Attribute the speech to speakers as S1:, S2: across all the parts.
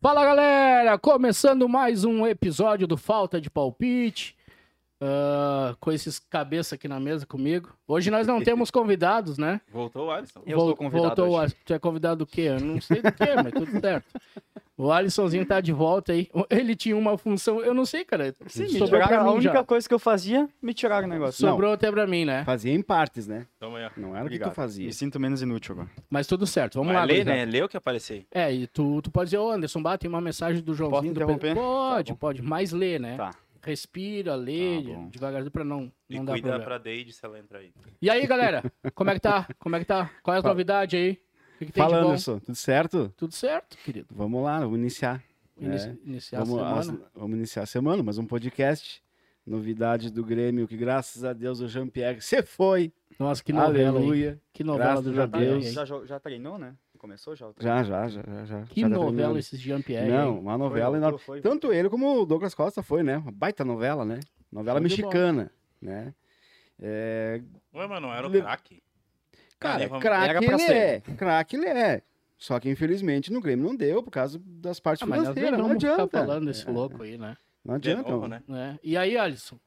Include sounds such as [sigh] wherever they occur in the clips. S1: Fala galera, começando mais um episódio do Falta de Palpite. Ah, com esses cabeça aqui na mesa comigo. Hoje nós
S2: [laughs]
S1: não temos convidados, né?
S3: Voltou o Alisson.
S2: Eu sou
S1: Vol-
S2: convidado
S1: Voltou o
S2: hoje.
S1: Alisson. Tu é convidado do quê? Eu não sei do quê, mas
S2: [laughs]
S1: tudo certo. O Alissonzinho tá de volta aí. Ele tinha uma função, eu não sei, cara.
S2: Sim, me
S1: Sobrou pra
S2: tiraram. A
S1: mim
S2: única
S1: já.
S2: coisa que eu fazia, me tiraram o negócio.
S1: Sobrou até pra mim, né?
S4: Fazia em partes, né?
S3: Toma aí, ó.
S4: Não era o que
S2: Obrigado.
S4: tu fazia.
S2: Me sinto menos inútil agora.
S1: Mas tudo certo, vamos
S3: Mas
S1: lá.
S3: lê,
S1: gurizada.
S3: né? Lê o que apareceu.
S1: É, e tu, tu pode dizer, ô Anderson, bate uma mensagem do Joãozinho. do
S2: interromper?
S1: Pedro. Pode,
S2: Tá bom.
S1: pode, mas lê, né?
S2: Tá.
S1: Respira, lê,
S2: Tá bom.
S1: devagarzinho pra não,
S3: E
S1: não dar
S3: cuida
S1: problema.
S3: pra Deide se ela entrar aí.
S1: E aí, galera, como é que tá? Como é que tá? Qual é a
S4: Fala.
S1: novidade aí? O que, que tem
S4: Fala,
S1: de bom?
S4: Anderson. Tudo certo?
S1: Tudo certo, querido.
S4: Vamos lá, vamos iniciar.
S1: Inici-
S4: É.
S1: Iniciar
S4: Vamos,
S1: a
S4: as-
S1: semana.
S4: vamos iniciar a semana, mas um podcast. Novidade do Grêmio, que graças a Deus o Jean-Pierre se foi.
S1: Nossa, Então, que novela, hein?
S4: Aleluia.
S1: Que novela do
S4: Graças a
S1: Jean Pierre,
S4: Deus.
S1: hein?
S2: Tá, Já, jo- já treinou, né? Começou já? o treino?
S4: Já, já, já, já. já.
S1: Que
S4: Já tá
S1: novela
S4: terminando.
S1: esse Jean Pierre,
S4: Não, uma
S2: Foi,
S4: novela
S2: voltou,
S4: enorme.
S2: foi,
S4: Tanto ele como o Douglas Costa foi, né? Uma baita novela, né? Novela
S1: Show de
S4: mexicana, né? É,
S3: Ué, mas não era o
S4: Lê-
S3: craque?
S4: Cara,
S3: Cara,
S2: era
S4: craque
S2: pra
S4: ele
S2: ser.
S4: é. Craque ele é. Só que infelizmente no Grêmio não deu por causa das partes
S1: Ah, mas nós nem
S4: financeiras. Não
S1: vamos
S4: adianta. É.
S1: ficar falando desse louco aí, né?
S4: Não
S3: De
S4: adianta.
S3: novo,
S4: ó.
S3: né?
S1: É. E aí, Alisson?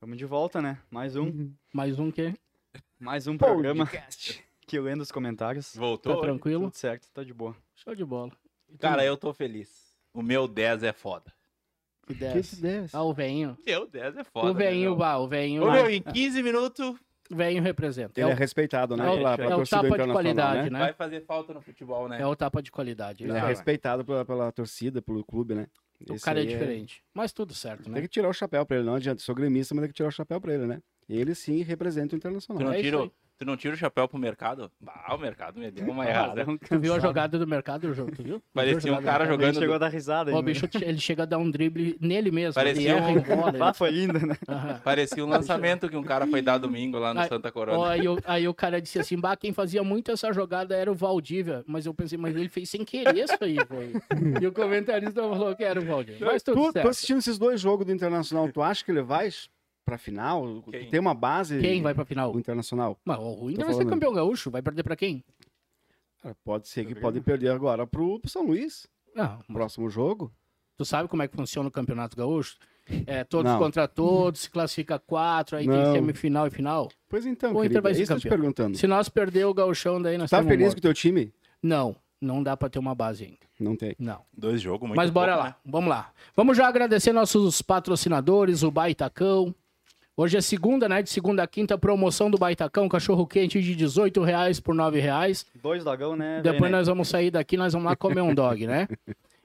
S2: Vamos de volta, né? Mais um.
S1: Mais um que
S2: Mais um programa [laughs]
S4: Podcast.
S2: que eu lendo os comentários.
S3: Voltou?
S1: tá tranquilo?
S2: Tudo certo, tá de boa.
S1: Show de bola. E tu,
S3: Cara, eu tô feliz. O meu 10 é foda.
S1: que
S4: Que
S1: desce?
S4: isso desse?
S1: Ah, o veinho.
S3: Meu 10 é foda.
S1: o veinho, bah, o veinho,
S3: Ô,
S1: lá,
S3: meu, em 15 minutos
S1: o veinho representa. É
S4: Ele é
S1: o,
S4: respeitado, né?
S1: é o-
S4: pela,
S1: é
S4: pela
S1: o
S4: torcida
S1: tapa de
S4: internacional,
S1: qualidade,
S4: né?
S1: né?
S3: vai fazer falta no futebol, né?
S1: É o tapa de qualidade.
S4: Ele
S1: né?
S4: é respeitado pela, pela torcida, pelo clube, né?
S1: O
S4: Esse
S1: cara é
S4: aí
S1: diferente. Mas tudo certo,
S4: Tem
S1: né?
S4: que tirar o chapéu pra ele, não adianta. Sou gremista, mas tem que tirar o chapéu pra ele, né? Ele sim representa o
S3: Tu
S4: internacional.
S3: não,
S1: é isso
S3: tira,
S1: aí.
S3: o- tu não tira o chapéu pro mercado? Bah, o mercado me deu
S1: Tá É,
S3: uma errada.
S2: Cara,
S1: Tu viu a jogada do mercado, João? Tu viu? Tu viu a
S3: Parecia um
S1: jogada
S3: cara
S1: do mercado?
S3: jogando.
S2: chegou a dar risada. né?
S1: Ó, O
S2: ainda.
S1: bicho, ele chega a dar um drible nele mesmo.
S3: Parecia
S1: ele erra
S3: um-
S1: em bola, ele-
S2: Ah, [laughs] foi linda, né?
S3: [laughs]
S1: Aham.
S3: Parecia
S1: [laughs]
S3: um lançamento que um cara foi dar domingo lá no
S1: Tá Ai,
S3: Santa
S1: Ó,
S3: Corona.
S1: aí, o, aí o cara disse assim, bah, quem fazia muito essa jogada era o Valdívia. Mas eu pensei, mas ele fez sem querer isso aí, pô.
S4: [laughs]
S1: E o comentarista falou que era o Valdívia. Mas tudo
S4: Tu, tu
S1: certo.
S4: assistindo esses dois jogos do Internacional, tu acha que ele vai pra final? Tu
S3: Quem?
S4: tem uma base
S1: Quem vai pra final?
S4: do Internacional?
S1: Mas o Inter
S4: Tô
S1: vai ser
S4: falando.
S1: campeão gaúcho. Vai perder pra quem?
S4: Cara, pode ser
S3: Tá
S4: que
S2: Grêmio.
S4: pode perder agora pro, pro São Luís.
S1: Não,
S4: Próximo jogo.
S1: Tu sabe como é que funciona o Campeonato Gaúcho? É, todos
S4: Não.
S1: contra todos, se classifica quatro, aí tem
S4: Não.
S1: semifinal e final.
S4: Pois então,
S1: O Inter
S4: querido,
S1: vai
S4: é
S1: ser
S4: isso que eu tô te
S1: campeão.
S4: perguntando.
S1: Se nós perder o gauchão, daí nós um
S4: Tá
S1: estamos
S4: feliz com
S1: mortos.
S4: o teu time?
S1: Não, não dá pra ter uma base ainda.
S4: Não tem.
S1: Não.
S3: Dois jogos, muito
S1: Mas bora
S3: pouco,
S1: lá,
S3: né?
S1: vamos lá. Vamos já agradecer nossos patrocinadores, o Baitacão. Hoje é segunda, né? De segunda a quinta, promoção do Baitacão, cachorro quente de 18 reais por 9 reais.
S2: Dois dogão,
S3: É
S2: né?
S1: Depois
S2: Lene?
S1: nós vamos sair daqui, nós vamos lá comer um dog,
S3: [laughs]
S1: né?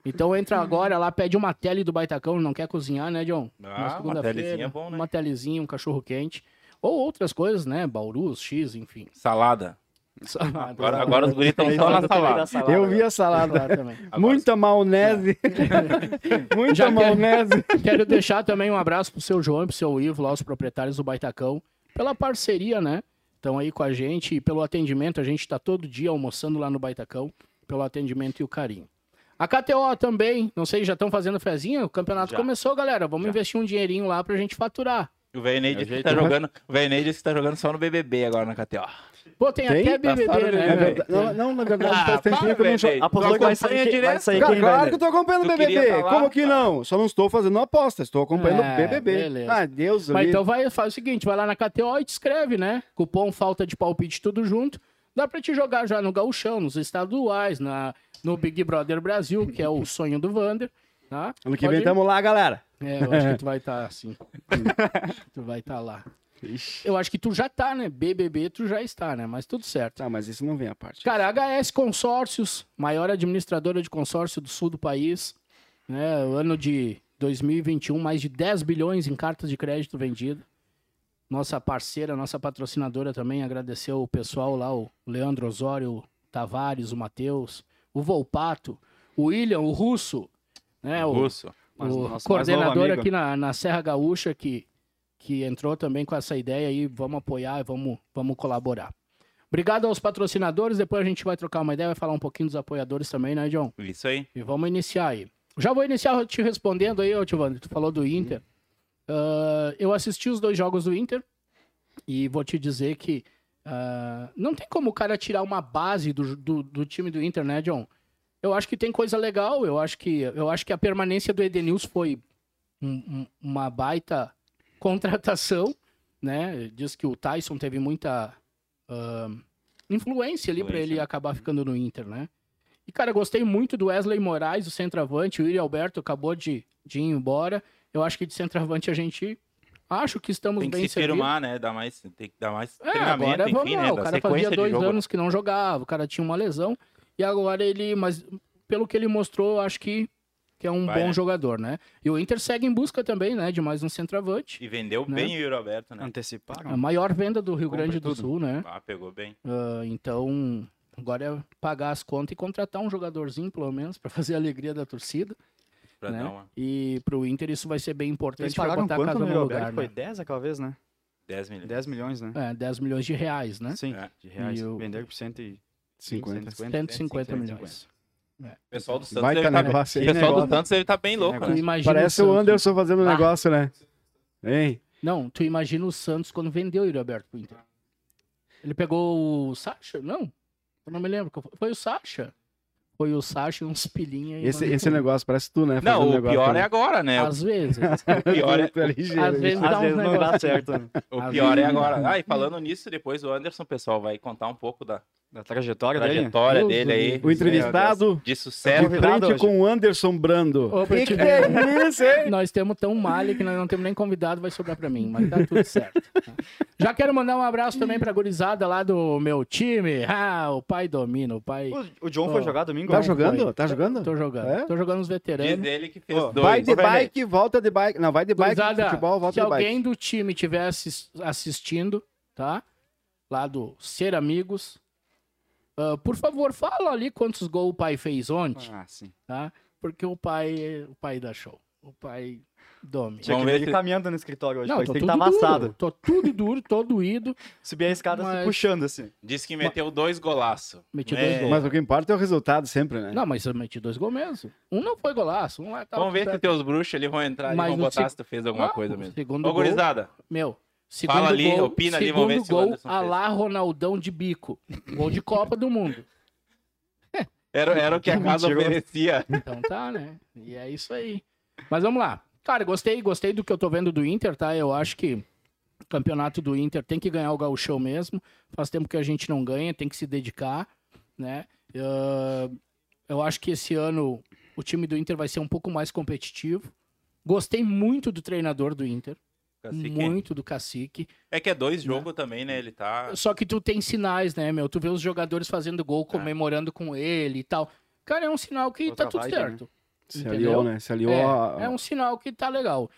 S1: Então entra agora lá, pede uma tele do Baitacão, não quer cozinhar, né, John?
S3: Ah, uma telezinha é bom, né?
S1: Uma telezinha, um cachorro quente. Ou outras coisas, né? Baurus, X, enfim.
S3: Salada. [laughs] Agora, agora os guris estão só na
S2: Eu também da
S3: salada. né?
S2: salada.
S4: Eu vi a salada.
S1: Lá também.
S3: Agora-
S4: Muita maionese. [laughs] Muita
S1: Já que- é.
S4: maionese.
S1: [laughs] Quero deixar também um abraço pro seu João e pro seu Ivo, lá os proprietários do Baitacão, pela parceria, né? Estão aí com a gente e pelo atendimento. A gente tá todo dia almoçando lá no Baitacão, pelo atendimento e o carinho. A KTO também, não sei, já estão fazendo fezinha? O campeonato
S3: Já.
S1: começou, galera. Vamos investir um dinheirinho lá pra gente faturar.
S3: O Veinei
S2: É o
S3: disse que
S2: jeito,
S3: tá
S2: né?
S3: jogando. O Veinei disse que tá jogando só no BBB agora na KTO.
S1: Pô, tem,
S4: Tem?
S1: até BBB,
S3: Passaram
S1: né?
S3: o
S4: É
S3: BBB.
S1: velho?
S4: verdade. Não, não, na verdade,
S3: Ah,
S4: faz tempo
S3: para,
S4: que eu não jogo.
S3: velho.
S2: Apostou que vai
S3: Tu acompanha
S2: sair, quem, vai
S3: direto?
S2: sair
S4: Cara,
S2: quem vai,
S4: claro
S2: né?
S4: que eu tô acompanhando o
S3: Tu queria
S4: BBB.
S3: tá lá,
S4: Como que
S3: cara.
S4: não? Só não estou fazendo aposta, estou acompanhando o
S1: É,
S4: BBB.
S1: beleza.
S4: Ah,
S1: Mas
S4: Deus, livre.
S1: então vai, faz o seguinte, vai lá na KTO e te escreve, né? Cupom falta de palpite tudo junto. Dá pra te jogar já no gauchão, nos estaduais, na, no Big Brother Brasil, que é o sonho do Vander, tá?
S4: Ano que
S1: Pode
S4: vem
S1: ir.
S4: tamo lá, galera.
S1: É, eu
S4: [laughs]
S1: acho que tu vai estar assim. tu vai estar lá. Eu acho que tu já tá, né? BBB tu já está, né? Mas tudo certo.
S4: Tá, mas isso não vem à parte.
S1: Cara, HS Consórcios, maior administradora de consórcio do sul do país. Né? O ano de 2021, mais de 10 bilhões em cartas de crédito vendidas. Nossa parceira, nossa patrocinadora também agradeceu o pessoal lá, o Leandro Osório, o Tavares, o Matheus, o Volpato, o William, o Russo, né? O,
S3: Russo.
S2: Mas
S1: o
S2: nosso mais novo
S1: coordenador
S2: amigo.
S1: aqui na, na Serra Gaúcha que, que entrou também com essa ideia aí, vamos apoiar e vamos, vamos colaborar. Obrigado aos patrocinadores, depois a gente vai trocar uma ideia, vai falar um pouquinho dos apoiadores também, né, John?
S3: Isso aí.
S1: E vamos iniciar aí. Já vou iniciar te respondendo aí, ô Tivandro, tu falou do Inter. Ah, eu assisti os dois jogos do Inter e vou te dizer que ah, não tem como o cara tirar uma base do, do, do time do Inter, né, John? eu acho que tem coisa legal. Eu acho que, eu acho que a permanência do Edenilson foi um- um- uma baita [laughs] contratação, né? Diz que o Tyson teve muita ah, influência ali para
S3: Influência,
S1: ele
S3: né?
S1: acabar ficando no Inter, né? E, cara, gostei muito do Wesley Moraes, o centroavante. O Yuri Alberto acabou de, de ir embora. Eu acho que de centroavante a gente... Acho que estamos
S3: Tem
S1: bem
S3: que se
S1: servidos.
S3: firmar, né? Dá mais, tem que dar mais
S1: É,
S3: treinamento,
S1: agora vamos
S3: enfim,
S1: lá.
S3: né?
S1: O
S3: Da
S1: cara fazia
S3: sequência de
S1: dois
S3: jogo.
S1: anos que não jogava, o cara tinha uma lesão. E agora ele, mas pelo que ele mostrou, eu acho que, que é um
S3: Vai,
S1: bom
S3: né?
S1: jogador, né? E o Inter segue em busca também, né? De mais um centroavante.
S3: E vendeu
S1: Né?
S3: bem o Yuri Alberto, né?
S1: A
S2: Anteciparam?
S1: maior venda do Rio
S2: Compra
S1: Grande do
S2: tudo.
S1: Sul, né?
S3: Ah, pegou bem.
S1: Ah, então, agora é pagar as contas e contratar um jogadorzinho, pelo menos, para fazer a alegria da torcida.
S3: Pra
S1: né?
S3: dar uma
S1: E pro Inter isso vai ser bem
S2: Eles
S1: importante para
S2: pagaram
S1: botar a
S2: quanto
S1: casa
S2: no
S1: no
S2: Rio
S1: lugar,
S2: Alberto? Foi
S1: né?
S2: 10 aquela vez, né?
S3: 10 milhões.
S2: 10 milhões, né?
S1: É, 10 milhões de reais, né?
S2: Sim,
S3: É.
S2: de reais.
S1: E eu-
S2: Venderam por 150.
S4: 50.
S1: 150
S3: 150
S1: milhões.
S3: O pessoal do Santos
S4: Vai
S3: deve
S4: tá
S3: tá bem- O
S4: negócio aí,
S3: pessoal do
S4: negócio.
S3: Santos deve tá bem louco,
S1: Tu
S3: né?
S1: imagina
S4: Parece o
S1: Santos.
S4: Anderson fazendo
S1: Ah.
S4: negócio, né? Hein?
S1: Não, tu imagina o Santos quando vendeu o Yuri Alberto pro Inter. Ele pegou o Sacha? Não, eu não me lembro. qual foi. Foi o Sacha. Foi o Sacha e uns pilinha. e
S4: Esse,
S1: mandou-
S4: esse negócio parece tu, né?
S3: Não,
S4: Fazendo
S3: o
S4: negócio,
S3: pior é
S4: né?
S3: agora, né?
S1: Às vezes.
S4: [laughs]
S3: O pior é,
S4: Tu é ligeiro,
S1: Às
S4: hein?
S1: vezes dá
S2: Às
S1: uns
S2: vezes não dá
S1: negócios.
S2: certo. né?
S3: o
S1: Às
S3: pior é
S1: vezes-
S3: agora. Ah, e falando nisso, depois o Anderson, pessoal, vai contar um pouco da
S2: Da trajetória dele.
S3: trajetória
S1: Deus
S3: dele
S1: do
S3: aí.
S1: livro.
S4: O entrevistado
S3: De
S4: de
S3: sucesso.
S2: convidado
S4: frente
S2: hoje.
S4: com o Anderson Brando.
S1: Ô, pra
S4: Que
S1: te
S4: que
S1: ver.
S4: é isso, hein?
S1: Nós temos tão malha que nós não temos nem convidado, vai sobrar pra mim, mas tá tudo certo. Já quero mandar um abraço também pra gurizada lá do meu time. Ah, o pai domina, o pai.
S2: O, o John foi
S1: Ó,
S2: jogar domingo?
S4: Tá
S2: né?
S4: jogando? Tá jogando?
S1: Tô jogando.
S4: É?
S1: Tô jogando os veteranos.
S3: Diz ele que fez
S4: Ó,
S3: dois.
S4: Vai de
S3: Ô, velho,
S4: bike, volta de bike. Não, vai de bike,
S1: Gurizada,
S4: futebol, volta
S1: se
S4: de
S1: alguém
S4: bike.
S1: do time estiver assis- assistindo, tá? Lá do Ser Amigos, ah, por favor, fala ali quantos gols o pai fez ontem,
S2: Ah, sim.
S1: tá? Porque o pai, o pai dá show. O pai dome.
S3: Tinha
S2: Tinha
S3: Vamos
S2: que
S3: ver
S2: ver ele
S3: se-
S2: caminhando no escritório hoje.
S1: Não,
S2: Parece
S1: tô
S2: que
S1: tudo
S2: ele tá
S1: duro.
S2: amassado.
S1: Tô tudo
S3: [laughs]
S1: duro, tô doído.
S2: Subir a escada
S1: Mas-
S2: se puxando, assim.
S3: Diz que meteu dois né? golaços.
S1: Meti dois gols.
S4: Mas o que importa é o resultado sempre, né?
S1: Não, mas eu meti dois gols mesmo. Um não foi golaço, um lá tava
S3: Vamos ver se
S1: certo.
S3: teus bruxos ali vão entrar e
S1: Mas
S3: vão
S1: no
S3: botar
S1: seg-
S3: se tu fez alguma
S1: Ah,
S3: coisa
S1: o
S3: mesmo.
S1: Segundo
S3: Ô,
S1: gol,
S3: gurizada,
S1: meu. Segundo
S3: ali,
S1: gol,
S3: opina ali,
S1: segundo
S3: vamos ver se o
S1: gol,
S3: Anderson
S1: a
S3: fez.
S1: lá Ronaldão de bico. Gol de Copa do Mundo.
S3: era, era
S1: [laughs]
S3: o que a casa
S2: Mentiroso.
S3: oferecia.
S1: Então tá, né? E é isso aí. Mas vamos lá. Cara, gostei, gostei do que eu tô vendo do Inter, tá? Eu acho que o campeonato do Inter tem que ganhar o gauchão mesmo. Faz tempo que a gente não ganha, tem que se dedicar, né? Ah, eu acho que esse ano o time do Inter vai ser um pouco mais competitivo. Gostei muito do treinador do Inter, Assim
S3: Cacique.
S1: muito do Cacique.
S3: É que é dois jogos também, né? Ele tá.
S1: Só que tu tem sinais, né, meu? Tu vê os jogadores fazendo gol, comemorando com ele e tal. Cara, é um sinal que
S2: Ah. Outra
S1: tá tudo
S2: vibe, né?
S1: certo.
S4: Se
S1: entendeu?
S4: aliou, né? Se aliou a-
S1: É, é um sinal que tá legal.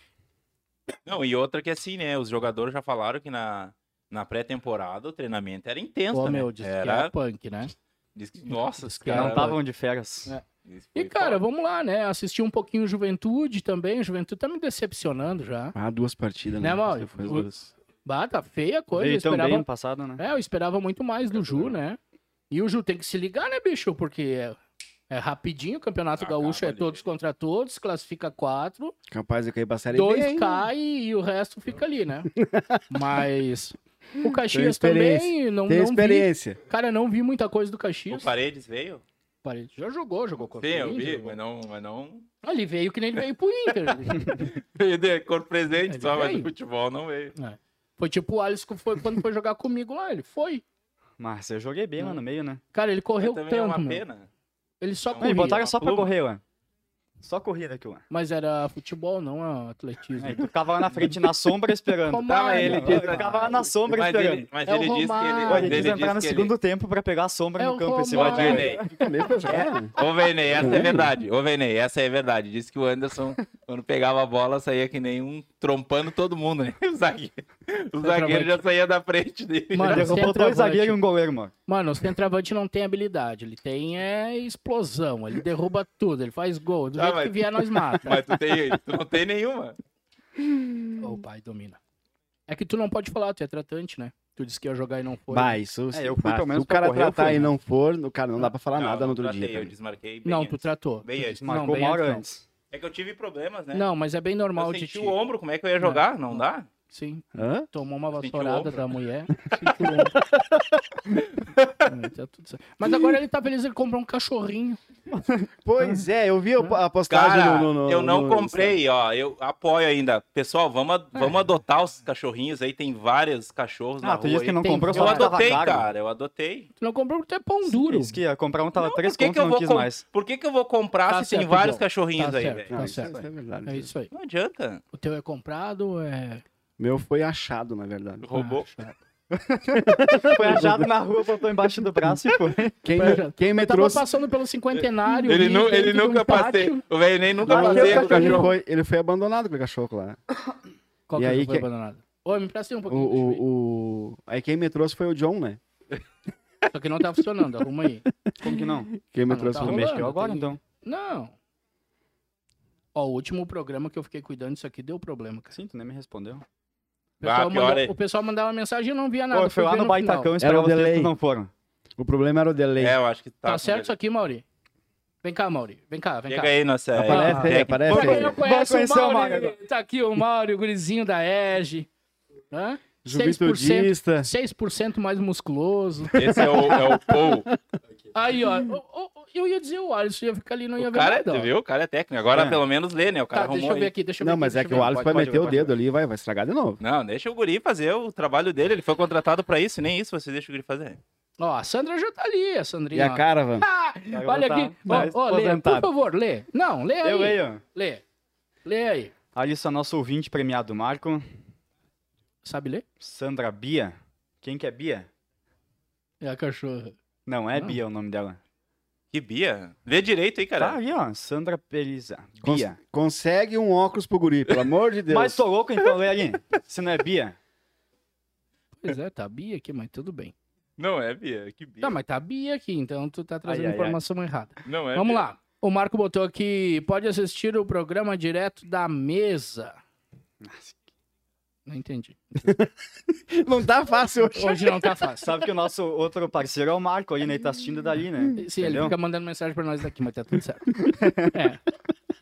S3: Não, e outra que assim, né? Os jogadores já falaram que na, na pré-temporada o treinamento era intenso.
S1: Pô,
S3: né?
S1: meu, diz que
S3: era...
S1: era punk, né?
S3: diz que- Nossa, os
S1: Diz que era-
S3: caras.
S2: Não estavam de férias.
S1: É.
S3: Isso
S1: E,
S3: foi
S1: cara,
S3: foda.
S1: vamos lá, né? Assistir um pouquinho Juventude também. Juventude tá me decepcionando já.
S4: Ah, duas partidas, né?
S1: Né, Mauro?
S4: Você foi
S1: O-
S4: duas.
S1: Bah, tá feia a coisa. Eu
S2: Veio tão bem
S1: esperava...
S2: ano passado, né?
S1: É, eu esperava muito mais do Ju, né? E o Ju tem que se ligar, né, bicho? Porque é, é rapidinho. O Campeonato
S3: Acaba
S1: Gaúcho é
S3: ali.
S1: todos contra todos. Classifica quatro.
S4: Capaz de cair pra série B,
S1: Dois
S4: hein?
S1: cai e o resto fica ali,
S4: [laughs]
S1: né? Mas... O
S4: Tem
S1: Caxias
S4: experiência.
S1: também, não,
S4: Tem
S1: não vi.
S4: experiência.
S1: Cara, não vi muita coisa do
S3: O
S1: Caxias.
S3: Paredes veio?
S1: Parede Já jogou, jogou contra
S3: Sim,
S1: o
S3: eu
S1: Corinthians,
S3: vi,
S1: jogou-
S3: mas não. Mas não... [laughs]
S1: Ah, Ele veio que nem ele veio pro Inter.
S3: Veio de cor presente
S1: Ele
S3: só, mas
S1: veio.
S3: o futebol não veio.
S1: Foi tipo o Alisson foi quando foi jogar comigo lá, ele foi.
S2: Mas eu joguei bem lá no meio, né?
S1: Cara, ele correu
S3: Mas também
S1: tanto,
S3: é uma
S1: meu.
S3: pena.
S1: Ele só
S3: Não,
S2: Não, e
S1: corria.
S2: botaram só pra
S3: Pluma.
S2: correr, lá. Só corrida aqui, lá.
S1: Mas era futebol, não ah, atletismo.
S2: Aí tu ficava lá na frente, na sombra, esperando.
S1: Romário,
S3: Tava ele,
S1: Romário.
S3: disse-
S2: Eu ficava
S1: né?
S2: lá na sombra
S3: Mas
S2: esperando.
S3: ele, mas
S1: É o
S3: ele disse que ele.
S1: Romário.
S2: Olha,
S3: Mas
S2: ele
S3: ele
S2: quis
S3: disse
S2: entrar no
S3: que ele-
S2: segundo tempo pra pegar a sombra
S1: É
S2: no
S1: o
S2: campo. Esse
S3: Ô,
S1: Romário.
S2: vadio.
S3: Venei,
S4: Fica meio pesado, né?
S3: ô, Venei, essa é verdade. Ô, Venei, essa é verdade. Disse que o Anderson, quando pegava a bola, saía que nem um trompando todo mundo, né? [laughs] O zagueiro, o zagueiro já saía da frente dele.
S1: Mano,
S2: Derrubou
S1: centroavante.
S2: dois zagueiros e um goleiro, mano.
S1: Mano, o centroavante não tem habilidade, ele tem é explosão, ele derruba tudo, ele faz gol, do
S3: Ah,
S1: jeito
S3: mas-
S1: que vier nós
S3: [laughs]
S1: mata.
S3: Mas tu, tem, tu não tem nenhuma.
S1: Ô pai, domina. É que tu não pode falar, tu é tratante, né? Tu disse que ia jogar e não foi.
S4: Bah, isso.
S2: É, eu fui,
S4: bah,
S2: pelo
S4: se
S2: menos
S4: o
S2: pra
S4: cara
S2: correr, eu
S4: tratar
S2: fui,
S4: e
S2: né?
S4: não for, o cara não dá pra falar
S3: Não,
S4: nada
S3: eu
S4: no outro
S3: tratei,
S4: dia.
S3: Eu
S4: também.
S3: desmarquei bem
S1: não, tu
S3: antes.
S1: tratou.
S3: Bem
S1: Tu
S3: antes.
S1: disse, não,
S2: Marcou
S1: bem
S2: uma hora
S1: não.
S2: antes.
S3: É que eu tive problemas, né?
S1: Não, mas é bem normal
S3: eu
S1: de
S3: senti
S1: ti.
S3: o ombro, como é que eu ia jogar? Não dá?
S1: Sim.
S4: Hã?
S1: Tomou uma
S3: Sentiu
S1: vassourada
S3: ombro.
S1: da
S3: [laughs]
S1: mulher. Sentiu ombro. Hum, tá tudo certo. Mas agora ele tá feliz, ele comprou um cachorrinho.
S4: Pois é, eu vi a a postagem
S3: Cara,
S4: no, no- no-
S3: eu não
S4: no-
S3: comprei, ó. Eu apoio ainda. Pessoal, vamos, a- vamos adotar os cachorrinhos aí. Tem vários cachorros na
S2: Ah, tu
S3: rua.
S2: disse que
S3: aí.
S2: não
S1: tem-
S2: comprou,
S1: eu
S3: Eu
S2: só que tava
S3: adotei,
S2: caro.
S3: cara. Eu adotei.
S1: Tu não comprou porque tu é pão duro.
S2: Disse que ia comprar um, tava
S3: Não,
S2: três
S3: por que
S2: conto,
S3: que eu
S2: não
S3: vou
S2: quis
S3: com-
S2: mais.
S1: [laughs]
S3: Por que, que eu vou comprar
S1: Tá
S3: se tem
S1: certo,
S3: vários
S1: João.
S3: cachorrinhos
S1: Tá
S3: aí,
S1: certo.
S3: velho?
S4: Não,
S1: Tá
S4: isso,
S1: certo.
S4: é verdade.
S1: É isso aí.
S3: Não adianta.
S1: O teu é comprado, é.
S4: Meu foi achado, na verdade.
S3: Roubou.
S1: Ah,
S2: Foi achado na rua, botou embaixo do braço e foi.
S4: Quem,
S1: Foi achado.
S4: quem me
S1: eu tava
S4: trouxe.
S1: passando pelo cinquentenário.
S3: Ele,
S1: vi
S3: nu- ele
S1: dentro de um
S3: nunca passei.
S1: pátio.
S3: O velho nem nunca
S4: Lá
S1: Não,
S3: passei
S1: eu
S3: com o
S1: nunca
S4: ele,
S3: cachorro.
S4: foi, ele foi abandonado com o cachorro lá.
S1: Qual
S4: E
S1: que
S4: aí
S1: aí, foi
S4: que-
S1: abandonado? Ô, me empresta aí um
S4: O,
S1: pouquinho. deixa eu ver.
S4: o, o- Aí quem me trouxe foi o John, né?
S1: Só que não tá funcionando, arruma aí.
S2: Como que não?
S4: Quem me
S1: Ah, não
S4: trouxe
S1: tá
S4: foi o
S1: rolando.
S4: John.
S2: Mexeu agora,
S1: tem-
S2: então.
S1: Não. Ó, o último programa que eu fiquei cuidando disso aqui deu problema, cara.
S2: Sim, tu nem me respondeu.
S1: O pessoal,
S3: Ah, pior,
S1: mandava,
S3: hein?
S1: o pessoal mandava mensagem e eu não via nada.
S2: Pô, foi
S1: fui
S2: lá
S1: ver
S2: no Baitacão,
S1: final.
S2: esperava
S4: Era o
S2: vocês,
S4: delay.
S2: vocês não foram.
S4: O problema era o delay.
S3: É, eu acho que tá.
S1: Tá certo isso aqui, Mauri? Vem cá, Mauri. Vem cá, vem
S3: Chega
S1: cá.
S3: aí, nossa. é
S4: Aparece aí,
S3: técnica.
S4: aparece
S1: Pra
S4: aí.
S1: quem não
S4: Vamos
S1: conhece o
S2: conhecer o
S1: Mauri,
S2: Mauro.
S1: tá um aqui o Mauri, o gurizinho da Ege. Hã? 6%,
S4: Juventudista.
S1: 6% mais musculoso.
S3: Esse é
S1: [laughs]
S3: o, é o Paul.
S1: Aí, ó. o- o- Eu ia dizer o Alisson, ia ficar ali, não ia
S3: O
S1: ver
S3: cara,
S1: nada. ó.
S3: tu viu? O cara é técnico. Agora
S4: É.
S3: pelo menos lê, né? O cara
S1: Tá, deixa
S3: arrumou
S1: eu ver
S3: aí.
S1: aqui, deixa eu ver
S4: Não,
S1: aqui,
S4: mas é
S1: deixa
S4: que
S1: eu
S4: o
S1: ver.
S4: Alex
S2: Pode,
S4: vai
S2: pode,
S4: meter o
S2: pode,
S4: dedo ali e vai, vai estragar de novo.
S3: Não, deixa o guri fazer o trabalho dele. Ele foi contratado pra isso, nem isso você deixa o guri fazer.
S1: Ó, a Sandra já tá ali, a Sandrinha.
S4: E
S1: ó.
S4: a tá Caravan?
S1: Ah, Olha aqui.
S2: Mas
S1: Ó, ó, lê, por
S2: tá aposentado.
S1: favor, lê. Não, lê aí.
S2: Eu leio.
S1: Lê. Lê aí.
S2: Alisson, nosso ouvinte premiado, Marco.
S1: Sabe ler?
S2: Sandra Bia. Quem que é Bia?
S1: É a cachorra.
S2: Não, é
S1: Não.
S2: Bia o nome dela.
S3: Que Bia. Lê direito aí,
S2: Tá
S3: cara.
S2: aí, ó. Sandra Pelisa.
S4: Cons-
S2: Bia.
S4: consegue um óculos pro guri, pelo amor de Deus.
S2: Mas tô louco então, lê ali. Se não é Bia.
S1: Pois é, tá a Bia aqui, mas tudo bem.
S3: Não é Bia. Que Bia.
S1: Tá, mas tá a Bia aqui, então tu tá trazendo
S2: Ai, ai, ai.
S1: informação errada.
S3: Não é
S1: Vamos
S3: Bia.
S1: lá. O Marco botou aqui, pode assistir o programa direto da mesa. Não entendi.
S4: Não tá fácil
S1: [laughs]
S4: hoje.
S1: Hoje não tá
S2: [laughs]
S1: fácil.
S2: Sabe que o nosso outro parceiro é o Marco ali, né? Ele tá assistindo dali, né?
S1: Sim, ele
S2: Entendeu?
S1: fica mandando mensagem pra nós daqui, mas tá tudo certo. É.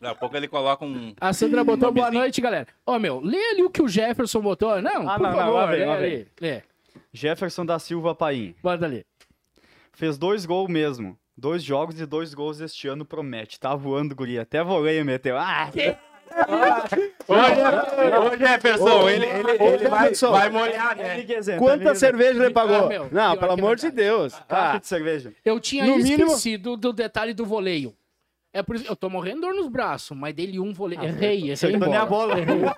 S3: Daqui a pouco ele coloca um.
S1: A Sandra botou boa noite, galera. Ô, meu, lê ali o que o Jefferson botou. Não,
S2: Ah,
S1: por
S2: não, não,
S1: favor,
S2: lá vem,
S1: lê
S2: lá
S1: ali. Lê,
S2: Jefferson da Silva Paim.
S1: bota ali.
S2: Fez dois gols mesmo. Dois jogos e dois gols este ano promete. Tá voando, guri. Até voleio meteu. Ah,
S3: Ô, ô, Jefferson,
S4: Ô,
S3: ele,
S4: ele-
S3: ele,
S4: ele-
S3: vai,
S4: Jefferson.
S3: vai molhar, né?
S2: Miguezento,
S4: Quanta
S2: Miguezento.
S4: cerveja ele pagou?
S1: tá Ah, meu,
S4: não,
S1: pior
S4: pelo
S1: que
S4: amor de
S1: verdade.
S4: Deus.
S2: Caixa
S4: Ah,
S2: de cerveja.
S1: Eu tinha
S4: No mínimo-
S1: esquecido do detalhe do voleio. É por isso, eu tô morrendo dor nos braços, mas dele um voleio. errei, errei em
S2: Ah, Acertou minha
S1: bola.
S2: bola.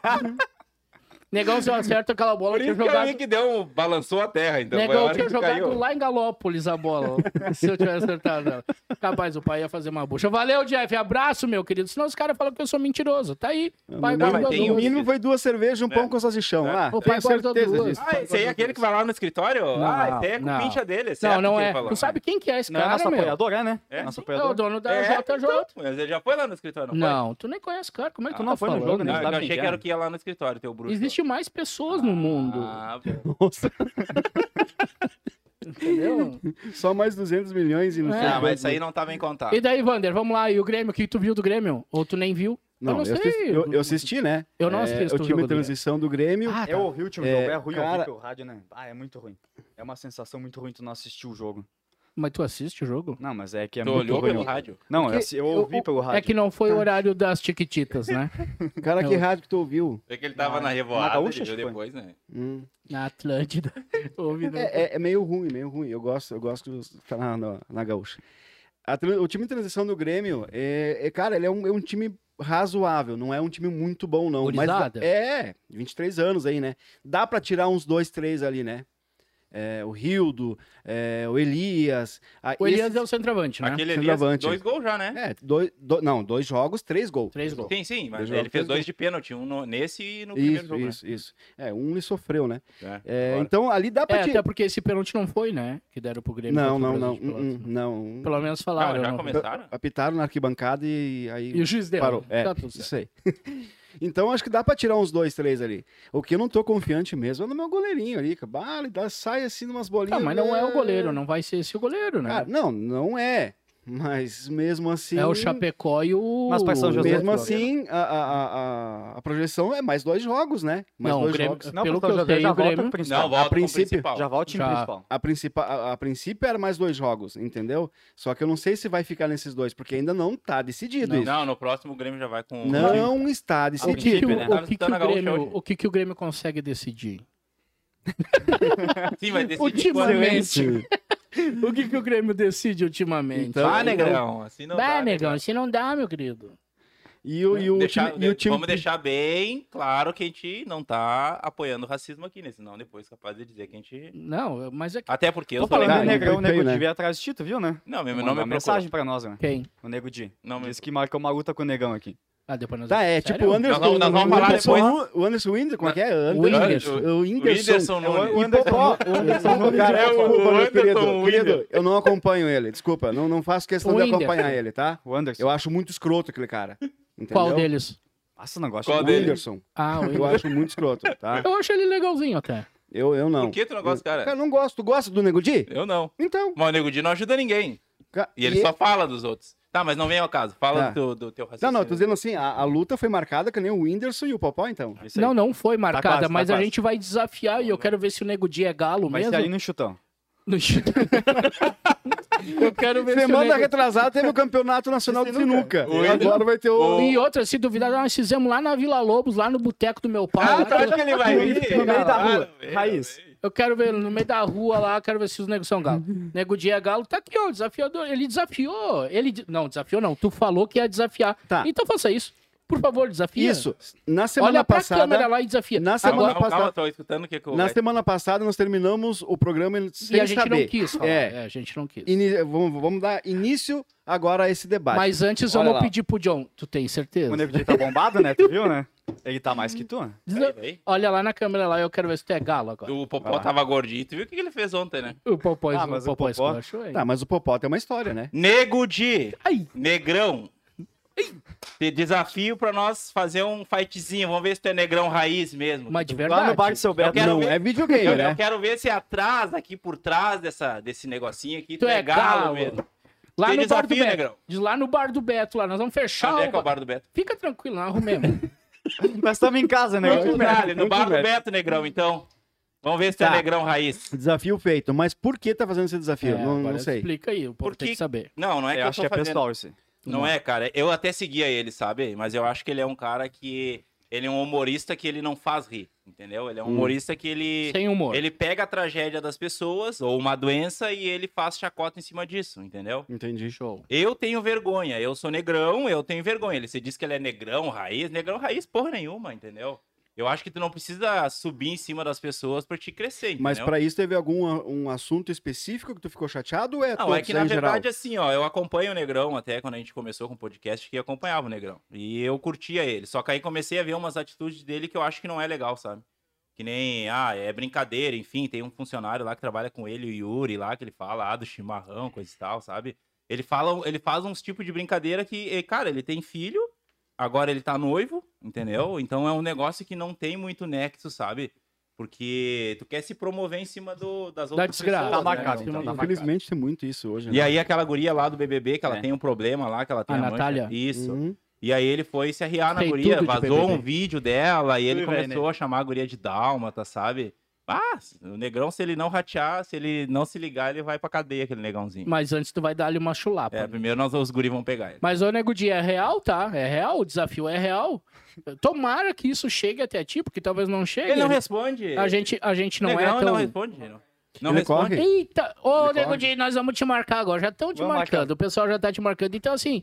S1: Negão, se eu acerto aquela bola, eu
S3: Por
S1: tinha
S3: isso que eu
S1: jogado...
S3: vi que deu um. Balançou a terra,
S1: é
S3: então. Foi a
S1: Negão, eu
S3: hora
S1: tinha
S3: que
S1: jogado
S3: caiu.
S1: lá em Galópolis a bola. se eu tivesse acertado ela. Capaz, o pai ia fazer uma bucha. Valeu, Jeff. Abraço, meu querido. Senão os caras falam que eu sou mentiroso. Tá aí. O pai
S4: no
S3: mas
S1: guardou
S4: mínimo,
S3: tem
S1: duas.
S4: no mínimo foi duas cervejas e um
S3: É.
S4: pão com salsichão.
S3: É.
S4: Ah,
S1: O pai
S4: tenho
S1: guardou
S4: certeza
S1: duas.
S4: disso.
S3: Ah, esse aí é aquele que vai lá no escritório? ah, esse aí é com
S1: não.
S3: pincha dele. certo
S1: Não, não
S3: que ele
S1: é.
S3: falou.
S1: Tu sabe quem que é esse
S2: Não é
S1: cara,
S2: nosso
S1: meu?
S2: apoiador, é, né?
S3: É?
S2: Nosso
S1: É o
S2: apoiador.
S1: dono da
S3: É,
S1: JJ.
S3: então, mas ele já foi lá no escritório, não,
S1: Não, tu nem conhece o cara. Como é que tu
S2: Ah,
S1: não
S2: foi
S1: foi
S2: no
S1: falando?
S2: jogo,
S3: foi?
S2: né?
S3: Não,
S2: sabe
S3: eu
S2: quem
S3: achei
S2: que
S3: que
S2: é.
S3: era o que ia lá no escritório, teu bruxo.
S1: Existe mais pessoas no mundo.
S3: Ah, bom.
S4: Nossa,
S1: Entendeu?
S4: só mais 200 milhões e não sei.
S1: É,
S3: Ah,
S4: quanto.
S3: mas isso aí não tava em contato.
S1: E daí, Wander, vamos lá. E o Grêmio, o que tu viu do Grêmio? Ou tu nem viu?
S4: Não,
S1: eu não
S4: eu,
S1: sei.
S4: assisti, eu- eu assisti, né?
S1: Eu não assisto
S4: É,
S1: o
S4: o
S1: jogo
S4: time
S1: do
S4: de transição do Grêmio.
S1: Ah,
S2: É
S1: tá.
S2: horrível o time
S4: É,
S2: jogo. É ruim
S4: cara-
S2: ouvir pelo rádio, né? Ah, é muito ruim. É uma sensação muito ruim tu não assistir o jogo.
S1: Mas tu assiste o jogo?
S2: Não, mas é que é
S3: Tu
S2: muito
S3: olhou
S2: ruim.
S3: pelo rádio?
S2: Não,
S1: Porque
S2: eu, assi- eu ouvi pelo rádio.
S1: É que não foi o horário das Tiquititas, né?
S4: Cara, que
S1: Eu-
S4: rádio que tu ouviu?
S3: É que ele tava
S2: Não,
S3: na
S2: na
S3: revoada,
S2: Gaúcha,
S3: ele viu
S2: acho que foi.
S3: depois, né?
S4: Hum.
S1: Na [laughs] Atlântida. Ouvi, né?
S4: É, é- é meio ruim, meio ruim. Eu gosto, eu gosto que tá na, na, na gaúcha. A tran- o time de transição do Grêmio, é, é, cara, ele é um, é um time razoável, não é um time muito bom, não. Mas
S1: Gurizada?
S4: é, 23 anos aí, né? Dá pra tirar uns dois, três ali, né? É, o Rildo, é, o Elias. a-
S1: O Elias
S4: esses-
S1: é o centroavante, né?
S3: Aquele ali,
S4: Centroavante.
S3: dois gols já, né?
S4: É, dois, do- não, dois jogos, três gols.
S1: Três gols.
S3: Sim, sim, mas
S4: Dois
S3: ele
S4: jogos,
S3: fez
S4: dois
S3: dois de pênalti, um no- nesse e no primeiro
S4: Isso,
S3: jogo. né?
S4: isso, isso. É, um ele sofreu, né?
S3: É,
S4: É,
S3: agora.
S4: então ali dá pra
S1: É, até
S4: tirar.
S1: porque esse pênalti não foi, né? Que deram pro Grêmio.
S4: Não,
S1: contra o
S4: não, não.
S1: Brasil de
S4: hum, hum,
S1: Pelotas, né?
S4: Não.
S1: Pelo menos
S3: Não,
S1: falaram.
S3: já
S1: não.
S3: começaram?
S4: Apitaram na arquibancada e aí.
S1: E o juiz deu.
S4: Parou, é.
S1: Tá tudo certo.
S4: Isso aí. [laughs] Então acho que dá pra tirar uns dois, três ali. O que eu não tô confiante mesmo é no meu goleirinho ali. cara.
S1: Ah,
S4: Bah, ele dá, sai assim numas bolinhas. Ah,
S1: Tá, mas não é o goleiro, não vai ser esse o goleiro, é né?
S4: Cara, não, não é. Mas mesmo assim.
S1: É o Chapecó e o.
S2: Mas Paixão José
S4: Mesmo
S2: Outro
S4: assim, a, a, a, a, a projeção é mais dois jogos, né? Mais
S1: Não, o
S4: dois
S1: Grêmio-
S4: jogos.
S2: Não,
S1: Pelo
S2: Paixão
S1: que eu
S2: José
S1: sei,
S2: já
S1: o
S2: volta
S1: Grêmio-
S2: pro principal.
S3: Não, volta com o
S4: princípio,
S3: principal.
S2: Já volta o time
S1: Já.
S2: principal.
S4: A, principa- a, a princípio era mais dois jogos, entendeu? Só que eu não sei se vai ficar nesses dois, porque ainda não tá decidido isso.
S3: Não, no próximo o Grêmio já vai com.
S4: Não está
S1: O
S4: decidido.
S1: que, que,
S3: Tipo,
S1: o-
S3: né?
S1: o
S3: Tava
S1: que que
S3: disputando a
S1: o
S3: Gaúcha
S1: Grêmio,
S3: hoje.
S1: o que que o Grêmio consegue decidir?
S3: Sim, vai decidir. quando-
S1: Ultimamente. o que, que o Grêmio decide ultimamente?
S4: Então- né,
S3: Vá, negão. Assim não
S1: Bah,
S3: dá,
S1: negão, se não dá, meu querido.
S4: E o, e o
S3: Deixar-
S4: time. E o time
S3: Vamos deixar bem claro que a gente não tá apoiando o racismo aqui, né? Senão depois capaz de dizer que a gente.
S1: Não, mas é que-
S3: Até porque eu
S2: Tô
S3: sou
S2: falando
S4: legal.
S3: legal.
S2: do
S4: né?
S2: Negrão, o
S4: Foi
S2: Nego
S4: bem,
S2: Di
S4: né?
S2: veio atrás de ti, tu viu, né?
S3: Não, meu
S2: Mandou
S3: nome é
S2: uma mensagem pra nós, né?
S1: quem?
S2: O Nego Di.
S3: Não, meu...
S2: Diz que marcou uma luta com o Negão aqui.
S1: Ah, depois nós
S4: Tá, é
S1: Sério?
S4: tipo o Anderson.
S3: Nós vamos- nós vamos
S4: o
S3: falar
S4: Anderson,
S3: depois.
S4: O Anderson Whindersson, como é que é?
S1: Whindersson.
S4: O Whindersson.
S3: Whindersson
S2: É o-
S3: Nunes.
S2: o Anderson-
S4: O Anderson Nunes,
S3: cara, é o
S4: desculpa, meu
S3: Anderson
S4: querido,
S3: Whindersson.
S4: querido, eu não acompanho ele, desculpa, não, não faço questão
S1: O
S4: de
S1: Whindersson.
S4: acompanhar ele, tá?
S2: O Anderson.
S4: Eu acho muito escroto aquele cara, entendeu?
S1: Qual deles?
S2: Nossa, não gosto
S3: Qual
S4: O
S3: dele?
S4: Whindersson,
S1: Ah, o
S4: [laughs] eu
S1: Whindersson.
S4: acho muito escroto, tá?
S1: Eu acho ele legalzinho até.
S4: Eu, eu não.
S3: Por que tu não gosta,
S4: Cara,
S3: cara?
S4: não gosto, tu gosta do Nego Di?
S3: Eu não.
S4: Então.
S3: Mas o Nego Di não ajuda ninguém.
S4: ca- é-
S3: E ele só fala dos outros. Tá, mas não vem ao caso. Fala
S4: Tá.
S3: do, do teu racismo.
S4: Não, não, tô dizendo assim, a, a luta foi marcada que nem o Whindersson e o Popó, então.
S2: Isso aí.
S1: Não, não foi marcada,
S2: quase, tá
S1: mas a
S2: quase.
S1: gente vai desafiar
S4: Tá
S1: e eu quero ver se o Nego Dia é galo
S2: Vai ser ali
S1: mesmo.
S2: no chutão.
S1: No chute. [laughs] eu quero ver se o
S4: Semana
S1: Nego...
S4: retrasada teve o Campeonato Nacional de Sinuca.
S3: O
S4: E Agora vai ter o...
S1: E outra, se duvidar, nós fizemos lá na Vila Lobos, lá no boteco do meu pai.
S3: Ah,
S1: lá
S3: tu
S1: tá,
S3: acha
S4: tá.
S1: que eu-
S3: que ele vai vir?
S2: No meio da
S3: Claro,
S2: rua.
S3: vem,
S2: Raiz.
S3: vem.
S1: Eu quero ver no meio da rua lá, quero ver se os negros são galo. Nego Dia é galo, tá aqui, ó, desafiador. Ele desafiou. Ele. de- Não, desafiou não. Tu falou que ia desafiar.
S4: Tá.
S1: Então faça isso. Por favor, desafia.
S4: Isso, na semana
S1: Olha pra
S4: passada...
S1: câmera lá e desafia.
S4: Na
S3: Agora,
S4: semana
S3: Tá calma,
S4: passada...
S3: tô escutando o que que eu...
S4: Na semana passada nós terminamos o programa sem
S1: E a gente
S4: saber.
S1: não quis falar.
S4: É.
S1: É. a gente não quis.
S4: Ini- vamos, vamos dar início agora a esse debate.
S1: Mas antes eu
S4: Olha
S1: vou
S4: lá.
S1: pedir pro John. Tu tem certeza?
S2: O Nego Di tá bombado, né? Tu viu, né? Ele tá mais que tu, né?
S1: Diz-
S3: Vai, vai.
S1: Olha lá na câmera lá, eu quero ver se tu é galo agora.
S3: O Popó tava gordinho. Tu viu o que que ele fez ontem, né?
S1: O Popó
S2: Ah, mas o
S1: Popó
S2: Popó-
S1: Squash, ué.
S4: Tá, mas o Popó tem uma história, né?
S3: Nego Di,
S1: Ai,
S3: negrão. Te desafio pra nós fazer um fightzinho. Vamos ver se tu é negrão raiz mesmo.
S1: mas de verdade.
S2: Lá no bar de seu Beto.
S3: quero
S4: não
S3: ver-
S4: é videogame,
S3: Eu, eu
S4: né?
S3: quero ver se atrás, aqui por trás dessa, desse negocinho aqui, tu, é galo, mesmo.
S1: Lá
S3: Tem
S1: no bar do
S3: desafio,
S1: Beto.
S3: negrão.
S1: Diz lá no bar do Beto, lá. Nós vamos fechar
S3: Onde é
S1: o
S3: que é o
S1: bar.
S3: bar do Beto?
S1: Fica tranquilo, nós arrumemos.
S3: [laughs]
S2: Nós estamos em casa, né?
S3: Muito vale, no
S4: muito
S3: bar do
S4: Beto.
S3: Beto, negrão, então. Vamos ver se tu é
S4: Tá.
S3: negrão raiz.
S4: Desafio feito, mas por que tá fazendo esse desafio?
S1: É,
S4: não, não
S1: agora
S4: sei.
S1: Explica aí, o povo
S3: Por
S1: tem
S3: que-
S1: que saber.
S3: Não, não é que
S2: Eu
S3: eu
S2: acho que
S3: tô
S2: é
S3: fazendo.
S2: pessoal isso aí.
S3: Não,
S1: Não.
S3: é, cara. Eu até seguia ele, sabe? Mas eu acho que ele é um cara que. Ele é um humorista que ele não faz rir, entendeu? Ele é um
S4: Hum.
S3: humorista que ele.
S1: Sem humor.
S3: Ele pega a tragédia das pessoas ou uma doença e ele faz chacota em cima disso, entendeu?
S4: Entendi.
S1: Show.
S3: Eu tenho vergonha, eu sou negrão, eu tenho vergonha. Ele se diz que ele é negrão, raiz, negrão, raiz, porra nenhuma, entendeu? Eu acho que tu não precisa subir em cima das pessoas pra te crescer, entendeu?
S4: Mas pra isso teve algum a- um assunto específico que tu ficou chateado ou é
S3: Não,
S4: todos
S3: é que
S4: né,
S3: na
S4: em geral?
S3: verdade, assim, ó, eu acompanho o Negrão até quando a gente começou com o podcast, que eu acompanhava o Negrão. E eu curtia ele. Só que aí comecei a ver umas atitudes dele que eu acho que não é legal, sabe? Que nem, ah, é brincadeira, enfim, tem um funcionário lá que trabalha com ele, o Yuri lá, que ele fala, ah, do chimarrão, coisa e tal, sabe? Ele fala, ele faz uns tipos de brincadeira que, eh, cara, ele tem filho, agora ele tá noivo, entendeu? Então é um negócio que não tem muito nexo, sabe? Porque tu quer se promover em cima do, das outras
S1: desgraça.
S3: pessoas,
S2: Tá
S3: né?
S2: marcado, então. Tá marcado.
S4: Infelizmente tem muito isso hoje. né?
S3: E é aí aquela guria lá do BBB, que ela
S2: É.
S3: tem um problema lá, que ela tem
S1: A
S3: mancha.
S1: Natália?
S3: Isso.
S4: Uhum.
S3: E aí ele foi se arriar na
S1: Sei
S3: guria,
S1: tudo de
S3: vazou
S1: BBB.
S3: um vídeo dela e ele
S2: Ui,
S3: começou
S4: né?
S2: velho,
S3: a chamar a guria de dálmata, sabe? Ah, o negrão, se ele não ratear, se ele não se ligar, ele vai pra cadeia, aquele negãozinho.
S1: Mas antes tu vai dar ali uma chulapa.
S3: É, primeiro nós, os guris vão pegar ele.
S1: Mas, ô Nego Di, é real, tá? É real, o desafio é real. Tomara que isso chegue até ti, porque talvez não chegue.
S3: Ele não responde.
S1: A gente, a gente não
S3: negrão
S1: é tão...
S3: não responde. Não, não
S4: Ele
S3: responde.
S4: corre.
S1: Eita! Ô,
S4: Ele
S1: Nego
S4: corre.
S1: Di, nós vamos te marcar agora. Já estão te
S2: Vamos
S1: marcando.
S2: marcar.
S1: O pessoal já tá te marcando. Então, assim,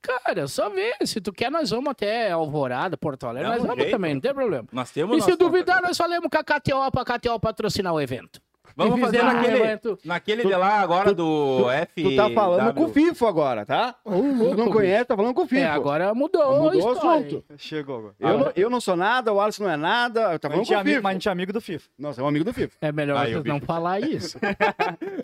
S1: cara, só vê. Se tu quer, nós vamos até Alvorada, Porto Alegre.
S3: Dá
S1: Nós
S3: um
S1: vamos
S3: jeito.
S1: também, não tem problema.
S3: Nós temos
S1: E se
S3: nosso
S1: duvidar, nós falamos com a KTO pra KTO patrocinar o evento.
S3: Vamos
S1: E
S3: fazer
S1: fizeram um
S3: naquele,
S1: evento.
S3: naquele de lá agora do F.
S4: Tu tá falando com o FIFO agora, tá? Tu não conhece, tá falando com o FIFO.
S1: É, agora mudou,
S4: Mudou o
S1: a história,
S4: assunto.
S1: hein?
S2: Chegou agora.
S4: Eu, não, eu não sou nada, o Alisson não é nada, tá
S2: Mas a gente
S4: falando Ah, com
S2: é
S4: o
S2: amigo-
S4: FIFO.
S2: mas a gente é amigo do FIFA.
S4: Nossa, é um amigo do FIFO.
S1: É melhor
S3: Aí, o
S1: vocês
S3: bicho.
S1: não falar isso.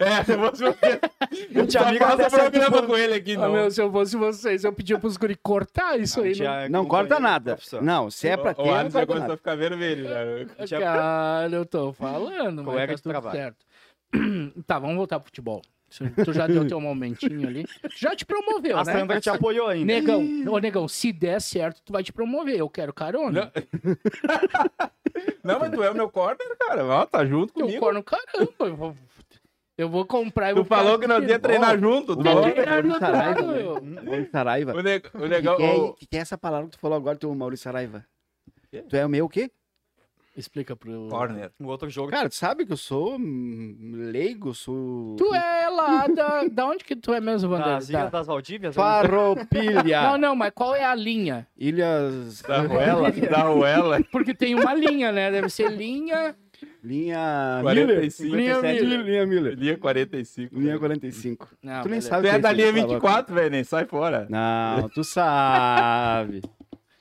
S3: É,
S1: [laughs]
S3: se fosse você. tá
S2: A gente é amigo
S3: Só
S2: até
S3: faça
S2: certo
S3: programa
S2: ponto.
S3: com ele aqui,
S1: Ah,
S3: não.
S1: meu, se eu fosse vocês, eu pedia pros guri cortar isso
S2: A
S1: aí. né?
S2: gente
S1: Não...
S2: é
S4: Não corta
S2: companheiro,
S4: nada.
S2: profissão.
S4: Não, se é pra ter,
S3: o
S4: não
S3: Alisson já
S4: corta nada.
S3: começou a ficar vermelho. [laughs] Já.
S2: gente é-
S1: Cara, eu tô falando, mas
S2: Colega
S1: tá
S2: de
S1: tudo [clears throat]
S2: trabalho.
S1: certo. Tá, vamos voltar pro futebol. Se- Tu já deu teu momentinho ali. Já te promoveu,
S2: A
S1: né?
S2: Sandra te apoiou ainda.
S1: Negão, ô negão, se der certo, tu vai te promover. Eu quero carona.
S3: é Não, mas tu é o meu corner, cara. Ó, tá junto
S1: eu
S3: comigo.
S1: corno, caramba. Eu vou, eu vou comprar e
S3: Tu
S1: vou ficar
S3: falou é que nós
S1: assistindo.
S3: ia treinar junto. tu
S1: Vai
S3: falou?
S1: treinar
S4: Maurício
S1: no
S4: Saraiva,
S1: outro lado,
S4: né? Maurício Saraiva.
S3: O, neg o
S4: Que,
S3: negão.
S4: que, é,
S3: o-
S4: que que é essa palavra que tu falou agora, teu Maurício Saraiva?
S3: Quê?
S4: Tu é o meu o quê?
S1: Explica pro.
S3: Corner.
S2: O outro jogo. tá,
S4: Cara, tu sabe que eu sou hum, leigo, sou...
S1: Tu é lá da. Da onde que tu é mesmo,
S2: das
S1: Vander? Tá.
S2: Ilhas das Valdívias? né?
S1: Não,
S4: Farroupilha.
S1: [laughs] não, mas qual é a linha?
S4: Ilhas...
S3: Da Ruela? Da Ruela.
S1: Porque tem uma linha, né? Deve ser linha.
S4: Linha... Miller.
S3: 45.
S1: Linha Miller.
S4: Linha Miller.
S3: Linha 45.
S4: Linha 45.
S1: Não,
S4: tu nem
S1: beleza.
S4: sabe
S3: Tu
S4: o que
S3: é da
S4: isso,
S3: linha
S4: tá louco?
S3: 24, velho. nem Sai fora.
S4: Não, tu sabe.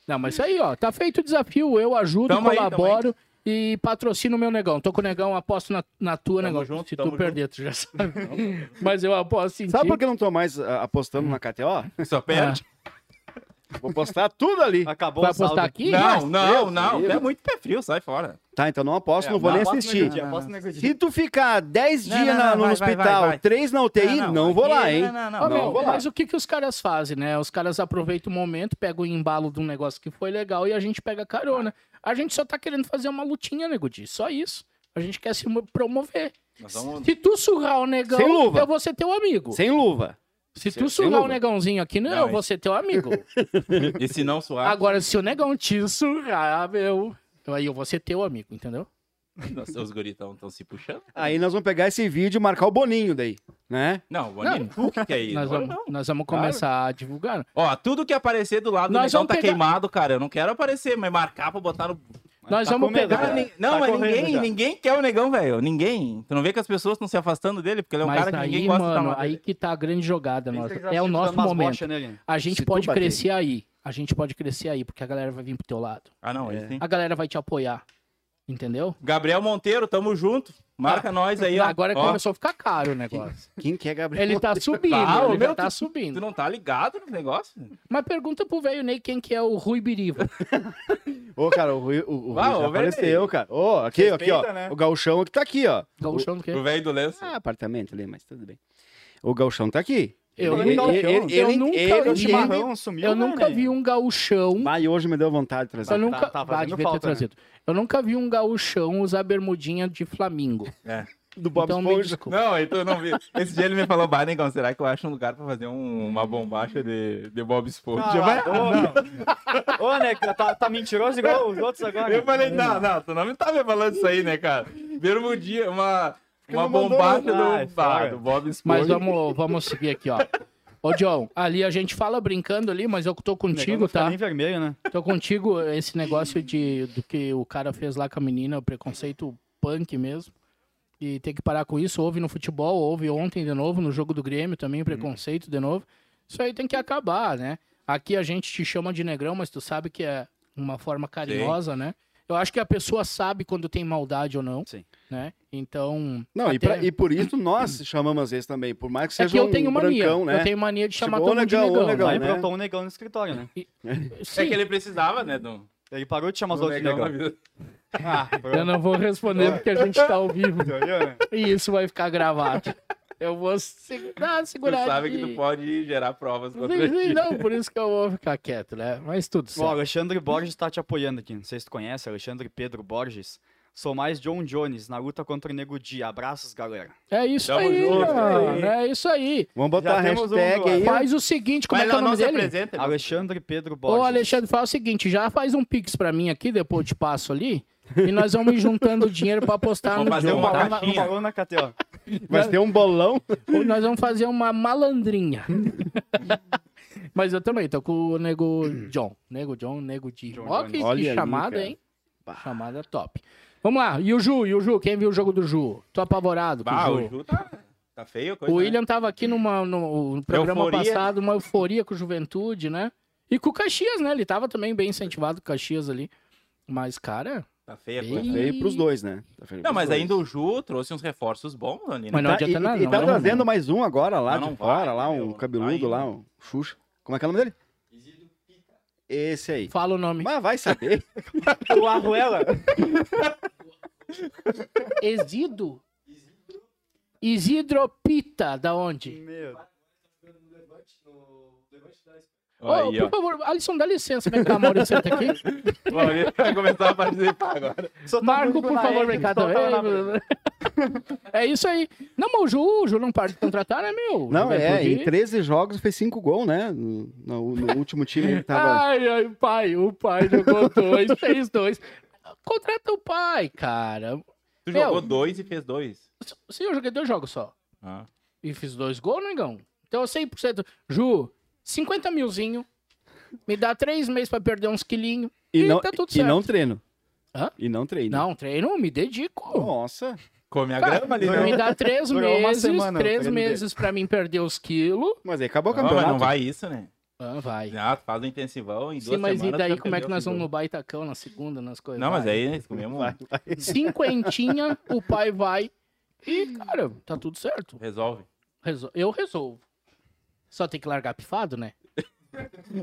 S1: Não, mas isso aí, ó. Tá feito o desafio. Eu ajudo,
S3: Tamo aí,
S1: colaboro e patrocino o meu negão. Tô com o negão, aposto na, na tua,
S3: Tamo
S1: negão.
S3: junto,
S1: Se
S3: tamo
S1: tu perder, tu já sabe. mas eu aposto em
S4: Sabe
S1: ti.
S4: por que eu não tô mais ah, apostando na KTO?
S3: Só perde.
S4: Vou postar tudo ali.
S2: Acabou
S1: Vai
S2: o saldo. É,
S1: apostar aqui?
S3: Não, não,
S4: Deus,
S3: não. Tu
S4: Deus.
S3: é muito pé frio, sai fora.
S4: Tá, então não aposto,
S3: É,
S4: não vou
S3: não
S4: nem
S2: Aposta no
S4: assistir.
S2: Negudi, aposta no Negudi.
S4: Se tu ficar 10
S3: Não,
S4: dias
S3: não,
S4: na-
S3: não, vai,
S4: no
S3: vai, vai,
S4: hospital,
S3: vai.
S4: 3 na UTI, não, vou lá, hein?
S3: Ah, Não, é não, não.
S1: Ó,
S4: Não,
S1: meu,
S4: vou lá.
S1: mas o que, que os caras fazem, né? Os caras aproveitam o momento, pegam o embalo de um negócio que foi legal e a gente pega carona. A gente só tá querendo fazer uma lutinha, nego Di, só isso. A gente quer se mo- promover.
S3: Nós
S4: [laughs]
S3: vamos-
S1: Se tu surrar o negão,
S4: Sem luva.
S1: eu vou ser teu amigo.
S4: Sem luva.
S1: se
S4: sem
S1: tu surrar o
S4: luva.
S1: negãozinho aqui, não,
S3: Não,
S1: eu vou ser teu
S3: [laughs]
S1: amigo.
S3: E se não suar,
S1: Agora, se o negão te surrar, ah, meu, aí eu vou ser teu amigo, entendeu?
S3: nossa, os guritão estão se puxando.
S4: Aí nós vamos pegar esse vídeo e marcar o Boninho daí, né?
S3: Não, Boninho, o que que é isso?
S1: nós,
S3: Agora
S1: vamos,
S3: não.
S1: nós vamos
S4: claro.
S1: começar a divulgar.
S3: Ó, tudo que aparecer do lado do
S1: Nós
S3: negão
S1: vamos
S3: tá
S1: pegar-
S3: queimado, cara. Eu não quero aparecer, mas marcar pra botar no.
S1: nós
S2: tá
S1: vamos
S2: com medo,
S1: pegar.
S3: Cara,
S2: já.
S3: nin- Não,
S2: Tá
S3: mas
S2: correndo
S3: ninguém,
S2: já.
S3: ninguém quer o negão, velho. Ninguém. Tu não vê que as pessoas estão se afastando dele, porque ele é um
S1: Mas
S3: cara que
S1: aí,
S3: ninguém gosta
S1: mano,
S3: de tá
S1: aí que tá a grande jogada
S2: Tem
S1: nossa.
S2: três
S1: É o
S2: ativos
S1: nosso
S2: dando umas
S1: momento.
S2: bochas nele.
S1: A gente
S4: Se tu
S1: pode
S4: bater.
S1: crescer aí. A gente pode crescer aí, porque a galera vai vir pro teu lado.
S3: Ah, não,
S2: É.
S3: aí sim.
S1: A galera vai te apoiar. Entendeu?
S3: Gabriel Monteiro, tamo junto. Marca nós aí, ó.
S1: Ah, Agora é
S3: Ó,
S1: começou a ficar caro o
S3: [laughs]
S1: negócio.
S4: Quem que é Gabriel?
S1: Ele tá subindo,
S3: Ah, ô,
S1: ele
S3: meu,
S1: já tá
S3: tu- Tu
S1: subindo.
S3: não tá ligado no negócio?
S1: Mas pergunta pro velho Ney quem que é o Rui
S3: [laughs]
S1: Biriva.
S4: Ô, cara, o Rui, o, o Rui
S3: Ah,
S4: já
S3: ô,
S4: apareceu,
S3: vermelho.
S4: cara. Ô, aqui, aqui, ó.
S2: Respeita, né?
S4: O galchão que tá aqui, ó.
S1: Gauchão do quê?
S3: O velho do lenço.
S4: Ah, apartamento ali, mas tudo bem. O galchão tá aqui.
S1: Eu,
S2: Ele-
S1: eu-
S2: ele-
S1: eu nunca
S4: ele-
S1: vi. um
S4: ele-
S2: Chimarrão sumiu,
S1: eu
S2: né,
S1: nunca
S2: né?
S1: vi um gauchão.
S4: Vai, hoje me deu vontade de trazer.
S1: Eu nunca,
S2: tá- tá
S1: Ah,
S2: fazendo
S1: devia ter
S2: falta, né?
S1: trazido. eu nunca vi um gauchão usar bermudinha de
S2: [laughs]
S1: flamingo.
S3: É.
S4: Do Bob
S1: então me
S4: Esponja.
S1: desculpa.
S3: Não, então eu não vi. Esse dia ele me falou, bah, negão, será que eu acho um lugar pra fazer um- uma bombacha de, de Bob Esponja? Mas-
S2: Ah, ô, não. Ô, né, tá, tá mentiroso igual os outros agora. Hum,
S3: Eu falei, não, não, tu não me tá me falando isso aí, né, cara? Bermudinha, uma, uma
S4: não mandou,
S3: bombacha
S2: não. Ai,
S3: do, bah,
S2: fora.
S3: do Bob Esponja.
S1: Mas vamos, vamos seguir aqui, ó. Ô, John, ali a gente fala brincando ali, mas eu tô
S2: O negão
S1: contigo,
S2: não fica
S1: tá?
S2: Nem vermelho, né?
S1: Tô contigo, esse negócio de, do que o cara fez lá com a menina, o preconceito punk mesmo. E tem que parar com isso. Houve no futebol, houve ontem de novo, no jogo do Grêmio também,
S4: Uhum.
S1: o preconceito de novo. Isso aí tem que acabar, né? Aqui a gente te chama de negrão, mas tu sabe que é uma forma carinhosa, né? Eu acho que a pessoa sabe quando tem maldade ou não.
S4: Sim.
S1: Né? Então.
S4: Não, e,
S1: até-
S4: pra- e por isso nós chamamos esse também. Por mais que
S1: É
S4: seja
S1: que eu
S4: um
S1: tenho mania.
S4: brancão, né?
S1: Eu tenho mania de chamar
S4: Chegou,
S1: todo mundo de
S4: negão, ô,
S1: negão.
S4: negão.
S1: né?
S2: Aí
S4: né?
S2: brotou um negão no escritório, né?
S1: Sim,
S3: É que ele precisava, né, do,
S2: Ele parou de chamar os
S3: do
S2: outros de
S3: negão.
S2: negão. Ah,
S1: Eu
S2: pronto.
S1: não vou responder porque a gente tá ao vivo.
S2: Entendeu, né?
S1: E isso vai ficar gravado. Eu vou se- dar [laughs] uma
S3: Tu
S1: segurada.
S3: sabe que
S1: de-
S3: tu pode gerar provas contra
S1: Sim, sim,
S3: ele.
S1: Não, por isso que eu vou ficar quieto, né? Mas tudo
S2: Ó, o
S1: certo.
S2: Alexandre Borges tá te apoiando aqui. Não sei se tu conhece, Alexandre Pedro Borges. Sou mais John Jones na luta contra o Nego Di. Abraços, galera.
S1: É isso
S3: Tamo
S1: aí,
S3: junto,
S1: mano.
S3: aí.
S1: É isso aí.
S4: Vamos botar
S2: Já
S4: a
S2: temos um
S4: hashtag
S2: do
S4: aí.
S1: Faz o seguinte, como
S3: Mas
S1: é que é
S3: não,
S1: o nome
S3: não se
S1: dele?
S3: apresenta. ele-
S2: Alexandre Pedro Borges.
S1: Ô, Alexandre, fala o seguinte, já faz um pix pra mim aqui, depois eu te passo ali, e nós vamos ir juntando dinheiro pra apostar
S3: Vamos
S1: no
S3: fazer
S1: jogo,
S3: uma
S1: tá?
S3: caixa.
S2: Não falou na KTO.
S4: Vai ter um bolão.
S1: Ou Nós vamos fazer uma malandrinha. Mas eu também tô com o Nego John. Nego John, Nego Di.
S2: John
S1: Ó
S2: Jones.
S1: que, que
S4: Olha ali,
S1: chamada,
S4: cara.
S1: hein? Chamada top. Vamos lá, e o Ju, e o Ju, quem viu o jogo do Ju? Tô apavorado com
S3: Bah,
S1: o Ju.
S3: o Ju tá, tá feio a coisa.
S1: O
S3: né?
S1: William tava aqui numa, no, no programa
S3: Euforia.
S1: passado, uma euforia com juventude, né? E com o Caxias, né? Ele tava também bem incentivado com o Caxias ali. Mas, cara,
S3: Tá feia a
S1: Ei.
S3: coisa.
S4: Feio pros dois, né? Tá feio
S3: Não,
S4: pros
S3: mas
S4: dois.
S3: ainda o Ju trouxe uns reforços bons ali, né?
S1: Mas não
S4: Tá,
S1: adianta
S4: e,
S1: nada,
S4: e
S1: não,
S4: tá
S1: não,
S4: trazendo
S1: não.
S4: mais um agora lá
S3: Não,
S4: de
S3: não
S4: fora,
S3: vai, Tá
S4: lá, um
S3: meu, vai,
S4: cabeludo lá,
S3: meu.
S4: um Xuxa. Como é que é o nome dele? Esse aí.
S1: fala o nome.
S4: Mas vai saber.
S2: O Arruela.
S1: Exido? Isidro Pita, da onde?
S2: Meu.
S1: Ô,
S3: Aí,
S1: por
S3: ó.
S1: favor, Alisson, dá licença, vem cá, Maurício, senta
S4: [laughs]
S1: aqui.
S3: Bom, ele vai começar a participar agora.
S2: Só tá
S1: Marco,
S2: muito
S1: por
S2: na
S1: favor,
S2: Ed,
S1: vem cá
S2: só tá
S1: também.
S2: na-
S1: [laughs] É isso aí. Não, mas o Ju, o Ju não para de contratar, né, meu?
S4: Não, é,
S1: Juventude-
S4: em 13 jogos fez 5 gols, né? No, no- no último time ele tava.
S1: Ai, ai, pai, o pai jogou [laughs] dois, fez dois. Contrata o pai, cara.
S3: Tu
S1: Meu.
S3: jogou dois e fez dois.
S1: Se eu joguei dois jogos só
S3: Ah.
S1: e fiz dois gols, negão. Então eu 100%. Ju, 50 milzinho. Me dá três meses pra perder uns quilinhos.
S4: E,
S1: Ih,
S4: não,
S1: tá tudo
S4: e não
S1: certo.
S4: treino.
S1: Hã?
S4: E não treino.
S1: Não, treino, me dedico.
S4: Nossa.
S3: Come a
S1: Cara,
S3: grama ali,
S2: não.
S1: Tá, Me
S3: né?
S1: dá três
S2: Durou uma
S1: meses,
S2: semana o
S1: três
S2: treino dele.
S1: meses pra mim perder os quilos.
S4: Mas aí acabou o
S3: Não, mas
S4: campeonato.
S3: não vai isso, né?
S1: Ah, vai.
S3: Ah, tu faz um intensivão em duas
S1: Sim, mas e
S3: semanas,
S1: daí
S3: tu já
S1: como é
S3: perdeu
S1: que nós
S3: cinco
S1: vamos no baitacão na segunda, nas coisas?
S3: Não, mas
S1: Vai.
S3: aí nós comemos.
S1: Cinquentinha, o pai vai. E, cara, tá tudo certo.
S3: Resolve.
S1: Resol- Eu resolvo. Só tem que largar pifado, né?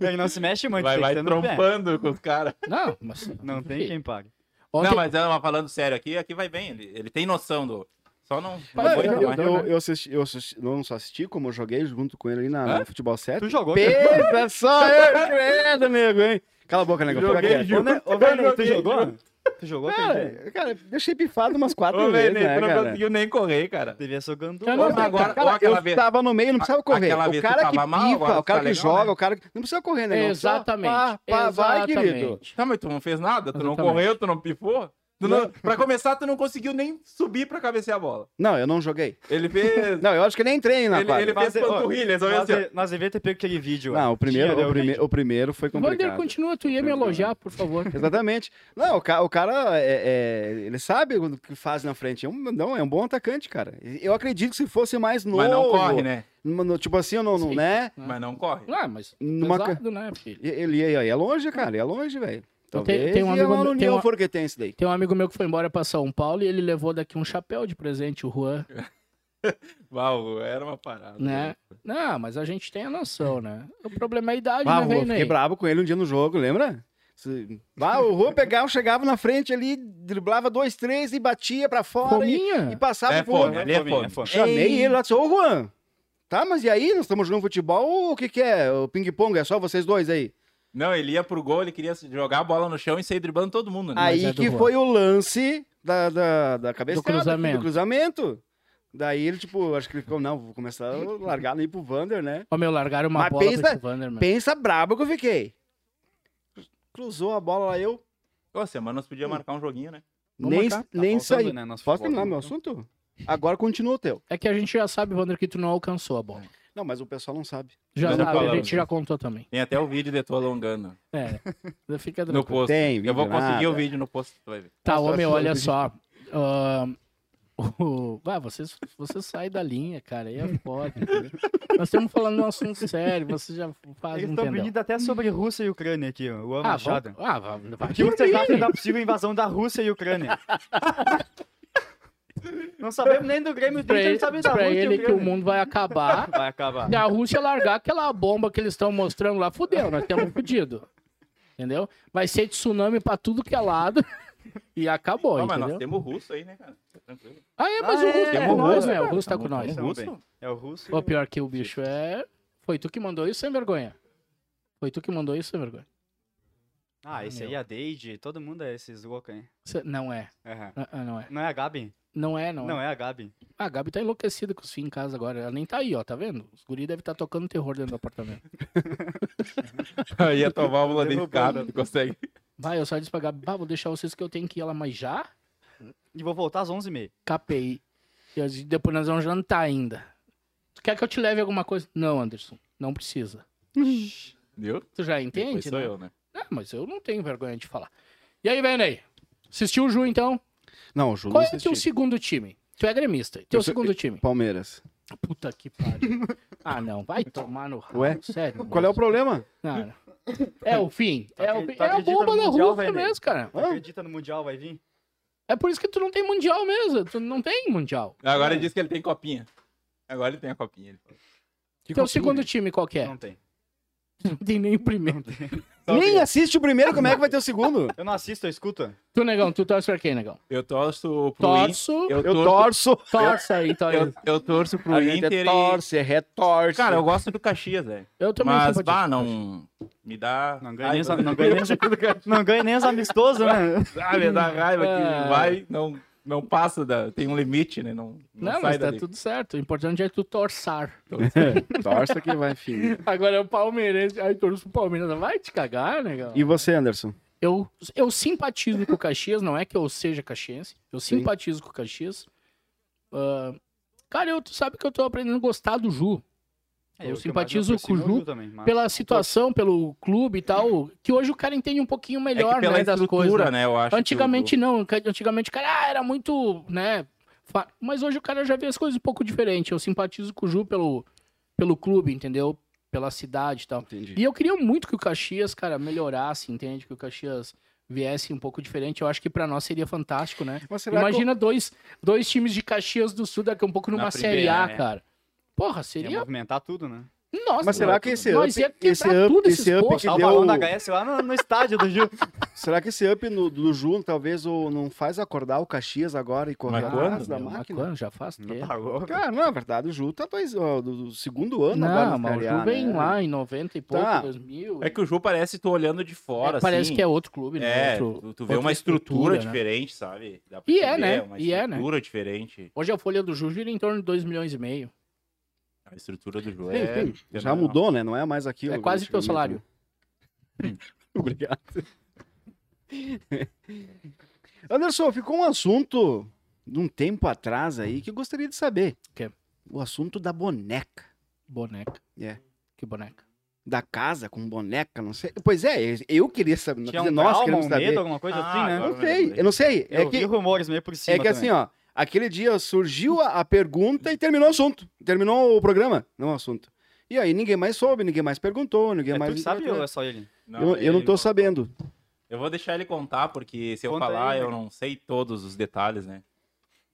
S2: Ele não se mexe muito,
S3: Vai,
S2: tem
S3: vai
S2: que ter no pé.
S3: trompando com os caras.
S1: Não, mas.
S2: Não tem quem pague.
S1: Ontem-
S3: Não, mas ah, mas falando sério aqui, aqui vai bem. Ele, ele tem noção do. Só não. não
S1: Mas
S4: Não,
S3: foi
S1: eu-
S3: jamais.
S1: eu-
S4: eu, eu assisti, eu assisti- não só assisti, como eu joguei junto com ele ali na, no futebol
S1: É
S2: Tu
S4: 7.
S2: jogou? cara?
S3: é
S4: Pensa [laughs] só, eu credo, nego, hein? Cala a boca, nego.
S3: Joguei
S4: fica quieto.
S3: junto.
S2: Ô, né- ô, velho, tu
S3: Joguei
S2: jogou? Tu jogou aquele
S1: É.
S2: dia?
S4: Cara, É, cara, deixei pifado umas quatro
S3: Ô,
S4: vezes,
S3: Vene,
S4: né,
S3: tu não
S4: cara?
S3: conseguiu nem correr, cara.
S2: Devia ser o Gandu.
S1: Eu
S3: Ô,
S1: não-
S3: mas agora,
S4: Cara,
S3: ou aquela
S4: eu
S3: vez.
S4: tava no meio, não precisava
S3: A-
S4: correr.
S3: aquela vez
S4: O
S3: tu
S4: cara que
S3: tava mal,
S4: pifa,
S3: agora
S4: o cara
S3: tu
S4: que
S3: tá legal,
S4: joga,
S3: né?
S4: o cara que... Não precisa correr, né? não precisa-
S1: Exatamente.
S4: Pá, pá, vai,
S1: exatamente.
S4: querido.
S3: Tá, mas tu não fez nada, tu não
S1: Exatamente.
S3: correu, tu não pifou. Tu não- pra começar, tu não conseguiu nem subir pra cabecear a bola.
S4: Não, eu não joguei.
S3: Ele
S1: [laughs]
S3: fez.
S4: Não, eu acho que nem entrei na
S3: ele
S4: quadra.
S3: ele
S2: Mas,
S3: fez
S2: ó,
S3: panturrilha, só
S2: Nós,
S3: assim. ó.
S2: de- nós devia ter pego aquele vídeo.
S4: Não,
S2: ó.
S4: o primeiro,
S2: Tinha,
S4: o, prime-
S2: realmente.
S4: o primeiro foi
S1: Vander,
S4: complicado.
S1: continua, tu ia me elogiar, por favor.
S4: Exatamente. Não, o, ca- o cara, é- é- ele sabe o que faz na frente. É um, não, é um bom atacante, cara. Eu acredito que se fosse mais novo...
S3: Mas não corre, né?
S4: no- no- tipo assim, eu não, não-
S1: Sim.
S4: né?
S3: Mas não corre.
S1: Ah, mas
S4: Numa ca-
S1: pesado, né, filho?
S4: E- Ele ia, ia longe, cara, ia longe, velho.
S1: Eu tenho-
S4: Talvez
S1: tenho um
S4: ia
S1: amigo
S4: lá
S1: meu-
S4: no
S1: tenho
S4: União
S1: um-
S4: Forquetense daí.
S1: Tem um amigo meu que foi embora pra São Paulo e ele levou daqui um chapéu de presente, o Juan,
S3: Uau, era uma parada.
S1: né? Não, mas a gente tem a noção, né? O problema é a idade,
S4: Ah,
S1: né,
S4: eu
S1: velho?
S4: fiquei
S1: Ney?
S4: brabo com ele um dia no jogo, lembra? Se- Ah, o Rô pegava, chegava na frente ali, driblava dois, três e batia pra fora e,
S1: Fominha?
S4: e passava
S3: É
S4: pro outro.
S3: fome, ali é fome.
S4: Chamei ele lá e disse, ô Juan, tá, mas e aí? Nós estamos jogando futebol, o que que é? O ping-pong, é só vocês dois aí?
S3: Não, ele ia pro gol, ele queria jogar a bola no chão e sair driblando todo mundo, né?
S4: aí
S1: é do
S4: que
S1: Juan.
S4: foi o lance da, da, da cabeça
S1: cruzamento.
S4: Do cruzamento. Daí ele, tipo, acho que ele ficou, não, vou começar a largar ali pro Vander, né?
S1: Ó, meu, largaram uma
S4: Mas
S1: bola
S4: pensa-
S1: pra esse Vanderman.
S4: Pensa brabo que eu fiquei. Cruzou a bola lá, eu
S3: Ô, semana nós
S4: Hum.
S3: podíamos marcar um joguinho, né?
S1: Vamos
S4: nem,
S1: marcar?
S2: Tá
S4: nem
S2: faltando,
S4: saí.
S2: né, nosso
S4: Posso
S2: futebol.
S4: terminar
S1: um
S4: meu assunto? Agora continua o teu.
S1: É que a gente já sabe, Wander, que tu não alcançou a bola.
S4: Não, mas o pessoal não sabe.
S1: Já
S3: Não, não
S1: sabe, a
S3: falamos. né?
S1: gente já contou também.
S3: Tem até o vídeo de tu alongando
S4: [laughs]
S1: É, fica
S3: no
S1: tranquilo.
S3: post.
S4: Tem,
S3: Eu vou
S4: vídeo,
S3: conseguir
S4: nada.
S3: o vídeo no post, tu vai ver.
S1: Tá,
S4: Nossa,
S1: homem,
S4: acho
S1: olha
S4: que-
S1: só. Ahn, [laughs] o- Ah, você, você sai da linha, cara. Aí é foda. entendeu? Nós estamos falando de um assunto sério. Você já faz
S2: Eles
S1: um
S2: estão pedindo até sobre Rússia e Ucrânia aqui, ó. Luan
S1: Ah,
S2: Machado.
S1: vamos... ah, vai- vai-
S2: O que vocês acham da possível invasão da Rússia e Ucrânia? [laughs] não sabemos nem do Grêmio,
S1: pra
S2: dele, a
S1: ele,
S2: gente sabe da
S1: pra
S2: Rússia e
S1: ele que o
S2: Ucrânia.
S1: mundo É vai acabar.
S2: Vai acabar.
S1: Se a Rússia largar aquela bomba que eles estão mostrando lá, fudeu, nós estamos fodidos. Entendeu? Vai ser tsunami pra tudo que é lado. [laughs] E acabou,
S3: Não, mas nós
S1: entendeu?
S3: temos o russo aí, né, cara? Tá
S4: [laughs]
S3: Tranquilo.
S1: Ah, é, mas o
S2: Ah, é,
S1: Russo tá
S2: temos
S1: com nós,
S2: russo,
S1: né? O
S2: cara.
S1: Russo tá
S2: Tá
S1: com
S2: bom,
S1: nós.
S2: então. Russo? É o russo. e
S1: Pô,
S2: o-
S1: pior que o bicho é. Foi tu que mandou isso, sem vergonha. Foi tu que mandou isso, sem vergonha.
S2: Ah, esse
S1: meu.
S2: aí é a Deide, todo mundo é esses loucos, hein?
S1: Cê- Não é.
S2: Aham.
S1: Ah, ah, Não é.
S2: Não é a Gabi?
S1: Não é, não,
S2: Não,
S1: é.
S2: é a Gabi.
S1: Ah, A Gabi tá enlouquecida com os filhos em casa agora. Ela nem tá aí, ó, tá vendo? Os guri devem estar tocando terror dentro do apartamento.
S3: Aí a tua válvula de escape,
S2: Derrubando.
S3: tu consegue.
S1: Vai, eu só disse pra Gabi, bah, vou deixar vocês que eu tenho que ir. Ela, mas já?
S2: E vou voltar às 11h30.
S1: KPI. E eu disse, depois nós vamos jantar ainda. Tu quer que eu te leve alguma coisa? Não, Anderson, não precisa.
S3: Viu?
S1: Tu já
S3: Depois
S1: entende?
S3: sou
S1: né?
S3: eu, né?
S1: Ah, mas eu não tenho vergonha de falar. E aí, Venei? Assistiu o Ju, então?
S4: Não, o Júlio
S1: Qual é
S4: assistiu.
S1: teu segundo time? Tu é gremista. Teu
S4: Eu sou-
S1: segundo time?
S4: Palmeiras.
S1: Puta que pariu. Ah, não. Vai tomar no rabo.
S4: Então, Ué?
S1: Sério.
S4: Qual é o Tá problema?
S1: Não, não. É o
S4: [laughs]
S1: fim. É, o...
S2: acre-
S1: fim.
S2: tu
S1: é a
S2: acredita
S1: bomba
S2: no
S1: da
S2: Mundial,
S1: Rússia
S2: velho?
S1: mesmo, cara.
S4: Hã?
S2: Acredita no Mundial, vai vir?
S1: É por isso que tu não tem mundial mesmo. Tu não tem mundial.
S3: Agora ele diz que ele tem copinha. Agora ele tem a copinha. ele falou.
S1: teu segundo time qual que é?
S2: Não tem.
S1: Não tem nem o primeiro.
S4: Nem assiste o primeiro, como é que vai ter o
S1: [laughs]
S4: segundo?
S2: Eu não assisto, eu escuto.
S1: Tu, negão, tu torce pra quem, negão?
S3: Eu torço pro Inter.
S1: Torço,
S3: Eu,
S4: Eu
S3: torço,
S4: torço.
S1: torce aí, torce.
S3: eu, eu torço pro
S4: A gente
S3: Inter
S4: é
S3: e-
S4: torce, é retorce.
S3: Cara, eu gosto do Caxias, velho.
S1: Eu também
S3: Mas,
S1: sou
S3: bah, não... Me dá...
S2: Não ganha,
S3: Ai,
S2: nem, os, não, ganha nem,
S4: [laughs]
S2: os- não ganha nem os amistosos,
S1: [laughs]
S2: né?
S3: Ah, me dá raiva
S1: É.
S3: que vai, não, não passa, da, tem um limite, né? Não,
S1: Não,
S3: não, sai
S1: mas tá
S3: dali.
S1: tudo certo. O importante é tu torçar. [laughs]
S4: Torça que vai, filho.
S1: Agora é o palmeirense. Aí torço pro Palmeiras. Vai te cagar, negão.
S4: E você, Anderson?
S1: Eu, eu simpatizo com o Caxias, não é que eu seja caxiense. Eu
S4: Sim.
S1: simpatizo com o Caxias. Ah, cara, eu, tu sabe que eu tô aprendendo a gostar do Ju.
S4: É,
S1: Eu simpatizo com o Ju
S2: também.
S3: Ah,
S2: mas-
S1: Pela situação, pelo clube e tal. Que hoje o cara entende um pouquinho
S3: É que
S1: melhor
S3: pela
S1: né, das coisas.
S3: estrutura, né? Eu acho que o-
S1: Antigamente não, ca- antigamente o cara ah, era muito, né? fa- Mas hoje o cara já vê as coisas um pouco diferente. Eu simpatizo com o Ju pelo, pelo clube, entendeu? Pela cidade e tal.
S4: Entendi.
S1: E eu queria muito que o Caxias, cara, melhorasse, entende? Que o Caxias viesse um pouco diferente. Eu acho que pra nós seria fantástico, né?
S4: Mas será que-
S1: Imagina dois, dois times de Caxias do Sul daqui a um pouco numa Série
S3: primeira,
S1: A,
S3: né?
S1: cara. Porra,
S2: Ia
S1: seria.
S2: movimentar tudo, né?
S1: Nossa,
S4: Mas será que esse up,
S1: Nós ia quebrar
S4: esse up,
S1: tudo esses
S4: esse up
S1: postos.
S4: que
S2: Tá o
S4: deu,
S2: balão da HS lá no, no estádio do Gil.
S4: será que esse up no- do Ju talvez o, não faz acordar o Caxias agora e correr
S3: Mas
S4: atrás
S3: quando,
S4: da
S1: meu, mas
S4: é máquina?
S1: quando? É Já faz tempo.
S2: Tá louco.
S4: Cara, não, é verdade, o Ju tá dois, ó, do, do segundo ano agora
S1: Não,
S4: na
S1: mas o
S4: Série
S1: Ju
S4: A,
S1: vem
S4: né?
S1: lá em 90 e pouco,
S4: Tá.
S1: 2000.
S3: É que o Ju parece, tu olhando de fora,
S1: É, parece
S3: assim,
S1: que é outro clube, né?
S3: É,
S1: Outro-
S3: tu, tu vê
S1: outra
S3: uma estrutura,
S1: estrutura, né?
S3: diferente, sabe? Dá
S1: E é,
S3: tu ver,
S1: né?
S3: Uma
S1: E é, né?
S3: estrutura diferente.
S1: Hoje a folha do Ju gira em torno de 2 milhões e meio.
S3: A estrutura do jogo
S4: Sim,
S3: é...
S4: sim, Já mudou, né? Não é mais aquilo.
S1: É
S4: que
S1: quase teu
S4: antigamente,
S1: salário.
S4: né? [laughs] Obrigado. [laughs] Anderson, ficou um assunto de um tempo atrás aí que eu gostaria de saber.
S1: O quê?
S4: O assunto da boneca.
S1: Boneca.
S4: É.
S1: Que boneca.
S4: Da casa com boneca, não sei. Pois é, eu queria saber.
S2: Tinha
S4: quer dizer,
S2: um
S4: nós
S2: trauma,
S4: queremos
S2: um
S4: saber.
S2: medo, alguma coisa
S3: Ah,
S2: assim, né?
S3: agora-
S4: Não sei, eu não sei.
S2: Eu
S4: é que,
S2: vi rumores meio por cima
S4: é que assim, ó, aquele dia surgiu a, a pergunta e terminou o assunto. Terminou o programa, não o assunto. E aí ninguém mais soube, ninguém mais perguntou, ninguém
S2: É,
S4: mais.
S2: tu sabe ou é só ele?
S4: Eu, eu não
S3: ele
S4: tô sabendo.
S3: Eu vou deixar ele contar, porque se eu
S2: Conta
S3: falar,
S2: aí,
S3: eu
S2: né?
S3: não sei todos os detalhes, né?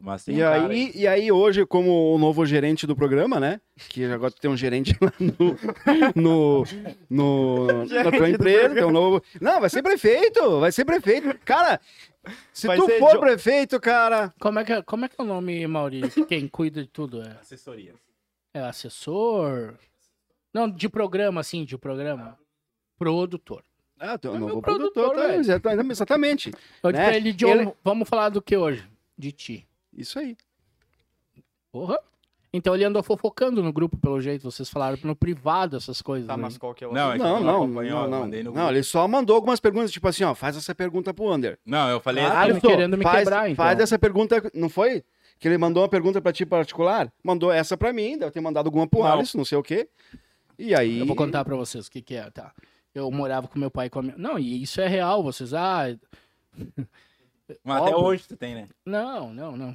S3: Mas tem um
S4: E
S3: cara
S4: aí, e aí hoje, como o novo gerente do programa, né? Que agora tu tem um gerente lá no, no, no- na
S2: Gerente do
S4: tua empresa, tem um
S2: programa.
S4: novo... Não, vai ser prefeito, vai ser prefeito. Cara, se
S2: Vai
S4: tu
S2: ser
S4: for
S2: Jo-
S4: prefeito, cara...
S1: Como é, que, é- como é que é o nome,
S4: [laughs]
S1: Maurício? Quem cuida de tudo? É,
S3: Assessoria.
S1: é assessor? Não, de programa, assim, de programa. Produtor.
S4: Ah, tu é um
S1: É meu
S4: novo
S1: produtor,
S4: produtor, tá?
S1: velho.
S4: Exata- exatamente.
S1: Eu digo
S4: Né?
S1: pra ele, John,
S4: Ele-
S1: vamos falar do que hoje? De ti.
S4: Isso aí.
S1: Porra. Então ele andou fofocando no grupo, pelo jeito. Vocês falaram no privado essas coisas.
S2: Tá,
S1: né?
S2: mas qual que é o
S3: Não, é que
S4: Não,
S3: eu
S4: não,
S3: acompanhou,
S4: não,
S3: eu
S4: não.
S3: mandei no
S4: Não,
S3: grupo.
S4: ele só mandou algumas perguntas, tipo assim, ó, faz essa pergunta pro Under.
S3: Não, eu falei...
S1: Ah,
S3: assim,
S1: tão querendo me
S4: faz,
S1: quebrar, então.
S4: Faz essa pergunta, não foi? Que ele mandou uma pergunta pra ti particular? Mandou essa pra mim, deve ter mandado alguma pro
S3: Não.
S4: Alisson, não sei o quê. E aí...
S1: Eu vou contar pra vocês o que que é, tá? Eu morava com meu pai e com a minha... Não, e isso é real, vocês... Ah,
S3: mas até
S1: óbvio.
S3: hoje tu tem, né?
S1: não, não, não.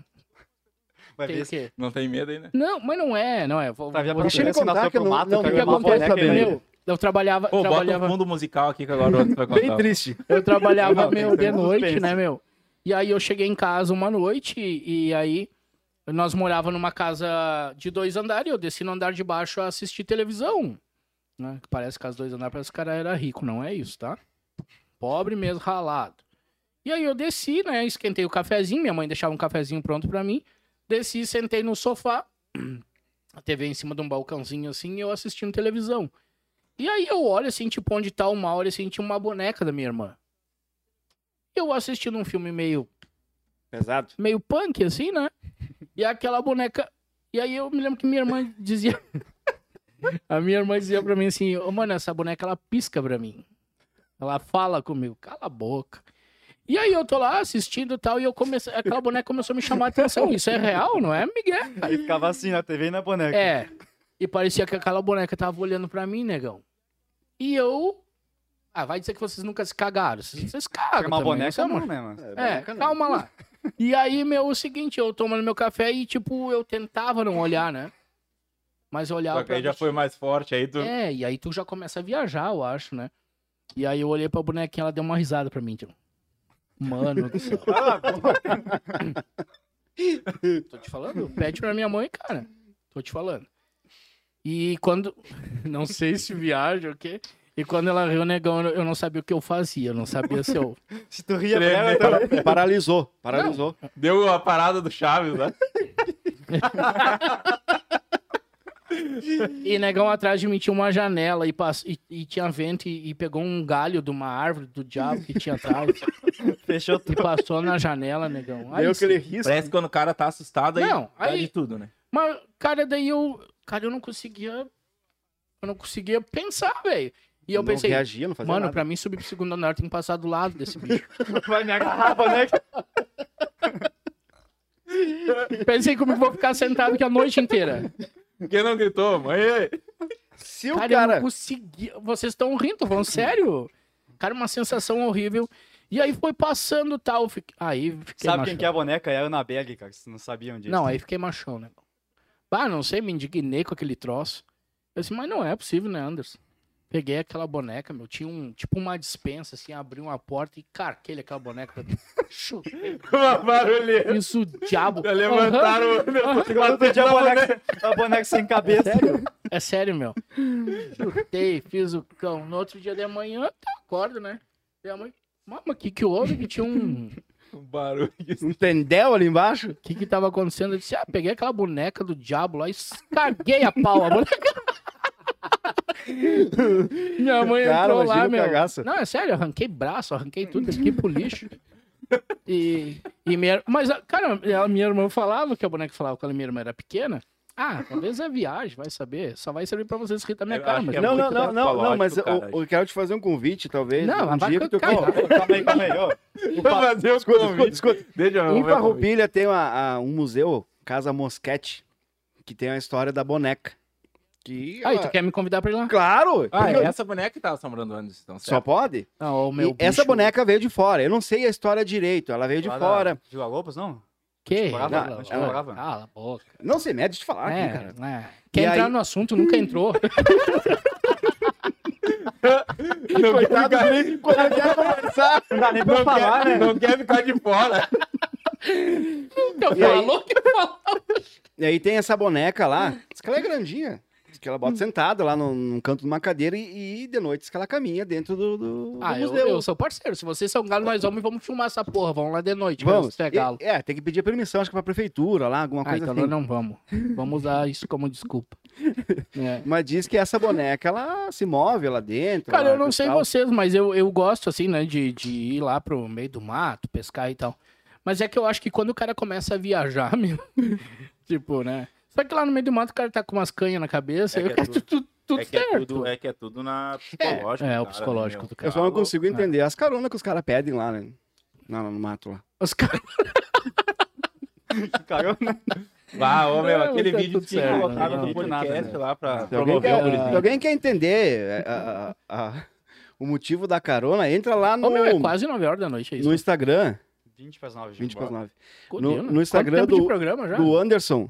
S2: Vai
S1: Tem
S2: ver
S1: o
S2: se
S1: quê?
S3: Não tem medo aí, né?
S1: Não, mas não é, não é. Vou,
S2: Tá, já
S1: vou-
S4: Deixa ele
S2: Parece que
S4: contar
S2: nasceu
S4: que eu
S2: pro
S4: não,
S2: mato,
S4: não
S1: O
S2: cara,
S1: que
S4: tem uma
S1: acontece,
S2: né,
S4: boneca dele.
S1: meu, eu trabalhava...
S3: Pô, bota um
S1: trabalhava...
S3: fundo musical aqui que agora o outro
S1: [laughs]
S3: vai contar.
S4: Bem triste.
S1: Eu
S2: [laughs]
S1: trabalhava,
S2: Não, tem
S1: meu,
S2: que
S1: de
S2: ter um
S1: noite,
S2: suspense.
S1: né, meu? E aí eu cheguei em casa uma noite e, e aí nós morava numa casa de dois andares. Eu desci no andar de baixo a assistir televisão. Né? Que Parece que as dois andares, parece que o cara era rico. Não é isso, tá? Pobre mesmo, ralado. E aí eu desci, né? Esquentei o cafezinho. Minha mãe deixava um cafezinho pronto pra mim. Desci, sentei no sofá. A TV em cima de um balcãozinho assim e eu assistindo televisão. E aí eu olho assim, tipo, onde tá o Mauro, assim, tinha uma boneca da minha irmã. Eu assistindo um filme meio,
S4: Pesado.
S1: meio punk, assim, né? E aquela boneca. E aí eu me lembro que minha irmã dizia. [laughs] A minha irmã dizia pra mim assim, ô mano, essa boneca ela pisca pra mim. Ela fala comigo, cala a boca. E aí eu tô lá assistindo e tal, e eu comecei. Aquela boneca começou a me chamar a atenção. Isso é real, não é, Miguel?
S2: Aí ficava assim na TV e na boneca.
S1: É. E parecia que aquela boneca tava olhando pra mim, negão. E eu. Ah, vai dizer que vocês nunca se cagaram. Vocês, vocês cagam.
S4: Ah,
S2: Era uma
S1: também,
S2: boneca,
S1: isso
S2: não, né, mano?
S1: É, calma lá. E aí, meu, o seguinte, eu tomando meu café e, tipo, eu tentava não olhar, né? Mas eu olhava
S3: Só que aí
S1: pra.
S3: já foi mais forte, aí tu...
S1: É, e aí tu já começa a viajar, eu acho, né? E aí eu olhei pra bonequinha, ela deu uma risada pra mim, tipo. Mano do céu. [laughs] Tô te falando, pede pra minha mãe, [laughs] cara. Tô te falando. E quando. Não sei se viaja ou o quê. E quando ela riu negão, eu eu não sabia o que eu fazia. Eu não sabia se eu.
S2: É. Se tu ria
S3: Tremendo.
S2: dela, então...
S4: Paralisou, paralisou.
S3: Deu a parada do Chaves,
S1: [laughs]
S3: né?
S1: E negão atrás de mim tinha uma janela e, pass... e, e tinha vento e, e pegou um galho de uma árvore do diabo que tinha atrás
S2: [laughs] fechou
S1: e
S2: tudo.
S1: passou na janela, negão. Aí
S4: Deu
S1: sim.
S4: aquele risco.
S3: Parece que quando o cara tá assustado, aí
S1: Não,
S3: dá
S1: aí-
S3: de tudo, né?
S1: Mas, cara, daí eu. Cara, eu não conseguia. Eu não conseguia pensar, velho. E eu
S4: não
S1: pensei,
S4: reagia, não fazia
S1: mano,
S4: nada.
S1: pra mim subir pro segundo andar tem que passar do lado desse bicho. [laughs]
S2: Vai me
S3: [laughs]
S2: agarrar, né?
S1: pensei como eu vou ficar sentado aqui a noite inteira.
S3: Quem não gritou, mãe?
S4: Se o
S1: cara, eu
S4: cara...
S1: não conseguia. Vocês estão rindo, tô falando sério? Cara, uma sensação horrível. E aí foi passando tal. fique- Aí fiquei
S2: Sabe
S1: machão.
S2: quem que é a boneca? É a Annabelle, cara. Vocês não sabiam disso. [laughs]
S1: Não, aí fiquei machão, né? Bah, não sei, me indignei com aquele troço. Eu disse, mas não é possível, né, Anderson? Peguei aquela boneca, meu. Tinha um, tipo uma dispensa, assim, abri uma porta e carquei aquela boneca pra dentro. Chutei,
S3: [laughs] Uma barulheira.
S1: Isso, o diabo. Aham,
S2: Agora tu tinha a boneca, a boneca sem cabeça.
S1: É sério, meu. Chutei, fiz o cão. No outro dia de manhã, tá, acordo, né? Minha mãe, mama, o que que houve? Que tinha um...
S3: Um barulho.
S4: Um tendel ali embaixo?
S1: O que que tava acontecendo? Eu disse, ah, peguei aquela boneca do diabo lá e caguei a pau. A boneca. [laughs] Minha mãe
S4: Cara,
S1: entrou
S4: imagina
S1: lá,
S4: o
S1: meu.
S4: cagaço.
S1: Não, é sério, arranquei braço, arranquei tudo, aqui pro lixo. E, e minha, mas, cara, a minha irmã falava que a boneca falava quando a minha irmã era pequena. Ah, talvez é viagem, vai saber. Só vai servir pra vocês rir da minha
S3: Eu
S1: cara.
S3: acho
S1: Mas...
S3: que é
S4: não,
S3: muito
S4: não, não, não,
S3: psicológico,
S4: não, mas eu,
S3: cara.
S4: eu quero te fazer um convite, talvez.
S1: Não,
S4: um
S1: mas
S4: dia
S1: vai
S4: que tu... [laughs]
S1: cagar.
S4: Ô,
S2: Calma aí, calma aí. ô.
S4: Tá
S1: um
S3: Vou fazer o
S4: Escuta, escuta, escuta.
S3: Deixa eu ver
S4: Em
S3: o convite.
S4: Farroupilha tem uma- a- um museu, Casa Mosquete, que tem a história da boneca. Que...
S1: Aí,
S4: ela-
S1: tu quer me convidar pra ir lá?
S4: Claro!
S3: Ah,
S4: porque-
S3: é essa boneca que tava assombrando antes, então.
S4: Só
S3: certo?
S4: pode?
S1: Não, É. o meu
S4: E essa
S1: bicho-
S4: boneca veio de fora. Eu não sei a história direito. Ela veio de
S2: Lá da-
S4: fora.
S2: De Vila Lobos, não?
S1: Que?
S2: Morava,
S1: Ela-
S2: onde
S1: ela-
S2: morava?
S1: Cala a boca.
S4: Não sei, médio de falar
S1: É,
S4: aqui, cara. [laughs]
S1: é. Quer
S4: E
S1: entrar
S4: aí-
S1: no assunto, nunca entrou.
S3: Não, quer,
S4: Quando quer conversar.
S3: Tá
S2: Não dá nem pra
S3: [laughs]
S2: falar, né?
S3: não quer ficar de fora.
S1: Eu
S4: E aí-
S1: falou que falou.
S4: E aí tem essa boneca lá. Diz que ela é grandinha. Diz que ela bota sentada lá num, num canto de uma cadeira e, e de noite diz que ela caminha dentro do, do, do
S1: Ah, eu,
S4: museu.
S1: eu sou parceiro. Se vocês são galo, nós vamos vamos filmar essa porra. Vamos lá de noite.
S4: Vamos.
S1: pegá-lo.
S4: E- é, tem que pedir permissão, acho que pra prefeitura lá, alguma
S1: Ah,
S4: coisa
S1: então
S4: assim.
S1: nós não vamos. Vamos usar isso como
S4: [laughs]
S1: desculpa. É.
S4: Mas diz que essa boneca, ela se move lá dentro.
S1: Cara,
S4: lá,
S1: eu não sei
S4: tal.
S1: vocês, mas eu, eu gosto, assim, né, de, de ir lá pro meio do mato, pescar e tal. Mas é que eu acho que quando o cara começa a viajar, [laughs] meu, tipo, né? Só que lá no meio do mato o cara tá com umas canhas na cabeça,
S3: É
S1: eu
S3: que é
S1: quero
S3: tudo-
S1: tudo, [laughs] tudo
S3: é, que é,
S1: certo.
S3: tudo, é que é tudo na psicológica.
S1: É, o
S3: cara,
S1: psicológico
S3: né,
S1: do
S4: Eu
S1: cara.
S4: só não
S1: ah.
S4: consigo entender as caronas que os caras pedem lá, né? Não, no mato lá.
S1: Os caras
S2: Caramba.
S3: Ah, ô, meu,
S1: Não,
S3: aquele
S1: tá
S3: vídeo
S1: tudo
S3: que
S1: certo,
S3: colocaram
S2: não,
S3: no
S2: não,
S3: podcast
S1: né?
S2: nada,
S3: lá pra
S4: Se
S3: promover
S4: alguém,
S3: o
S4: quer, se
S3: gurizinho.
S4: alguém quer entender é, a- a- a- o motivo da carona, entra lá no,
S1: Ô, meu, é quase 9 horas da noite, é isso.
S4: no Instagram.
S2: 20 pras 9,
S4: 20 para 9.
S1: Fudeu,
S4: no-
S1: né?
S4: no
S1: Quanto
S4: Instagram
S1: tempo de
S4: do-
S1: programa já?
S4: Do Anderson.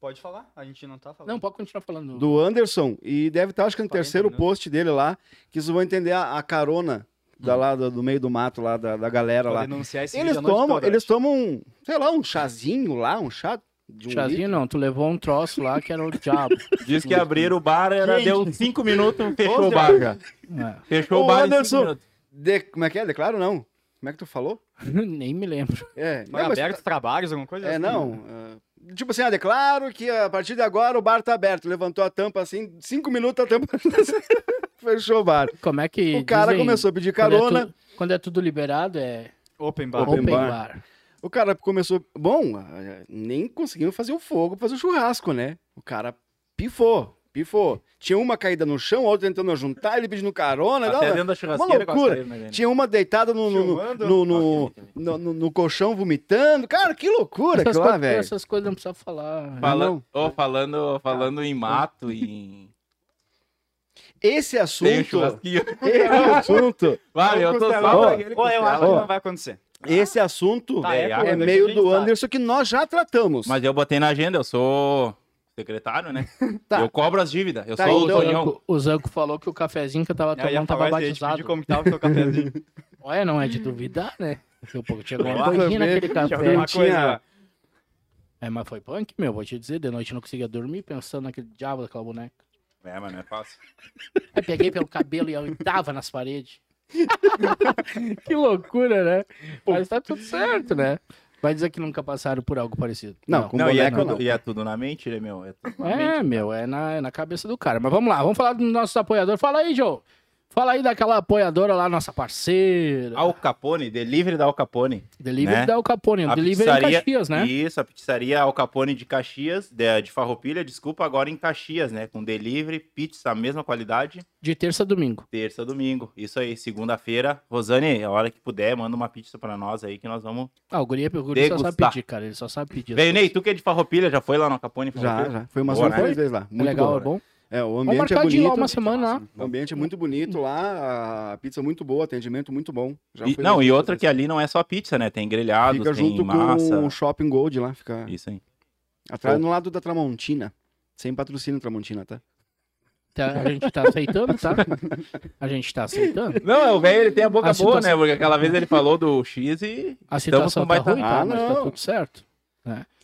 S2: Pode falar? A gente não tá falando.
S1: Não, pode continuar falando.
S4: Do Anderson. E deve estar, acho que no
S2: 40
S4: terceiro
S2: minutos.
S4: post dele lá, que vocês vão entender a, a carona da,
S2: Hum.
S4: lá, do, do meio do mato, lá, da, da galera
S2: Vou
S4: lá.
S2: denunciar esse
S4: Eles
S2: vídeo a noite
S4: tomam,
S2: toda.
S4: eles tomam, um, sei lá, um chazinho lá, um chá. De um
S1: Chazinho não, tu levou um troço lá que era o diabo.
S4: [laughs]
S3: Diz que abriram o bar, era,
S2: Gente.
S3: deu 5 minutos, fechou o
S2: 11
S3: bar já.
S1: É.
S3: Fechou
S4: Ô,
S3: o bar em
S4: Anderson.
S3: cinco minutos.
S4: litro. De- como é que é? Declaro não. Como é que tu falou?
S1: Nem me lembro.
S4: É,
S2: Foi
S4: não, mas-
S2: aberto trabalhos, alguma coisa
S4: É,
S2: assim,
S4: não.
S2: né?
S4: ah, tipo assim, ah, declaro que a partir de agora o bar tá aberto. Levantou a tampa assim, cinco minutos a tampa. [laughs] Fechou o bar.
S1: Como é que.
S4: o cara
S1: dizem,
S4: começou a pedir
S1: quando é tu-
S4: carona.
S1: Quando é tudo liberado, é
S2: Open bar.
S4: Open
S1: open
S4: bar.
S1: bar.
S4: O cara começou. Bom, ah, nem conseguimos fazer o fogo, fazer o churrasco, né? O cara pifou, pifou. Tinha uma caída no chão, a outra tentando juntar, ele pedindo carona.
S3: Até
S4: não,
S3: dentro da churrasqueira.
S4: um loucura.
S3: gostaria, né, gente?
S4: Tinha uma deitada no, no, no,
S2: Filmando.
S4: no, no, no- no- no colchão vomitando. Cara, é que loucura
S1: Essas,
S4: aquilo lá,
S1: coisas,
S4: velho.
S1: essas coisas não precisa falar.
S3: Falando, ô, falando, falando em mato e em...
S4: Esse
S3: [laughs] Tem o
S4: assunto.
S3: churrasquinho.
S4: Esse assunto.
S3: Vai, Ah, eu tô
S2: Costela.
S3: só
S4: Ó,
S3: pra aquele
S2: Ô, eu acho
S3: costela.
S2: que
S4: Ó.
S2: não vai acontecer.
S4: Esse assunto
S2: Ah, Tá,
S3: é,
S2: com
S3: é
S2: o
S4: é
S2: Anderson, a
S4: meio
S2: gente
S4: do
S2: sabe.
S4: Anderson que nós já tratamos.
S3: Mas eu botei na agenda, eu sou secretário, né?
S4: [laughs] Tá.
S3: Eu cobro as dívidas. Eu
S4: Tá,
S3: sou
S4: então-
S3: o
S1: o,
S3: Tonhão.
S1: Zanco, o Zanco falou que o cafezinho que eu
S4: tá
S1: tava
S2: Eu ia
S1: tomando
S2: falar
S1: tava
S2: isso, a gente
S1: batizado.
S2: pediu como que tava o teu
S4: [laughs]
S2: cafezinho.
S1: Ué, não é de duvidar, né? Daqui a pouco tinha
S4: Lá
S1: uma coisinha
S4: também,
S1: naquele
S4: tinha
S1: café.
S4: alguma
S2: Uma coisa.
S1: É, mas foi punk, meu, vou te dizer. De noite eu não conseguia dormir pensando naquele diabo daquela boneca.
S3: É, mas não é fácil.
S1: Aí peguei pelo cabelo e andava nas paredes. [laughs] que loucura, né? Mas tá tudo certo, né? Vai dizer que nunca passaram por algo parecido.
S4: Não, Com
S3: Não, e é,
S4: Um boneco,
S3: tudo,
S4: não.
S3: e é tudo na mentira, meu. É tudo na
S1: É,
S3: mente.
S1: meu, é na, é na cabeça do cara. Mas vamos lá, vamos falar dos nossos apoiadores. Fala aí, Joe. Fala aí daquela apoiadora lá, nossa parceira.
S3: Al Capone, delivery da Al Capone.
S1: Delivery
S3: né?
S1: da Al Capone. O delivery em Caxias, né?
S3: Isso, a pizzaria Al Capone de Caxias, de, de Farroupilha, desculpa, agora em Caxias, né? Com delivery, pizza, mesma qualidade,
S1: De terça a domingo.
S3: terça, domingo. Isso aí, segunda-feira. Rosane, a hora que puder, manda uma pizza pra nós aí que nós vamos.
S1: Ah, o guri, o guri só sabe
S3: Degustar.
S1: pedir, cara. Ele só sabe pedir.
S3: Vem, Ney, tu que é de Farroupilha, já foi lá no Al Capone?
S4: Já,
S3: Farroupilha?
S4: já. Foi umas
S3: Boa,
S4: duas,
S3: né?
S4: três vezes lá.
S1: É
S4: Muito
S1: legal,
S4: bom.
S1: é bom?
S4: É, o
S1: Vamos
S4: ambiente é
S1: marcar de ir lá
S4: bonito.
S1: uma semana lá.
S4: O ambiente é muito bonito lá, a pizza é muito boa, atendimento muito bom. Já
S3: E-
S4: fui
S3: não,
S4: umas
S3: e
S4: duas
S3: outra que
S4: vezes.
S3: ali não é só pizza, né? Tem grelhados, tem
S4: Fica junto
S3: massa.
S4: com um o Shopping Gold lá, fica
S3: Isso aí.
S4: atrás, no lado da Tramontina. Sem patrocínio Tramontina, tá?
S1: Tá, a gente tá aceitando, tá?
S3: [laughs]
S1: A gente tá aceitando.
S3: Não, é o velho, ele tem a boca
S1: A
S3: boa, né?
S1: situação-
S3: Porque aquela vez ele falou do X e.
S1: A
S3: Estamos
S1: situação
S3: com
S1: tá
S3: baita-
S1: ruim, tá?
S4: Ah,
S1: Mas tá
S4: não.
S1: tudo certo.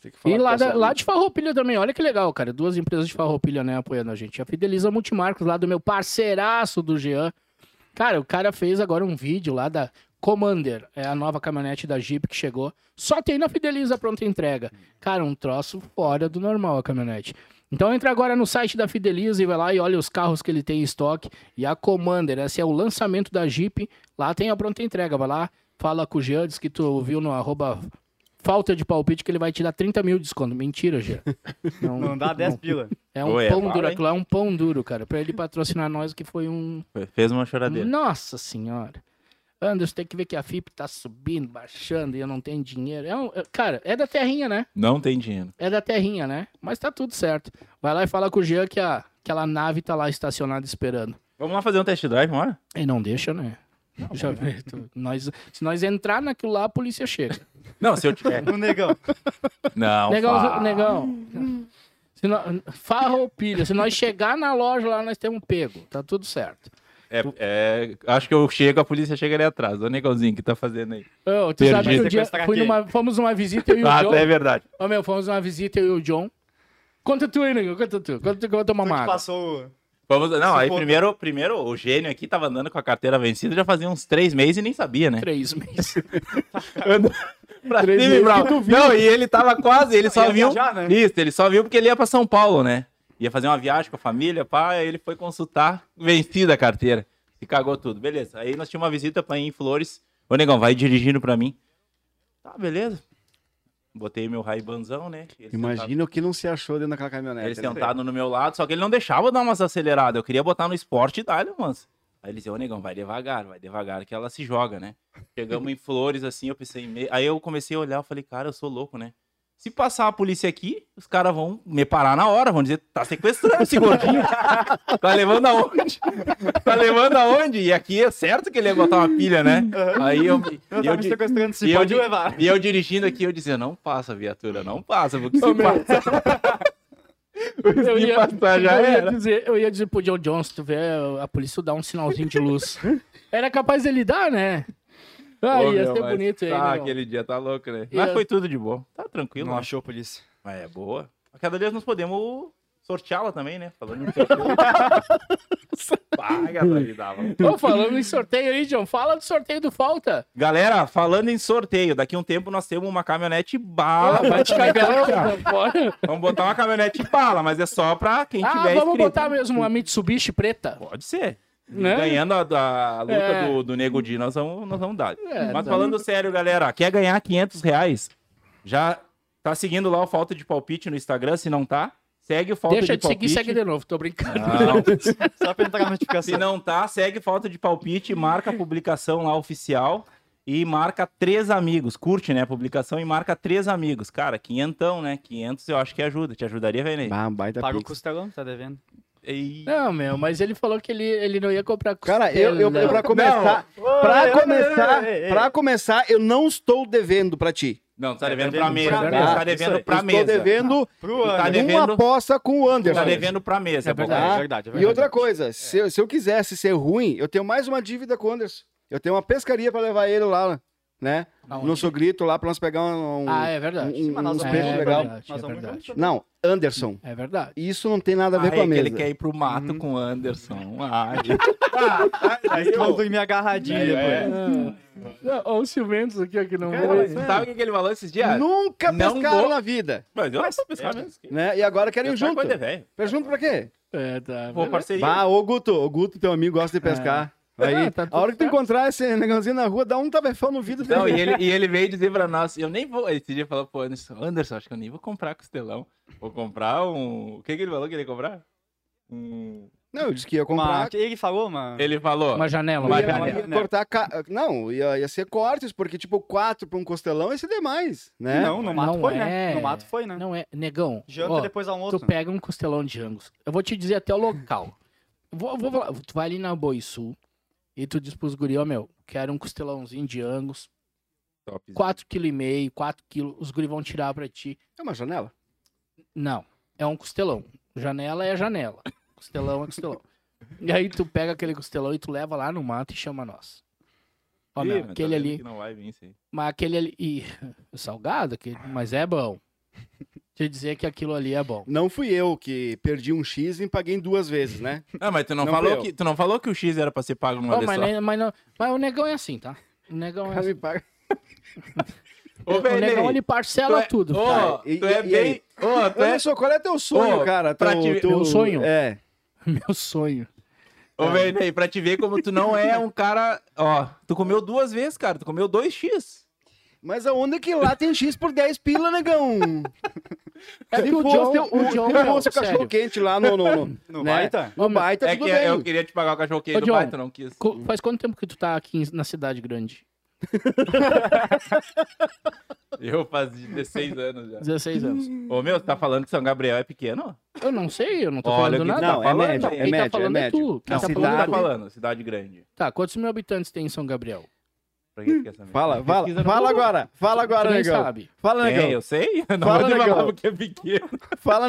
S4: Tem que
S1: E
S4: com o
S1: lá, da-
S4: pessoal.
S1: lá de Farroupilha também, olha que legal, cara. Duas empresas de Farroupilha, né, apoiando a gente. A Fideliza Multimarcos, lá do meu parceiraço do Jean. Cara, o cara fez agora um vídeo lá da Commander, é a nova caminhonete da Jeep que chegou. Só tem na Fideliza pronta entrega. Cara, um troço fora do normal a caminhonete. Então entra agora no site da Fideliza e vai lá e olha os carros que ele tem em estoque. E a Commander, esse é o lançamento da Jeep. Lá tem a pronta entrega, vai lá, fala com o Jean, diz que tu viu no arroba falta de palpite que ele vai te dar 30 mil de desconto. Mentira, Jean.
S2: [laughs] Não dá 10
S1: não.
S2: pila.
S1: É um
S3: Ué,
S1: pão
S3: fala,
S1: duro,
S3: hein?
S1: aquilo lá é um pão duro, cara. Pra ele patrocinar nós que foi um
S3: Fez uma choradeira.
S1: nossa senhora. Anderson, tem que ver que a FIP tá subindo, baixando e eu não tenho dinheiro. É um- é- cara, é da terrinha, né?
S3: Não tem dinheiro.
S1: É da terrinha, né? Mas tá tudo certo. Vai lá e fala com o Jean que a, aquela nave tá lá estacionada esperando.
S3: Vamos lá fazer um test drive, bora?
S1: E não deixa, né? Já
S3: é
S1: vê, tu- nós, se nós entrar naquilo lá, a polícia chega.
S3: Não, se eu é. tiver.
S2: O negão.
S3: Não,
S1: negão,
S3: fala.
S1: negão. Se nós, farroupilha, se nós chegar na loja lá, nós temos um pego. Tá tudo certo.
S3: É, é, acho que eu chego, a polícia chega ali atrás. Ô, negãozinho, o que tá fazendo aí?
S1: Ô, tu sabe que
S3: Perdido.
S1: um dia
S2: Sequestrar
S1: fui
S2: quem?
S1: numa, fomos numa visita eu e o
S3: Ah,
S1: Joe.
S3: é verdade.
S1: Ô, meu, fomos numa visita, eu e o John. Conta tu aí, nego, conta tu. Conta tu que eu vou tomar
S2: Tu
S1: uma
S2: que
S1: água.
S2: passou. o-
S3: Vamos, não, aí
S2: for-
S3: primeiro, primeiro o gênio aqui tava andando com a carteira vencida já fazia uns três meses e nem sabia, né?
S1: Três meses.
S3: Andou [laughs] pra
S4: Três
S3: cima e
S4: meses
S3: pra-
S4: que tu
S3: Não, e ele tava quase, ele só
S2: Ia
S3: viu.
S2: viajar, né?
S3: Isso, ele só viu porque ele ia pra São Paulo, né? Ia fazer uma viagem com a família, pá, aí ele foi consultar, vencida a carteira. E cagou tudo. Beleza. Aí nós tínhamos uma visita pra ir em Flores. Ô, negão, vai dirigindo pra mim. Tá, beleza. Botei meu raibanzão, né? Ele sentado-
S4: Imagina o que não se achou dentro daquela
S2: É,
S4: caminhonete.
S3: Ele sentado no meu lado, só que ele não deixava eu dar umas aceleradas. Eu queria botar no esporte e dar, mas. Aí ele dizia, ô negão, vai devagar, vai devagar, que ela se joga, né? Chegamos
S2: [laughs]
S3: em flores, assim, eu pensei, me... aí eu comecei a olhar, eu falei, cara, eu sou louco, né? Se passar a polícia aqui, os caras vão me parar na hora, vão dizer, tá sequestrando esse
S2: [laughs]
S3: gordinho. tá levando aonde? tá levando aonde? E aqui é certo que ele ia botar uma pilha, né? Aí eu. e
S2: Eu
S3: eu
S2: tava me
S3: di-
S2: sequestrando,
S3: e
S2: se
S3: eu
S2: pode
S3: di-
S2: levar.
S3: e eu dirigindo aqui, eu dizia, não passa, viatura, não passa, porque se passa...
S1: Eu
S3: Se passar, já
S1: eu ia
S3: era.
S1: dizer, eu ia dizer pro John John, se tu vê a polícia tu dá um sinalzinho de luz. Era capaz dele dar, né? Ah,
S3: Ô,
S1: ia
S3: meu,
S1: ser
S3: mas
S1: bonito aí,
S3: Tá,
S1: né?
S3: aquele dia tá louco, né?
S1: E
S3: Mas
S1: eu-
S3: foi tudo de boa. Tá tranquilo,
S2: Não
S3: né?
S2: achou a polícia.
S3: Mas é boa. A cada dia nós podemos sorteá-la também, né? Falando em [laughs] sorteio. Paga, dava.
S1: Ô, falando em sorteio aí, John, fala do sorteio do Falta.
S3: Galera, falando em sorteio, daqui a um tempo nós temos uma caminhonete bala.
S1: Vai te cagar.
S3: cara.
S1: fora.
S3: Vamos botar uma caminhonete bala, mas é só pra quem
S1: Ah,
S3: tiver
S1: vamos
S3: inscrito.
S1: botar mesmo uma Mitsubishi preta.
S3: Pode ser.
S1: Né?
S3: Ganhando a, a luta
S1: É.
S3: do, do Nego Di, nós vamos, nós vamos dar.
S1: É,
S3: Mas
S1: tá.
S3: falando sério, galera, quer ganhar 500 reais? Já tá seguindo lá o Falta de Palpite no Instagram? Se não tá, segue o Falta
S1: Deixa
S3: de
S1: de seguir,
S3: Palpite. Ah,
S1: segue de novo, tô brincando.
S3: Não.
S2: Só pra entrar na
S3: Se
S2: notificação.
S3: não tá, segue Falta de Palpite, marca a publicação lá oficial e marca três amigos. Curte, né, a publicação e marca três amigos. Cara, quinhentão, né? 500 eu acho que ajuda. Te ajudaria, Venê?
S1: Tá,
S4: Bah, baita
S2: Paga o
S4: pix.
S2: costelão, tá devendo.
S3: E...
S1: Não, meu, mas ele falou que ele, ele não ia comprar
S4: Cara, eu, eu, eu pra
S1: costela. né?
S3: É,
S2: Ei, ei,
S4: começar, pra começar,
S2: ei, ei, ei.
S4: pra começar, eu não estou devendo pra ti.
S3: Não, tu tá
S2: É,
S3: devendo
S2: tá
S3: pra
S2: devendo
S3: mesa.
S2: pra
S3: Tu
S4: mesa.
S3: tá
S2: Isso
S3: devendo
S2: aí.
S3: pra
S4: estou
S3: mesa.
S4: devendo
S2: Pro
S3: Tá
S2: ano.
S3: devendo-
S4: uma aposta com o
S3: Tu
S4: Anderson.
S3: Tá devendo pra mesa.
S1: É
S3: Bob.
S1: verdade.
S4: Tá?
S2: É verdade, é
S4: E
S2: verdade.
S4: outra coisa, se, eu- se eu quisesse ser ruim, eu tenho mais uma dívida com o Anderson. Eu tenho uma pescaria pra levar ele lá. né?
S1: Aonde?
S4: Nosso grito lá pra nós pegar um,
S1: Ah, é verdade.
S4: um-
S2: Sim, mas nós
S4: uns
S2: vamos
S1: é,
S4: peitos
S2: junto
S4: legal.
S2: também.
S1: verdade,
S2: Nós
S1: é
S2: vamos
S1: verdade.
S2: junto também.
S4: Não, Anderson,
S1: É verdade.
S4: isso não tem nada a ver
S3: Ah,
S4: com
S3: é
S4: a
S3: que
S4: mesa.
S3: ele quer ir pro mato com o [laughs] Anderson. Uhum. Ah,
S2: Aí vão dormir agarradinho
S3: É,
S2: depois.
S3: é.
S1: Não, olha os ciumentos aqui, ó, que não
S3: Cara,
S1: vão-
S3: sabe o que que ele falou esses dias?
S4: Nunca
S3: Não
S4: pescaram
S3: vou.
S4: na vida,
S3: Mas eu sou pescar mesmo.
S4: né? E agora querem
S3: Pescar é
S4: junto.
S3: coisa de velho.
S4: Pra junto pra quê?
S1: É, tá.
S3: Pô, parceria.
S4: Bah, ô Guto, ô Guto, teu amigo gosta de pescar. Aí,
S1: Ah, tá
S4: a hora que tu
S1: tudo
S4: encontrar esse negãozinho na rua, dá um tabefão no vidro dele.
S3: Não, e ele, e ele veio dizer pra nós, eu nem vou. Esse dia falou pro Anderson, Anderson, acho que eu nem vou comprar costelão. Vou comprar um. O que, que ele falou que ele ia comprar? Um...
S4: Não, eu disse que ia
S2: Uma-
S4: comprar.
S2: Ele falou, mano.
S3: Ele falou.
S1: Uma janela.
S3: Uma
S1: Uma
S4: ia,
S3: janela.
S4: ia cortar. ca- Não, ia, ia ser cortes, porque tipo, quatro pra um costelão ia ser demais, né?
S2: Não, no mato
S1: Não
S2: foi,
S1: é.
S2: né? No mato foi, né?
S1: Não é, negão.
S2: Janta
S1: ó,
S2: depois almoço.
S1: tu pega um costelão de Angus. Eu vou te dizer até o local. vou, vou falar, tu vai ali na Boiçu e tu diz pros guri, ó, meu, quero um costelãozinho de Angus,
S3: Top.
S1: 4,5 kg, 4 kg, os guri vão tirar pra ti.
S4: É uma janela.
S1: Não, é um costelão. Janela é janela. Costelão é costelão. e aí tu pega aquele costelão e tu leva lá no mato e chama nós. Ó,
S3: Ih,
S1: meu,
S3: mas tá
S1: aquele
S3: vendo
S1: ali.
S3: que não vai vir isso aí.
S1: Mas aquele ali. Ih, [laughs] salgado, aquele, mas é bom. Te dizer que aquilo ali é bom.
S4: Não fui eu que perdi um X e paguei em duas vezes, né?
S3: Ah, mas tu não,
S4: Não
S3: falou
S4: fui eu.
S3: que, tu não falou que o X era pra ser pago numa
S1: Ó,
S3: vez
S1: mas,
S3: só.
S1: nem- mas não- mas o negão é assim, tá? O negão é
S4: Cara,
S1: assim.
S4: me paga.
S1: o
S3: Ô,
S1: negão
S3: Benê,
S1: ele
S3: tu
S1: parcela
S3: é-
S1: tudo. Tá?
S3: Ô,
S1: cara.
S4: Tá, E-
S3: tu é
S4: e- e
S3: bem.
S4: aí?
S3: Ô, tu é.
S4: Anderson, qual é teu sonho,
S3: Ô,
S4: cara?
S3: pra
S4: Teu-
S3: te-
S4: teu-
S1: Meu sonho?
S4: É.
S1: Meu sonho.
S3: Ô, Benê, pra te ver como tu não é um cara. Ó, tu comeu duas vezes, cara. Tu comeu dois X.
S4: Mas aonde que lá tem X por 10 pila, negão?
S1: É
S4: Se
S1: que o
S4: fosse
S1: John,
S4: teu-
S1: o John,
S4: se
S1: meu,
S4: fosse o
S1: sério.
S4: cachorro quente lá no... No, no,
S2: [laughs] No
S4: né?
S2: baita?
S4: No
S1: Ô, meu,
S4: baita,
S3: é
S4: tudo
S3: que
S4: bem.
S3: eu queria te pagar o cachorro quente
S1: Ô,
S3: do
S1: John.
S3: pai, tu não quis.
S1: Co- Faz quanto tempo que tu tá aqui em- na cidade grande?
S3: Eu faz 16 anos já.
S1: 16 anos.
S3: Ô, meu, tu tá falando que São Gabriel é pequeno?
S1: Eu não sei, eu não tô
S3: Olha
S1: falando
S3: o que
S1: nada.
S3: tá
S4: Não, é
S3: falando.
S4: médio, é
S1: Quem
S4: médio,
S1: tá falando
S4: é
S1: é,
S4: médio.
S1: tu. Quem
S4: Não,
S1: tá
S3: Tá
S1: falando é
S3: tá
S4: cidade.
S1: tu.
S3: falando, cidade grande.
S1: Tá, quantos mil habitantes tem em São Gabriel?
S3: Pra quem que quer saber?
S4: Fala,
S3: Pesquisa
S4: fala,
S3: no
S4: fala
S3: Google.
S4: agora. Fala agora,
S1: tu nem
S4: negão.
S1: sabe.
S4: Fala,
S3: Tem,
S4: negão.
S3: eu sei. [laughs] Eu Não
S4: Fala,
S3: vou te falar
S4: negão.
S3: porque é pequeno.
S4: Fala,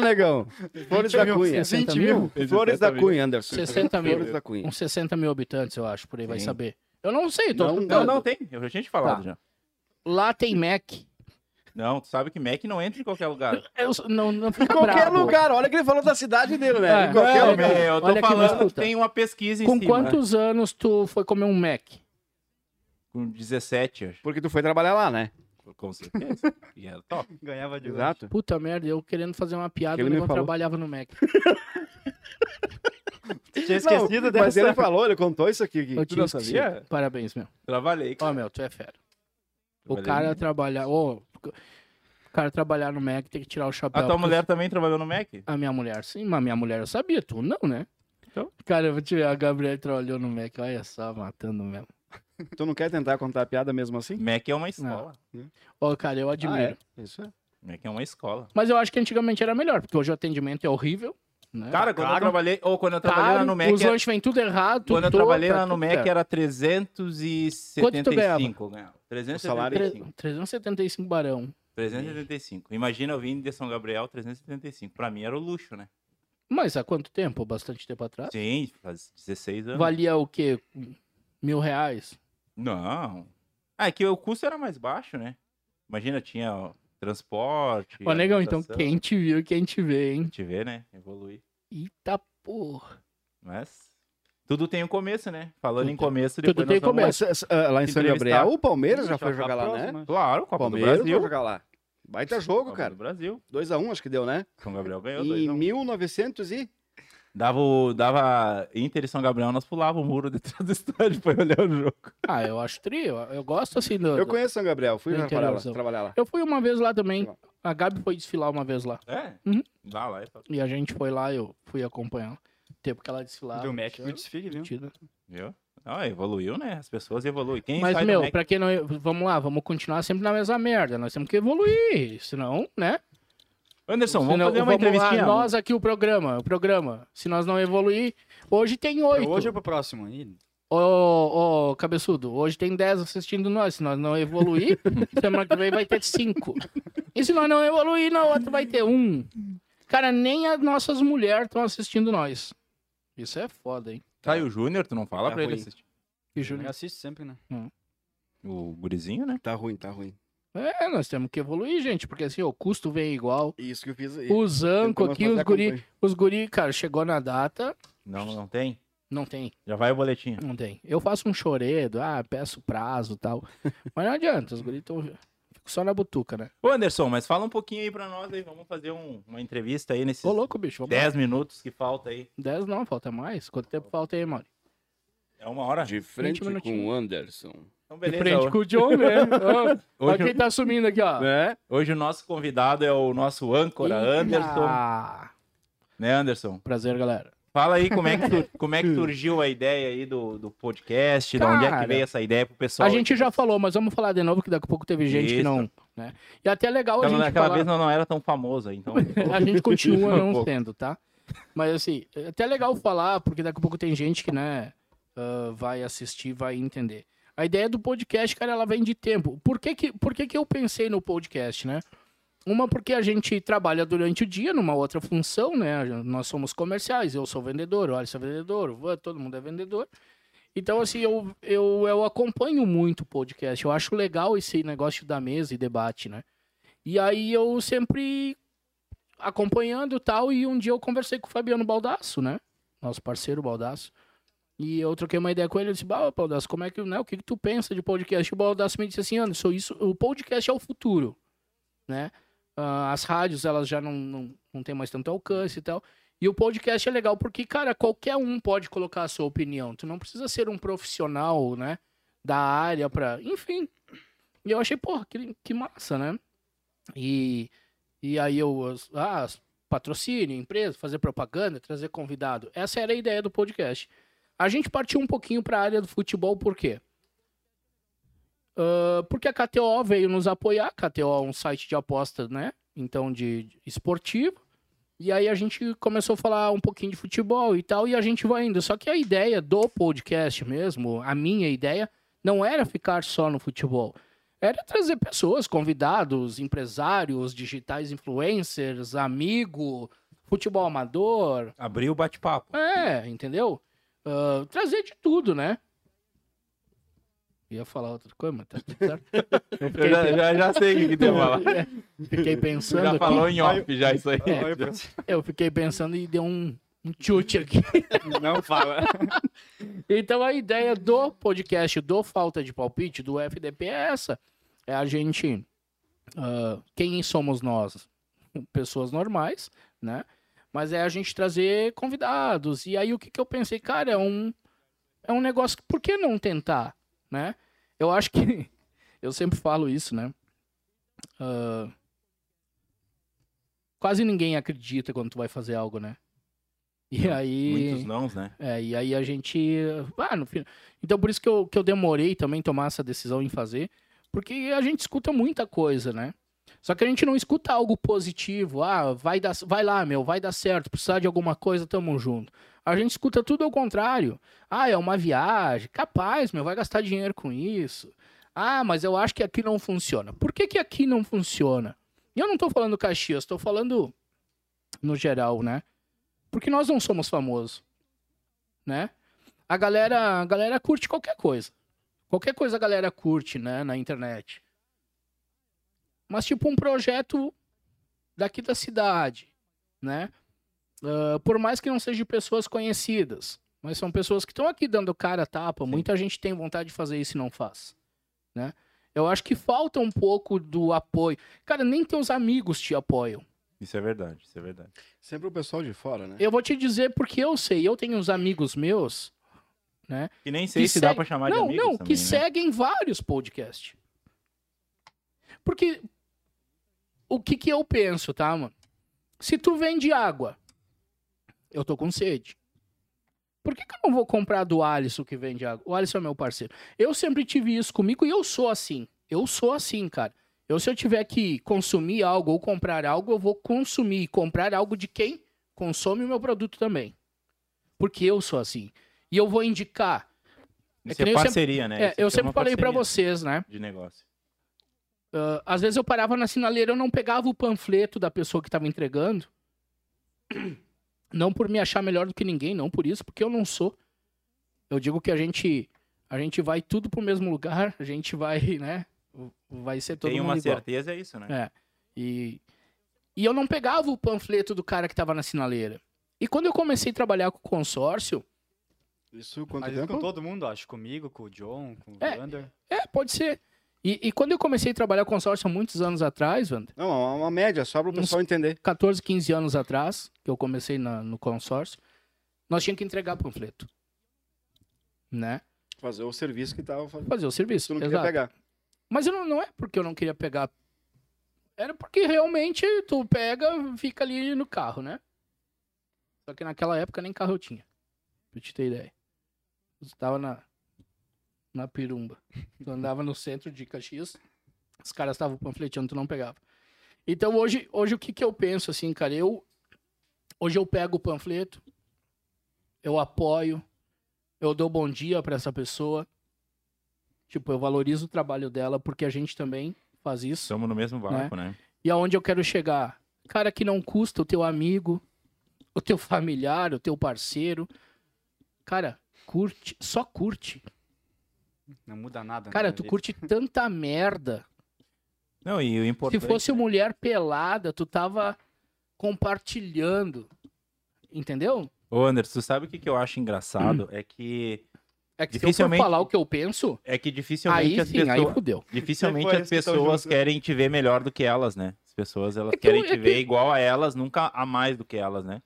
S2: [laughs]
S4: negão. Flores da
S2: mil,
S4: Cunha.
S1: 60
S4: 20
S1: mil?
S4: Flores da Cunha, Anderson.
S1: 60 mil.
S4: Flores da Cunha.
S1: Uns 60 mil habitantes, eu acho, por aí vai
S3: Sim.
S1: saber. Eu não sei, tô
S4: Não,
S3: Não,
S1: perguntando.
S3: não, tem. Eu já tinha te falado
S1: Tá.
S3: já.
S1: Lá tem Mac.
S3: Não, tu sabe que Mac não entra em qualquer lugar.
S1: Eu, s- não, não fica
S4: Em qualquer
S1: tá bravo.
S4: lugar. Olha que ele falou da cidade dele, né?
S1: É.
S4: Em qualquer
S1: Não,
S3: Não,
S4: lugar.
S3: meu, eu tô
S1: Olha aqui, me
S3: falando que
S1: escuta.
S3: tem uma pesquisa em
S1: Com
S3: cima. né?
S1: quantos
S4: né?
S1: anos tu foi comer um Mac?
S3: Com 17, acho.
S4: Porque tu foi trabalhar lá, né?
S3: Com certeza. E era top.
S2: né? Ganhava de lanche.
S4: Exato.
S1: Puta merda, eu querendo fazer uma piada,
S4: Que ele
S1: eu
S4: me
S1: não
S4: falou.
S1: trabalhava no
S3: [laughs]
S1: Mac.
S2: Tinha esquecido dessa.
S4: Mas ele é falou, ele contou isso aqui. que
S1: Eu
S4: tu
S1: tinha
S4: não
S1: esquecido.
S4: sabia?
S1: Parabéns, meu.
S3: Trabalhei.
S1: Ó, meu, tu é fera. O
S3: Trabalhei
S1: cara
S3: muito.
S1: trabalhar... Ô, o cara trabalhar no Mac tem que tirar o chapéu.
S3: A tua
S1: porque-
S3: mulher também trabalhou no Mac?
S1: A minha mulher, sim, mas minha mulher eu sabia, tu não, né?
S3: Então.
S1: Cara, eu vou te ver, a Gabriela trabalhou no Mac, olha só, matando mesmo.
S4: Tu não quer tentar contar a piada mesmo assim?
S3: Mac é uma escola.
S1: Ô, cara, eu admiro.
S4: Ah, é? Isso é.
S3: Mac é uma escola.
S1: Mas eu acho que antigamente era melhor, porque hoje o atendimento é horrível, né?
S3: Cara, quando eu
S2: Claro.
S3: trabalhei, ou quando eu trabalhei lá
S1: Caro,
S3: no Mac,
S1: os
S3: era-
S1: lanches vêm tudo errado.
S3: quando eu
S1: tudo
S3: trabalhei
S1: torto,
S3: lá no
S1: tudo
S3: Mac
S1: certo.
S3: era assim. 375, ganhava.
S4: salário?
S3: 375.
S1: Tre- 375 barão.
S3: 375. Imagina eu vim de São Gabriel 375. Pra mim era o luxo, né?
S1: Mas há quanto tempo? Bastante tempo atrás.
S3: Sim, faz 16 anos.
S1: Valia o quê? Mil reais?
S3: Não. Ah, é que o custo era mais baixo, né? Imagina, tinha ó, transporte.
S1: Ô, negão, então
S3: alimentação.
S1: quem te viu, quem te vê, hein?
S3: Te vê, né? Evoluir.
S1: Eita porra.
S3: Mas. Tudo tem um começo, né? Falando
S1: Tudo
S3: em
S1: tem-
S3: começo,
S1: tudo
S3: depois
S1: tem
S3: nós vamos...
S1: começo.
S4: Mas, s- ah, lá em São Gabriel, o Palmeiras já
S2: Já
S4: foi
S2: tá
S4: jogar lá,
S2: próximo,
S4: né?
S2: né?
S3: Claro,
S4: O
S3: Copa
S4: Palmeiras
S3: do
S4: foi
S3: Brasil.
S4: jogar lá. Baita jogo,
S3: Copa
S4: cara.
S3: do Brasil.
S4: 2x1 acho que deu, né?
S3: São Gabriel ganhou. dois
S4: Em
S3: a um.
S4: 1900 e...
S3: Dava, o- dava Inter e São Gabriel, nós pulava o [laughs] muro detrás do estádio pra olhar o jogo.
S1: Ah, eu acho trio. Eu gosto assim do.
S4: Eu conheço São Gabriel, fui
S1: Do
S4: já trabalhar lá,
S1: interiorzão.
S4: trabalhar lá.
S1: Eu fui uma vez lá também.
S4: Legal.
S1: A Gabi foi desfilar uma vez lá.
S3: É?
S1: Uhum.
S3: Dá lá. é top.
S1: E a gente foi lá, eu fui acompanhar. Tempo que ela desfilava.
S2: Do Mac pro
S1: tinha-
S2: desfile, viu?
S1: tinha-
S3: Viu? Ah, evoluiu, né? As pessoas evoluem. Quem
S1: Mas,
S3: sai do
S1: meu,
S3: Mac-
S1: pra quem não. Vamos lá, vamos continuar sempre na mesma merda. Nós temos que evoluir. Senão, né?
S3: Anderson, vamos
S1: Senão-
S3: fazer uma
S1: lá,
S3: entrevistinha.
S1: nós aqui, o programa. O programa. Se nós não evoluir. Hoje tem
S3: Então,
S1: oito.
S2: Hoje ou pro próximo? Ih,
S1: Ô, ô, cabeçudo, hoje tem 10 assistindo nós. Se nós não evoluir,
S3: [laughs]
S1: semana que vem vai ter 5. E se nós não evoluir, na outra vai ter um. Cara, nem as nossas mulheres estão assistindo nós. Isso é foda, hein?
S3: Tá, e o Júnior, tu não fala
S2: É
S3: pra ele
S2: ruim.
S3: assistir.
S1: E
S2: Eu
S1: Júnior?
S2: assisto sempre, né?
S3: O gurizinho, né?
S4: Tá ruim, tá ruim.
S1: É, nós temos que evoluir, gente, porque assim, ó, o custo vem igual.
S4: Isso que eu fiz.
S1: O Zanco
S4: Tentamos
S1: aqui,
S4: fazer
S1: os
S4: a
S1: guri,
S4: campanha.
S1: os guri, cara, chegou na data,
S3: Não, não tem?
S1: não tem,
S3: Já vai o boletim.
S1: não tem. Eu faço um choredo, ah, peço prazo e tal. Mas não adianta, os guri estão... Fico só na butuca, né?
S3: Ô, Anderson, mas fala um pouquinho aí pra nós aí. Vamos fazer um- uma entrevista aí nesses
S1: Ô, louco, bicho, vamos lá.
S3: 10 minutos que falta aí.
S1: 10 não, falta mais. Quanto tempo falta aí, Mauri?
S3: É uma hora.
S5: De frente com
S1: minutinhos.
S5: o Anderson.
S3: Então,
S1: De
S3: beleza.
S1: frente com o John, [laughs] né? Ó, Olha
S3: Hoje,
S1: quem tá sumindo aqui,
S4: É,
S1: ó.
S5: Né?
S3: hoje o nosso convidado é o nosso âncora, Anderson.
S1: Ah,
S3: Né, Anderson?
S1: prazer, galera.
S3: Fala aí como é que, tu- como é que surgiu a ideia aí do, do podcast, de onde é
S1: Cara,
S3: que veio essa ideia pro pessoal.
S1: a gente já falou, mas vamos falar de novo, que daqui a pouco teve gente que
S3: Isso.
S1: não. Né? E até é legal a
S3: Aquela,
S1: gente
S3: naquela
S1: falar.
S3: vez não, não era tão famoso aí, então.
S1: A gente continua
S3: Um
S1: não
S3: pouco.
S1: sendo, tá? Mas assim, é até legal falar, porque daqui a pouco tem gente que, né, ah, vai assistir, vai entender. A ideia do podcast, cara, ela vem de tempo. Por que que, por que que eu pensei no podcast, né? Uma, porque a gente trabalha durante o dia numa outra função, né? Nós somos comerciais, eu sou vendedor, o Alisson é vendedor, o Van, todo mundo é vendedor. Então, assim, eu, eu, eu acompanho muito o podcast. Eu acho legal esse negócio da mesa e debate, né? E aí eu sempre acompanhando e tal, e um dia eu conversei com o Fabiano Baldasso, né? Nosso parceiro Baldasso. E eu troquei uma ideia com ele, eu disse, bah, Baldasso, como é que, né, o que, que tu pensa de podcast? E o Baldasso me disse assim, Anderson, isso, o podcast é o futuro, né? Ah, as rádios, elas já não, não, não têm mais tanto alcance e tal. E o podcast é legal porque, cara, qualquer um pode colocar a sua opinião. Tu não precisa ser um profissional, né, da área pra... Enfim. E eu achei, porra, que, que massa, né? E... E aí eu, ah, patrocínio, empresa, fazer propaganda, trazer convidado. Essa era a ideia do podcast. A gente partiu um pouquinho para a área do futebol, por quê? Ah, porque a KTO veio nos apoiar, KTO é um site de apostas, né? Então, de de esportivo. E aí a gente começou a falar um pouquinho de futebol e tal, e a gente vai indo. Só que a ideia do podcast mesmo, a minha ideia, não era ficar só no futebol era trazer pessoas, convidados, empresários, digitais influencers, amigo, futebol amador,
S3: [laughs] Abriu o bate-papo.
S1: é, entendeu? Ah, trazer de tudo, né? Ia falar outra coisa, mas tá tudo
S3: [laughs]
S1: certo. Eu
S3: Eu
S1: fiquei,
S3: já, já, já sei o que deu lá.
S1: fiquei
S3: Tu
S1: [laughs] pensando
S3: já
S1: aqui.
S3: falou em off já isso aí.
S1: É.
S2: Oi, professor.
S1: Eu fiquei pensando e deu um, um chute aqui.
S2: Não fala.
S1: Então a ideia do podcast do Falta de Palpite, do FDP, é essa. É a gente. ah, quem somos nós? Pessoas normais, né? Mas é a gente trazer convidados. E aí o que, que eu pensei, cara, é um. É um negócio que por que não tentar, né? Eu acho que. [laughs] Eu sempre falo isso, né? Ah, quase ninguém acredita quando tu vai fazer algo, né? E aí.
S3: Muitos nãos, né?
S1: É, e aí a gente. Ah, no final. Então por isso que eu, que eu demorei também tomar essa decisão em fazer, porque a gente escuta muita coisa, né? Só que a gente não escuta algo positivo, ah, vai, dar, vai lá, meu, vai dar certo, precisar de alguma coisa, tamo junto. A gente escuta tudo ao contrário. Ah, é uma viagem, capaz, meu, vai gastar dinheiro com isso. Ah, mas eu acho que aqui não funciona. Por que, que aqui não funciona? E eu não tô falando Caxias, tô falando no geral, né? Porque nós não somos famosos né? A galera, a galera curte qualquer coisa. Qualquer coisa a galera curte, né, na internet. Mas tipo um projeto daqui da cidade, né? Ah, por mais que não sejam pessoas conhecidas, mas são pessoas que estão aqui dando cara a tapa. Muita gente tem vontade de fazer isso e não faz, né? Eu acho que falta um pouco do apoio. Cara, nem teus amigos te apoiam.
S3: Isso é verdade, isso é verdade.
S4: Sempre o pessoal de fora, né?
S1: Eu vou te dizer porque eu sei. Eu tenho uns amigos meus
S3: Que nem sei
S1: Que
S3: se dá
S1: segue-
S3: pra chamar de
S1: não,
S3: amigos
S1: não,
S3: também,
S1: que
S3: né?
S1: seguem vários podcasts. Porque o que que eu penso, tá, mano? Se tu vende água, eu tô com sede. Por que, que eu não vou comprar do Alisson que vende água? O Alisson é meu parceiro. Eu sempre tive isso comigo e eu sou assim. Eu sou assim, cara. Eu, se eu tiver que consumir algo ou comprar algo, eu vou consumir e comprar algo de quem consome o meu produto também. Porque eu sou assim. E eu vou indicar. é
S3: Isso
S1: que
S3: é,
S1: nem eu sempre-
S3: parceria, né?
S1: É,
S3: Isso
S1: eu
S3: é
S1: sempre
S3: uma
S1: falei pra
S3: parceria
S1: vocês, né?
S3: De negócio.
S1: Ah, às vezes eu parava na sinaleira, eu não pegava o panfleto da pessoa que estava entregando. Não por me achar melhor do que ninguém, não por isso, porque eu não sou. Eu digo que a gente a a gente vai tudo pro mesmo lugar, a gente vai, [laughs] né? Vai ser todo
S3: Tem
S1: mundo
S3: uma
S1: igual.
S3: certeza, é isso, né?
S1: É. E, e eu não pegava o panfleto do cara que tava na sinaleira. E quando eu comecei a trabalhar com o consórcio,
S4: Isso quanto
S2: Mas isso com
S4: tempo?
S2: todo mundo, acho. Comigo, com o John, com o
S1: É.
S2: Wander.
S1: é, pode ser. E, e quando eu comecei a trabalhar com consórcio há muitos anos atrás, Wander,
S4: Não, é uma- uma média, só para o
S1: Uns-
S4: pessoal entender.
S1: 14, 15 anos atrás, que eu comecei na- no consórcio, nós tínhamos que entregar panfleto. Né?
S4: Fazer o serviço que tava fazendo.
S1: Fazer o serviço.
S4: Isso não queria
S1: exato.
S4: pegar.
S1: Mas eu não, não é porque eu não queria pegar. Era porque realmente tu pega, fica ali no carro, né? Só que naquela época nem carro eu tinha. Pra te ter ideia. Eu tava na, na pirumba. Tu andava no centro de Caxias, os caras estavam panfleteando, tu não pegava. Então hoje, hoje o que, que eu penso assim, cara? Eu, hoje eu pego o panfleto, eu apoio, eu dou bom dia pra essa pessoa. Tipo, eu valorizo o trabalho dela porque a gente também faz isso.
S3: Somos no mesmo barco, né?
S1: E aonde eu quero chegar? Cara que não custa o teu amigo, o teu familiar, o teu parceiro. Cara, curte, só curte.
S2: Não muda nada. né,
S1: Cara, tu
S2: ali.
S1: curte tanta merda.
S3: Não, e o
S1: Se
S3: importante.
S1: fosse mulher pelada, tu tava compartilhando. Entendeu?
S3: Ô, Anderson, tu sabe o que, que eu acho
S1: Hum.
S3: engraçado? É que.
S1: É que se eu for
S3: Dificilmente-
S1: falar o que eu penso,
S3: É que dificilmente
S1: aí
S3: as
S1: sim, aí
S3: pessoas.
S1: fudeu.
S3: Dificilmente
S2: Depois
S3: as
S2: que tão
S3: pessoas
S2: junto.
S3: querem te ver melhor do que elas, né? As pessoas elas
S1: né? É que eu-
S3: querem te
S1: é que-
S3: ver igual a elas, nunca a mais do que elas, né?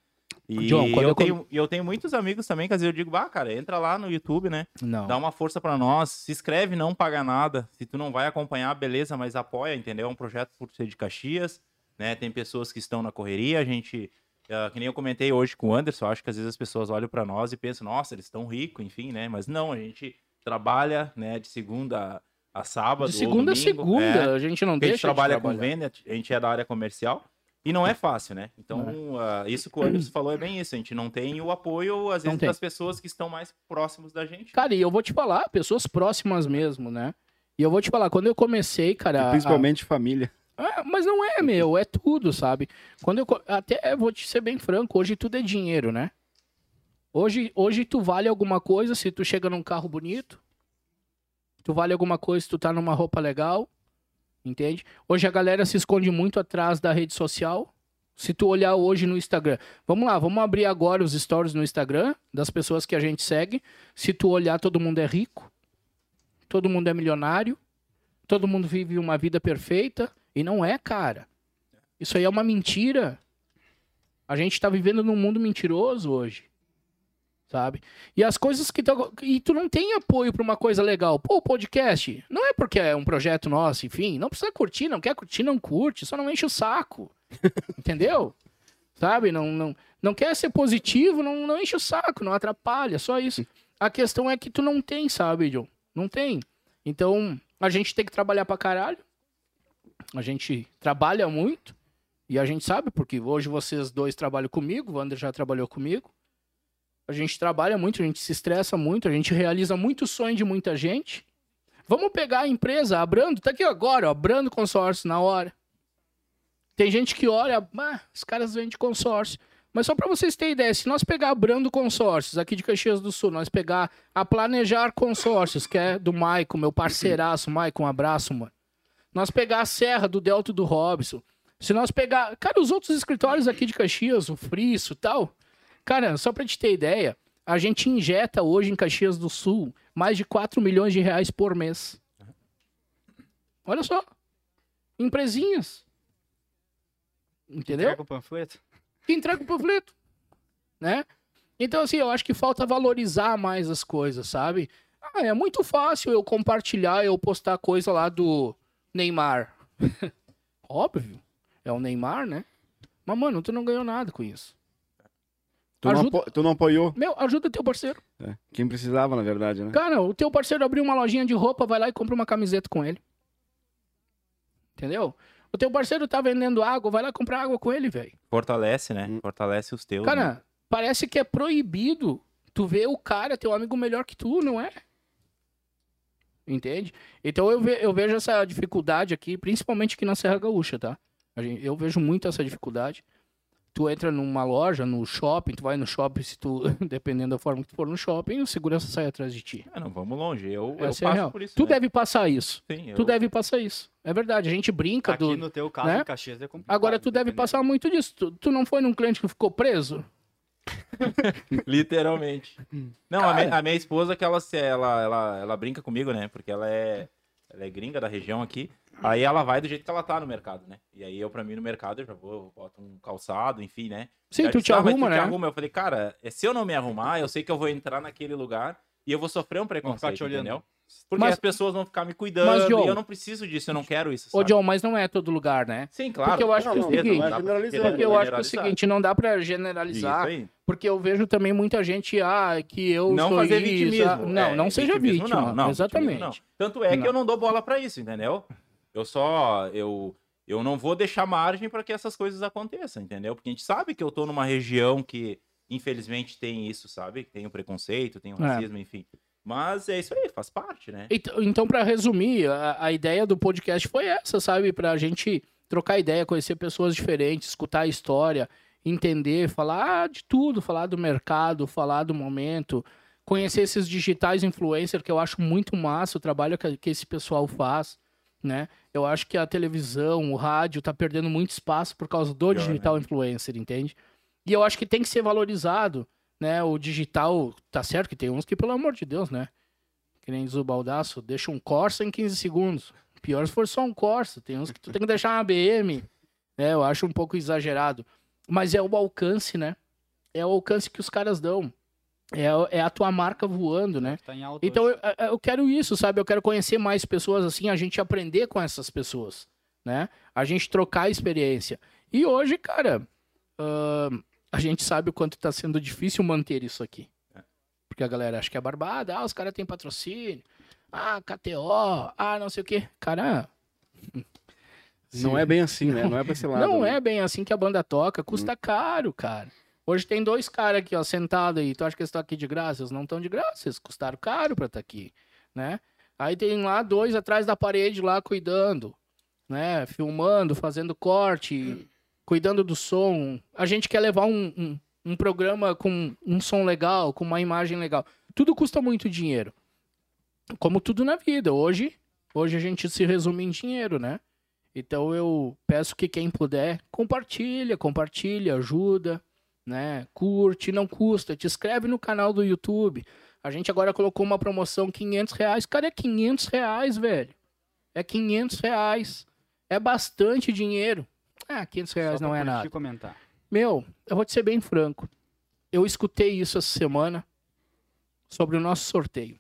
S3: E
S1: John, quando
S3: eu,
S1: eu com-
S3: tenho, e eu tenho muitos amigos também que às vezes eu digo, bah, cara, entra lá no YouTube, né?
S1: Não.
S3: Dá uma força pra nós, se inscreve, não paga nada. Se tu não vai acompanhar, beleza, mas apoia, entendeu? É um projeto por ser de Caxias, né? Tem pessoas que estão na correria, a gente. ah, que nem eu comentei hoje com o Anderson, acho que às vezes as pessoas olham pra nós e pensam, nossa, eles estão ricos, enfim, né? Mas não, a gente trabalha, né, de segunda a sábado.
S1: De segunda a
S3: ou domingo,
S1: segunda,
S3: é,
S1: a gente não
S3: porque a
S1: deixa.
S3: gente trabalha com venda, a gente é da área comercial. E não é fácil, né? Então, ah, isso que o Anderson falou é bem isso. A gente não tem o apoio, às
S1: Não
S3: vezes,
S1: tem.
S3: das pessoas que estão mais próximos da gente.
S1: Cara, e eu vou te falar, pessoas próximas mesmo, né? E eu vou te falar, quando eu comecei, cara.
S4: E
S1: a-
S4: principalmente família.
S1: Ah, mas não é, meu, é tudo, sabe? Quando eu co- até vou te ser bem franco, hoje tudo é dinheiro, né? Hoje, hoje tu vale alguma coisa se tu chega num carro bonito. Tu vale alguma coisa se tu tá numa roupa legal. Entende? Hoje a galera se esconde muito atrás da rede social. Se tu olhar hoje no Instagram, vamos lá, vamos abrir agora os stories no Instagram das pessoas que a gente segue. Se tu olhar, todo mundo é rico. Todo mundo é milionário. Todo mundo vive uma vida perfeita. E não é, cara. Isso aí é uma mentira. A gente tá vivendo num mundo mentiroso hoje. Sabe? E as coisas que. Tá... E tu não tem apoio pra uma coisa legal. Pô, o podcast. Não é porque é um projeto nosso, enfim. Não precisa curtir, não quer curtir, não curte. Só não enche o saco. Entendeu? Sabe? Não, não, não quer ser positivo, não, não enche o saco, não atrapalha. Só isso. A questão é que tu não tem, sabe, John? Não tem. Então, a gente tem que trabalhar pra caralho a gente trabalha muito e a gente sabe, porque hoje vocês dois trabalham comigo, o Wander já trabalhou comigo. A gente trabalha muito, a gente se estressa muito, a gente realiza muito sonho de muita gente. Vamos pegar a empresa, a Brando, tá aqui agora, ó, Brando Consórcio, na hora. Tem gente que olha, ah, os caras vendem consórcio. Mas só para vocês terem ideia, se nós pegar a Brando Consórcios, aqui de Caxias do Sul, nós pegar a Planejar Consórcios, que é do Maicon, meu parceiraço, Maicon, um abraço, mano nós pegar a Serra do Delta do Robson, se nós pegar, cara, os outros escritórios aqui de Caxias, o Friço e tal, cara, só pra te ter ideia, a gente injeta hoje em Caxias do Sul mais de 4 milhões de reais por mês. Olha só. Empresinhas. Entendeu?
S2: Entrega o panfleto.
S1: que entrega o panfleto, né? Então, assim, eu acho que falta valorizar mais as coisas, sabe? Ah, é muito fácil eu compartilhar, eu postar coisa lá do Neymar. [laughs] Óbvio, é o Neymar, né? Mas, mano, tu não ganhou nada com isso.
S4: Tu, não,
S1: Ajuda-
S4: apo- tu não apoiou.
S1: Meu, ajuda teu parceiro.
S4: É, Quem precisava, na verdade, né?
S1: Cara, o teu parceiro abriu uma lojinha de roupa, vai lá e compra uma camiseta com ele. Entendeu? O teu parceiro tá vendendo água, vai lá comprar água com ele, velho.
S3: Fortalece, né?
S4: Hum.
S3: Fortalece os teus. né?
S1: Cara, parece que é proibido tu ver o cara, teu amigo melhor que tu, não é? Entende? Então eu, ve- eu vejo essa dificuldade aqui, principalmente aqui na Serra Gaúcha, tá? A gen- Eu vejo muito essa dificuldade. Tu entra numa loja, no shopping, tu vai no shopping, se tu, [laughs] dependendo da forma que tu for no shopping, o segurança sai atrás de ti.
S3: Ah, não, vamos longe. Eu, eu
S1: Essa
S3: passo
S1: é a real.
S3: por isso.
S1: tu
S3: né?
S1: deve passar isso.
S3: Sim, eu...
S1: Tu deve passar isso. É verdade, a gente brinca
S2: Aqui
S1: do.
S2: no teu caso,
S1: né?
S2: em Caxias, é complicado.
S1: Agora tu deve
S2: dependendo.
S1: passar muito disso. Tu, tu não foi num cliente que ficou preso?
S3: [laughs]
S2: [clears throat]
S3: Literalmente. Não, a,
S1: Cara.
S3: minha- a minha esposa, que ela, se- ela, ela, ela brinca comigo, né? Porque ela é, ela é gringa da região aqui. Aí ela vai do jeito que ela tá no mercado, né? E aí eu, pra mim, no mercado, eu já vou, eu boto um calçado, enfim, né?
S1: Sim,
S3: Ela
S1: tu
S3: disse,
S1: te
S3: "Ah, mas
S1: arruma, né?
S3: te arruma. Eu falei, cara, é, se eu não me arrumar, eu sei que eu vou entrar naquele lugar e eu vou sofrer um
S2: ficar
S3: preconceito,
S2: te olhando.
S3: entendeu? Porque
S1: Mas-
S3: as pessoas vão ficar me cuidando
S1: Mas, John-
S3: e eu não preciso disso, eu não quero isso,
S1: Ô,
S3: sabe?
S1: John, mas não é todo lugar, né?
S3: Sim, claro.
S1: Porque eu acho
S3: com
S1: que é o
S3: certeza,
S1: seguinte-
S3: dá pra
S4: Generalizando,
S3: querer
S1: Porque eu acho que é o
S3: generalizar.
S1: seguinte, não dá pra
S3: Isso
S1: generalizar.
S3: aí.
S1: Porque eu vejo também muita gente, ah, que eu
S3: não
S1: sou
S3: fazer
S1: isso,
S3: vitimismo.
S1: ah, Não,
S3: É,
S1: não seja
S3: vitimismo
S1: vítima.
S3: não, não,
S1: exatamente.
S3: vitimismo não. Tanto é
S1: Não.
S3: que eu não dou bola pra isso, entendeu? Eu só eu eu não vou deixar margem pra que essas coisas aconteçam, entendeu? Porque a gente sabe que eu tô numa região que infelizmente tem isso, sabe? Tem o preconceito, tem o
S1: É.
S3: racismo, enfim. Mas é isso aí, faz parte, né?
S1: Então, então para resumir, a, a ideia do podcast foi essa, sabe? Pra gente trocar ideia, conhecer pessoas diferentes, escutar a história, entender, falar ah, de tudo, falar do mercado, falar do momento, conhecer esses digitais influencer, que eu acho muito massa o trabalho que, que esse pessoal faz, né? Eu acho que a televisão, o rádio, tá perdendo muito espaço por causa do
S3: Pior, né?
S1: digital influencer, entende? E eu acho que tem que ser valorizado, né? O digital, tá certo que tem uns que, pelo amor de Deus, né? Que nem diz o baldaço, deixa um Corsa em 15 segundos. Pior se for só um Corsa, tem uns que tu tem que deixar uma BM. né? eu acho um pouco exagerado. Mas é o alcance, né? É o alcance que os caras dão. É, o- é a tua marca voando, né?
S2: Tá em alta
S1: Então
S2: hoje.
S1: eu, eu- eu quero isso, sabe? Eu quero conhecer mais pessoas assim, a gente aprender com essas pessoas, né? A gente trocar experiência. E hoje, cara, ahn, a gente sabe o quanto tá sendo difícil manter isso aqui. Porque a galera acha que é barbada, ah, os caras têm patrocínio, ah, KTO, ah, não sei o quê. Cara,
S4: Não é bem assim, né? Não é
S1: [laughs]
S4: pra esse lado.
S1: não
S4: né?
S1: é bem assim que a banda toca, custa caro, cara. Hoje tem dois caras aqui, ó, sentados aí. Tu acha que eles estão aqui de graça? Eles não estão de graça, eles custaram caro pra estar aqui, né? Aí tem lá dois atrás da parede lá cuidando, né? Filmando, fazendo corte, cuidando do som. A gente quer levar um, um, um programa com um som legal, com uma imagem legal. Tudo custa muito dinheiro. Como tudo na vida. Hoje, hoje a gente se resume em dinheiro, né? Então eu peço que quem puder, compartilha, compartilha, ajuda, né? Curte, não custa, te inscreve no canal do YouTube. A gente agora colocou uma promoção, 500 reais. Cara, é 500 reais, velho. É 500 reais. É bastante dinheiro. Ah, 500 reais
S2: Só
S1: não
S2: pra
S1: é
S2: curtir e
S1: nada.
S2: comentar.
S1: Meu, eu vou te ser bem franco. Eu escutei isso essa semana sobre o nosso sorteio.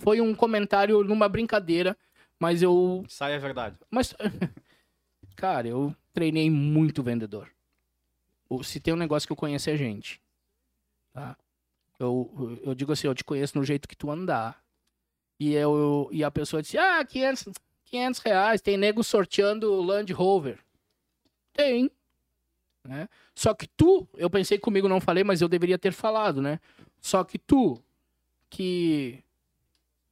S1: Foi um comentário numa brincadeira, mas eu.
S2: Sai a verdade.
S1: Mas. [laughs] Cara, eu treinei muito vendedor. O- Se tem um negócio que eu conheço é gente. Tá? Eu, eu digo assim, eu te conheço no jeito que tu andar. E, eu, e a pessoa disse: Ah, 500, 500 reais, tem nego sorteando o Land Rover. Tem. né? Só que tu, eu pensei comigo, não falei, mas eu deveria ter falado, né? Só que tu, que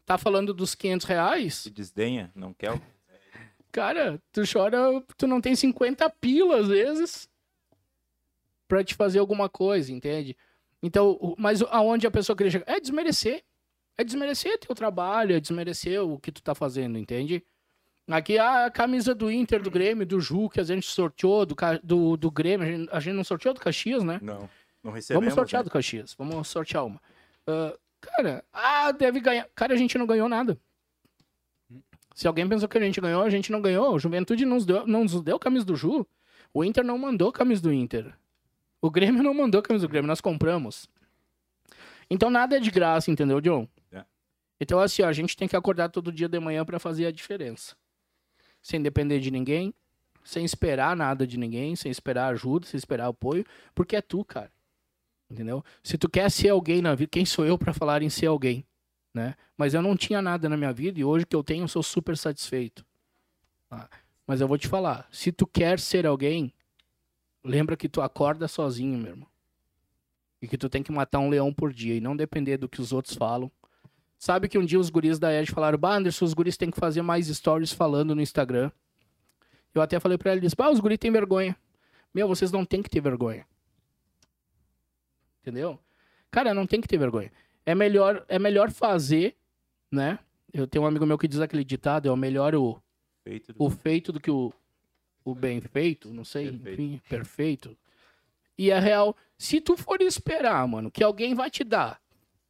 S1: tá falando dos 500 reais,
S3: Se desdenha, não quer. o-
S1: cara, tu chora, tu não tem 50 pila às vezes pra te fazer alguma coisa, entende? Então, o- mas aonde a pessoa queria chegar? É desmerecer. É desmerecer teu trabalho, é desmerecer o que tu tá fazendo, entende? Aqui ah, a camisa do Inter, do Grêmio, do Ju, que a gente sorteou, do, Ca- do, do Grêmio, a gente, a gente não sorteou do Caxias, né?
S3: Não, não recebemos.
S1: Vamos sortear
S3: né?
S1: do Caxias. Vamos sortear uma. Ah, cara, ah, deve ganhar. Cara, a gente não ganhou nada. Se alguém pensou que a gente ganhou, a gente não ganhou. O Juventude não nos deu, não nos deu camisa do Ju. O Inter não mandou camisa do Inter. O Grêmio não mandou camisa do Grêmio. Nós compramos. Então nada é de graça, entendeu, John?
S3: É.
S1: Então, assim, ó, a gente tem que acordar todo dia de manhã pra fazer a diferença. Sem depender de ninguém, sem esperar nada de ninguém, sem esperar ajuda, sem esperar apoio, porque é tu, cara. Entendeu? Se tu quer ser alguém na vida, quem sou eu pra falar em ser alguém, né? Mas eu não tinha nada na minha vida e hoje que eu tenho, eu sou super satisfeito. Tá? Mas eu vou te falar, se tu quer ser alguém, lembra que tu acorda sozinho, meu irmão. E que tu tem que matar um leão por dia e não depender do que os outros falam. Sabe que um dia os guris da Ed falaram, bah, Anderson, os guris têm que fazer mais stories falando no Instagram. Eu até falei pra eles, bah, os guris têm vergonha. Meu, vocês não tem que ter vergonha. Entendeu? Cara, não tem que ter vergonha. É melhor, é melhor fazer, né? Eu tenho um amigo meu que diz aquele ditado, é o melhor o,
S3: Feito do-
S1: o feito do que o, o bem feito, não sei,
S3: Perfeito.
S1: enfim, perfeito. E é real, se tu for esperar, mano, que alguém vai te dar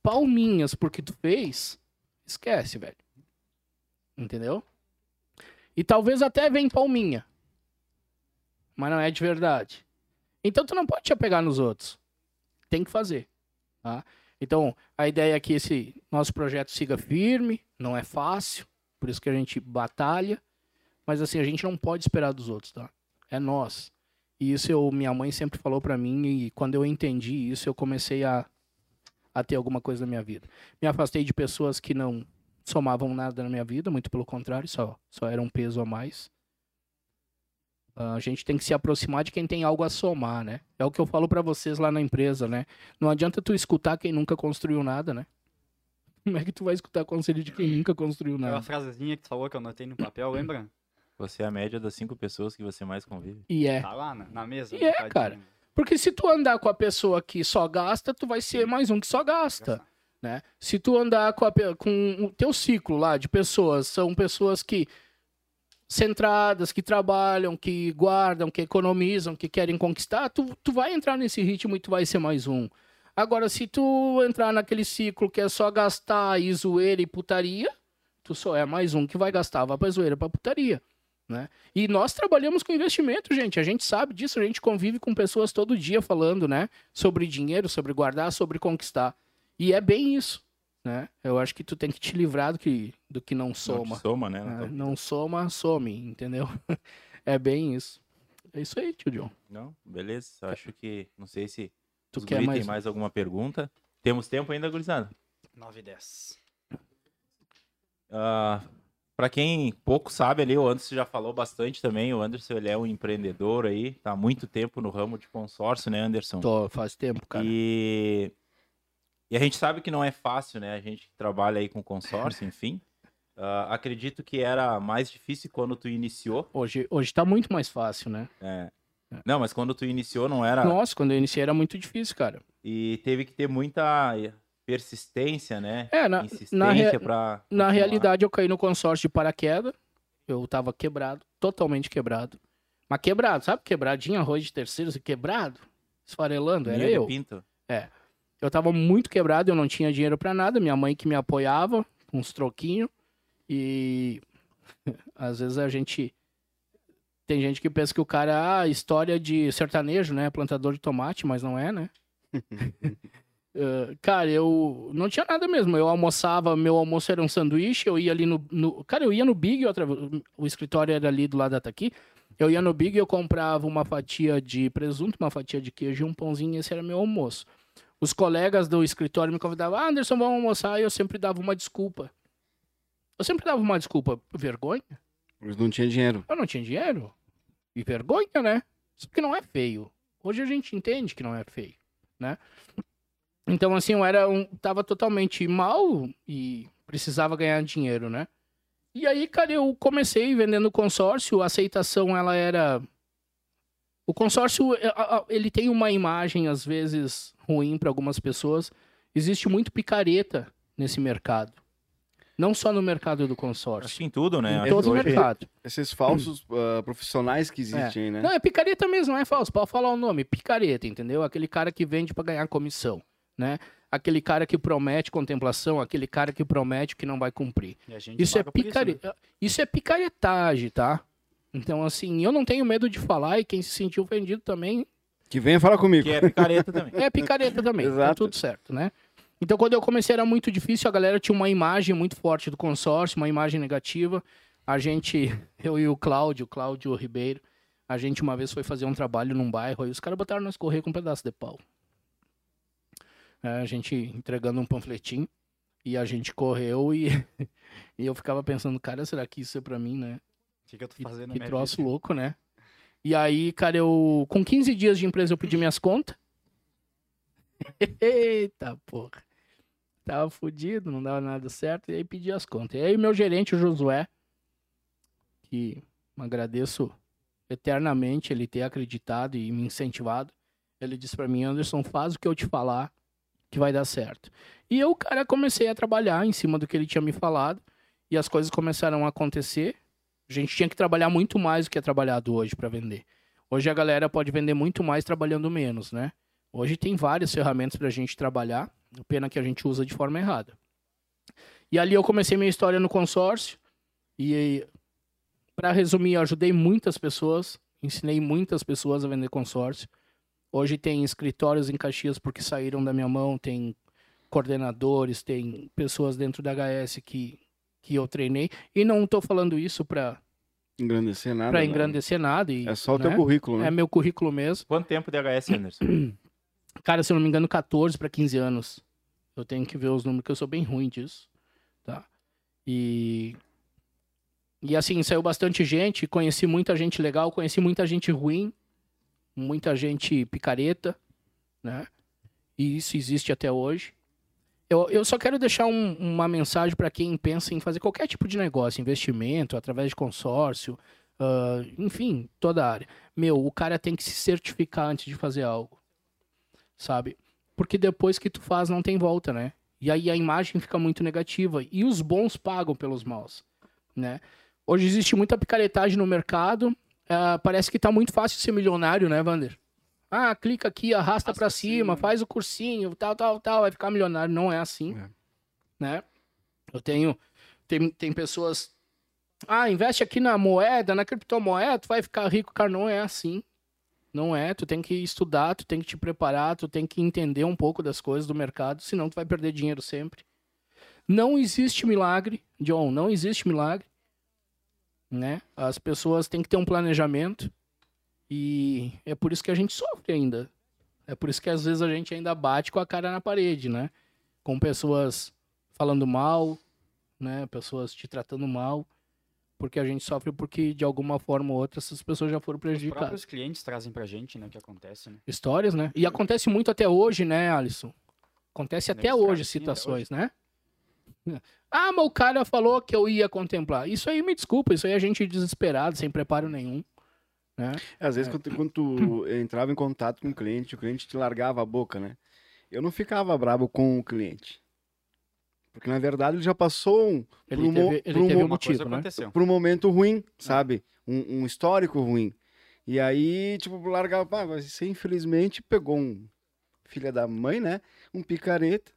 S1: palminhas porque tu fez, esquece, velho. Entendeu? E talvez até vem palminha. Mas não é de verdade. Então tu não pode te apegar nos outros. Tem que fazer. Tá? Então, a ideia é que esse nosso projeto siga firme, não é fácil, por isso que a gente batalha. Mas assim, a gente não pode esperar dos outros, tá? É nós. E isso eu, minha mãe sempre falou pra mim, e quando eu entendi isso, eu comecei a, a ter alguma coisa na minha vida. Me afastei de pessoas que não somavam nada na minha vida, muito pelo contrário, só, só era um peso a mais. Ah, A gente tem que se aproximar de quem tem algo a somar, né? É o que eu falo pra vocês lá na empresa, né? Não adianta tu escutar quem nunca construiu nada, né? [laughs] Como é que tu vai escutar conselho de quem nunca construiu
S2: Aquela
S1: nada?
S2: frasezinha que tu falou que eu anotei no papel, lembra?
S3: Você é a média das cinco pessoas que você mais convive.
S1: E é.
S2: Tá lá na, na mesa.
S1: E é, cara. Porque se tu andar com a pessoa que só gasta, tu vai ser mais um que só gasta, né? Se tu andar com, a pe- com o teu ciclo lá de pessoas, são pessoas que centradas, que trabalham, que guardam, que economizam, que querem conquistar, tu, tu vai entrar nesse ritmo e tu vai ser mais um. Agora, se tu entrar naquele ciclo que é só gastar e zoeira e putaria, tu só é mais um que vai gastar, vai pra zoeira, pra putaria. né? E nós trabalhamos com investimento, gente. A gente sabe disso, a gente convive com pessoas todo dia falando, né? Sobre dinheiro, sobre guardar, sobre conquistar. E é bem isso, né? Eu acho que tu tem que te livrar do que, do que não
S3: Não
S1: soma.
S3: te soma, né?
S1: Ah,
S3: Não,
S1: Não,
S3: tá-
S1: soma, some, entendeu? [laughs] É bem isso. É isso aí, tio John.
S3: não? beleza. Acho que. Não sei se
S1: Tu
S3: os
S1: quer
S3: guri
S1: mais? um?
S3: tem mais alguma pergunta. Temos tempo ainda, gurizada?
S2: 9 e 10.
S3: Ah, Pra quem pouco sabe ali, o Anderson já falou bastante também. O Anderson ele é um empreendedor aí, tá há muito tempo no ramo de consórcio, né, Anderson?
S1: Tô, faz tempo, cara.
S3: E... e a gente sabe que não é fácil, né? A gente que trabalha aí
S1: [laughs]
S3: com consórcio, enfim. Ah, acredito que era mais difícil quando tu iniciou.
S1: Hoje, hoje tá muito mais fácil, né?
S3: Não, mas quando tu iniciou não era.
S1: Nossa, quando eu iniciei era muito difícil, cara.
S3: E teve que ter muita persistência, né?
S1: É, na,
S3: Insistência
S1: na, rea-
S3: pra.
S1: Na
S3: continuar.
S1: realidade, eu caí no consórcio de paraquedas. Eu tava quebrado, totalmente quebrado. Mas quebrado, sabe? Quebradinho, arroz de terceiros, quebrado, esfarelando, era
S3: Ninho de
S1: eu.
S3: Pinto.
S1: Eu tava muito quebrado, eu não tinha dinheiro pra nada. Minha mãe que me apoiava, com uns troquinhos. E [laughs] às vezes a gente. Tem gente que pensa que o cara, ah, história de sertanejo, né? Plantador de tomate, mas não é, né? Eh, cara, eu não tinha nada mesmo. Eu almoçava, meu almoço era um sanduíche, eu ia ali no. no- Cara, eu ia no Big, eu atra- o escritório era ali do lado da Taqui. Eu ia no Big, eu comprava uma fatia de presunto, uma fatia de queijo e um pãozinho, esse era meu almoço os colegas do escritório me convidavam, ah, Anderson, vamos almoçar, e eu sempre dava uma desculpa. Eu sempre dava uma desculpa. Vergonha?
S4: Eles não tinham dinheiro.
S1: Eu não tinha dinheiro. E vergonha, né? Isso que não é feio. Hoje a gente entende que não é feio, né? Então, assim, eu era um. Tava totalmente mal e precisava ganhar dinheiro, né? E aí, cara, eu comecei vendendo consórcio, a aceitação ela era. O consórcio, é, a- a- ele tem uma imagem, às vezes, ruim para algumas pessoas. Existe muito picareta nesse mercado. Não só no mercado do
S3: Acho
S1: consórcio.
S3: que em tudo, né?
S1: Em
S3: Acho
S1: todo
S3: que
S1: o
S3: hoje-
S1: mercado.
S4: Esses [clears throat] falsos ah, profissionais que existem, né?
S1: Não, é picareta mesmo, não é falso. Pode falar o nome, picareta, entendeu? Aquele cara que vende pra ganhar comissão, né? Aquele cara que promete contemplação, aquele cara que promete que não vai cumprir.
S2: E a gente
S1: Isso é,
S2: paga por
S1: picare...
S2: né?
S1: isso, é picaretagem, tá? Então, assim, eu não tenho medo de falar e quem se sentiu ofendido também
S4: Que venha falar comigo.
S3: Que é picareta também.
S1: é picareta também, tá
S4: Exato.
S1: tudo certo, né? Então, quando eu comecei era muito difícil, a galera tinha uma imagem muito forte do consórcio, uma imagem negativa. A gente, [laughs] eu e o Cláudio, Cláudio Ribeiro, a gente uma vez foi fazer um trabalho num bairro e os caras botaram nós correr com um pedaço de pau. É, a gente entregando um panfletinho e a gente correu e, [laughs] e eu ficava pensando, cara, será que isso é pra mim, né?
S2: O que, que eu tô
S1: Que,
S2: fazendo na
S1: que
S2: minha
S1: troço
S2: vida?
S1: louco, né? E aí, cara, eu. Com 15 dias de empresa, eu pedi minhas contas. [laughs] Eita porra. Tava fudido, não dava nada certo. E aí pedi as contas. E aí, meu gerente, o Josué, que agradeço eternamente ele ter acreditado e me incentivado. Ele disse para mim, Anderson, faz o que eu te falar, que vai dar certo. E eu, cara, comecei a trabalhar em cima do que ele tinha me falado e as coisas começaram a acontecer. A gente tinha que trabalhar muito mais do que é trabalhado hoje para vender. Hoje a galera pode vender muito mais trabalhando menos, né? Hoje tem várias ferramentas para a gente trabalhar, pena que a gente usa de forma errada. E ali eu comecei minha história no consórcio e para resumir, eu ajudei muitas pessoas, ensinei muitas pessoas a vender consórcio. Hoje tem escritórios em Caxias porque saíram da minha mão, tem coordenadores, tem pessoas dentro da HS que, que eu treinei. E não estou falando isso para
S4: Engrandecer nada.
S1: para
S4: né?
S1: engrandecer nada. E,
S4: É só o
S1: né?
S4: teu currículo, né?
S1: É meu currículo mesmo.
S3: Quanto tempo de HS, Anderson?
S1: Cara, se eu não me engano, 14 para 15 anos. Eu tenho que ver os números, que eu sou bem ruim disso. Tá? E. E assim, saiu bastante gente, conheci muita gente legal, conheci muita gente ruim, muita gente picareta, né? E isso existe até hoje. Eu, eu só quero deixar um- uma mensagem para quem pensa em fazer qualquer tipo de negócio, investimento, através de consórcio, ah, enfim, toda a área. Meu, o cara tem que se certificar antes de fazer algo sabe? Porque depois que tu faz, não tem volta, né? E aí a imagem fica muito negativa. E os bons pagam pelos maus, né? Hoje existe muita picaretagem no mercado. ah, parece que tá muito fácil ser milionário, né, Vander? Ah, clica aqui, arrasta pra cima, faz o cursinho, tal, tal, tal, vai ficar milionário. Não é assim,
S4: É.
S1: né? Eu tenho... Tem, tem pessoas... Ah, investe aqui na moeda, na criptomoeda, tu vai ficar rico. Cara, não é assim. Não é, tu tem que estudar, tu tem que te preparar, tu tem que entender um pouco das coisas do mercado, senão tu vai perder dinheiro sempre. Não existe milagre, John, não existe milagre, né? As pessoas têm que ter um planejamento e é por isso que a gente sofre ainda. É por isso que às vezes a gente ainda bate com a cara na parede, né? Com pessoas falando mal, né? Pessoas te tratando mal, porque a gente sofre porque de alguma forma ou outra essas pessoas já foram
S2: Os
S1: prejudicadas
S2: próprios clientes trazem pra gente, né, o que acontece, né?
S1: histórias, né? E acontece muito até hoje, né, Alisson? Acontece
S2: Nem
S1: até
S2: os caras
S1: hoje
S2: tinham, até
S1: situações, né? [laughs] Ah, mas o cara falou que eu ia contemplar. Isso aí, me desculpa, isso aí a gente desesperado, sem preparo nenhum. Né?
S4: Às vezes, quando, tu- quando [clears throat] tu entrava em contato com o cliente, o cliente te largava a boca, né? Eu não ficava brabo com o cliente. Porque, na verdade, ele já passou um,
S1: Ele
S4: Pro mo-
S1: teve, ele
S4: pro
S1: teve um
S4: mo-
S2: Uma coisa
S1: motivo, né?
S2: aconteceu.
S4: para um momento
S1: É.
S4: ruim, sabe? Um, um histórico ruim. E aí, tipo, largava, pá, mas você infelizmente pegou um filha da mãe, né? Um picareta.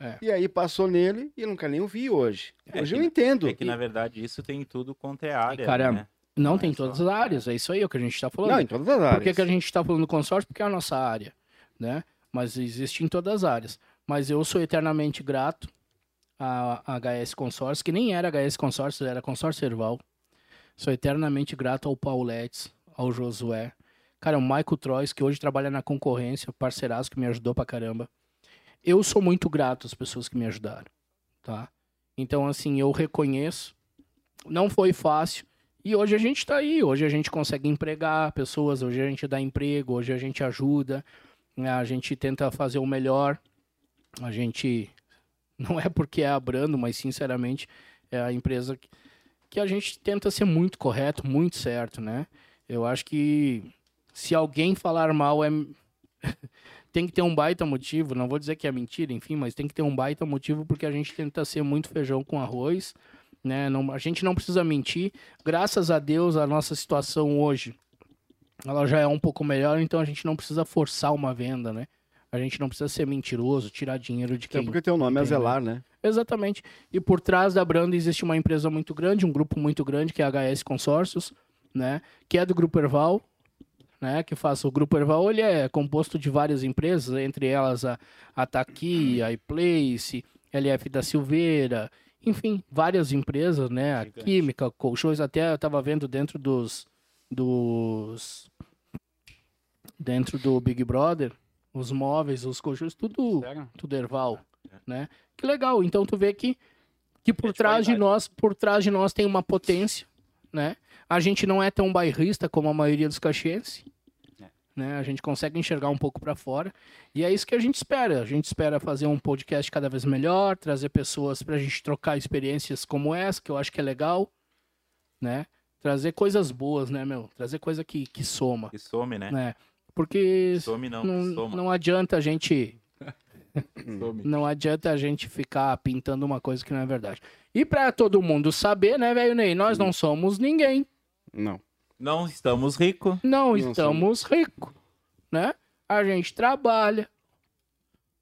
S1: É.
S4: E aí passou nele e eu nunca nem ouvi hoje.
S3: É
S4: hoje
S3: que
S4: eu
S3: na-
S4: entendo.
S3: É que, na verdade, isso tem em tudo quanto é área,
S1: cara,
S3: né?
S1: Não
S3: Ah,
S1: tem em
S3: só.
S1: todas as áreas, é isso aí o que a gente tá falando.
S4: Não, em todas as áreas.
S1: Por que, que a gente está falando do consórcio? Porque é a nossa área, né? Mas existe em todas as áreas. Mas eu sou eternamente grato à HS Consórcio, que nem era HS Consórcio, era Consórcio Erval. Sou eternamente grato ao Pauletes, ao Josué. Cara, o Michael Trois, que hoje trabalha na concorrência, parceiraço que me ajudou pra caramba. Eu sou muito grato às pessoas que me ajudaram, tá? Então, assim, eu reconheço. Não foi fácil. E hoje a gente tá aí, hoje a gente consegue empregar pessoas, hoje a gente dá emprego, hoje a gente ajuda, né, a gente tenta fazer o melhor. A gente não é porque é a Brando, mas sinceramente é a empresa que- que a gente tenta ser muito correto, muito certo, né? Eu acho que se alguém falar mal é [laughs] tem que ter um baita motivo, não vou dizer que é mentira, enfim, mas tem que ter um baita motivo porque a gente tenta ser muito feijão com arroz, né? Não- a gente não precisa mentir, graças a Deus, a nossa situação hoje ela já é um pouco melhor, então a gente não precisa forçar uma venda, né? A gente não precisa ser mentiroso, tirar dinheiro de
S4: Até
S1: quem.
S4: porque teu nome é
S1: Entendo.
S4: Zelar, né?
S1: Exatamente. E por trás da Brando existe uma empresa muito grande, um grupo muito grande, que é a HS Consórcios, né? Que é do Grupo Erval, né? Que faz o Grupo Erval, ele é composto de várias empresas, entre elas a, a Taqui, a iPlace, LF da Silveira, enfim, várias empresas, né? A
S2: Gigante.
S1: Química, Colchões, até eu tava vendo dentro dos... dos dentro do Big Brother, os móveis, os colchões, tudo
S2: Sério?
S1: tudo Erval, né? Que legal. Então tu vê que, que por
S2: É de
S1: trás de
S2: qualidade.
S1: nós, por trás de nós tem uma potência, né? A gente não é tão bairrista como a maioria dos caxienses.
S2: É.
S1: Né? A gente consegue enxergar um pouco para fora. E é isso que a gente espera. A gente espera fazer um podcast cada vez melhor, trazer pessoas pra gente trocar experiências como essa, que eu acho que é legal, né? Trazer coisas boas, né, meu? Trazer coisa que, que soma.
S3: Que some, né?
S1: Né? Porque
S3: Some não,
S1: não,
S3: soma.
S1: não adianta a gente
S3: Some.
S1: não adianta a gente ficar pintando uma coisa que não é verdade. E pra todo mundo saber, né, velho Ney, nós não somos ninguém,
S4: Não.
S3: Não estamos ricos.
S1: não,
S4: Não
S1: estamos ricos, né? A gente trabalha,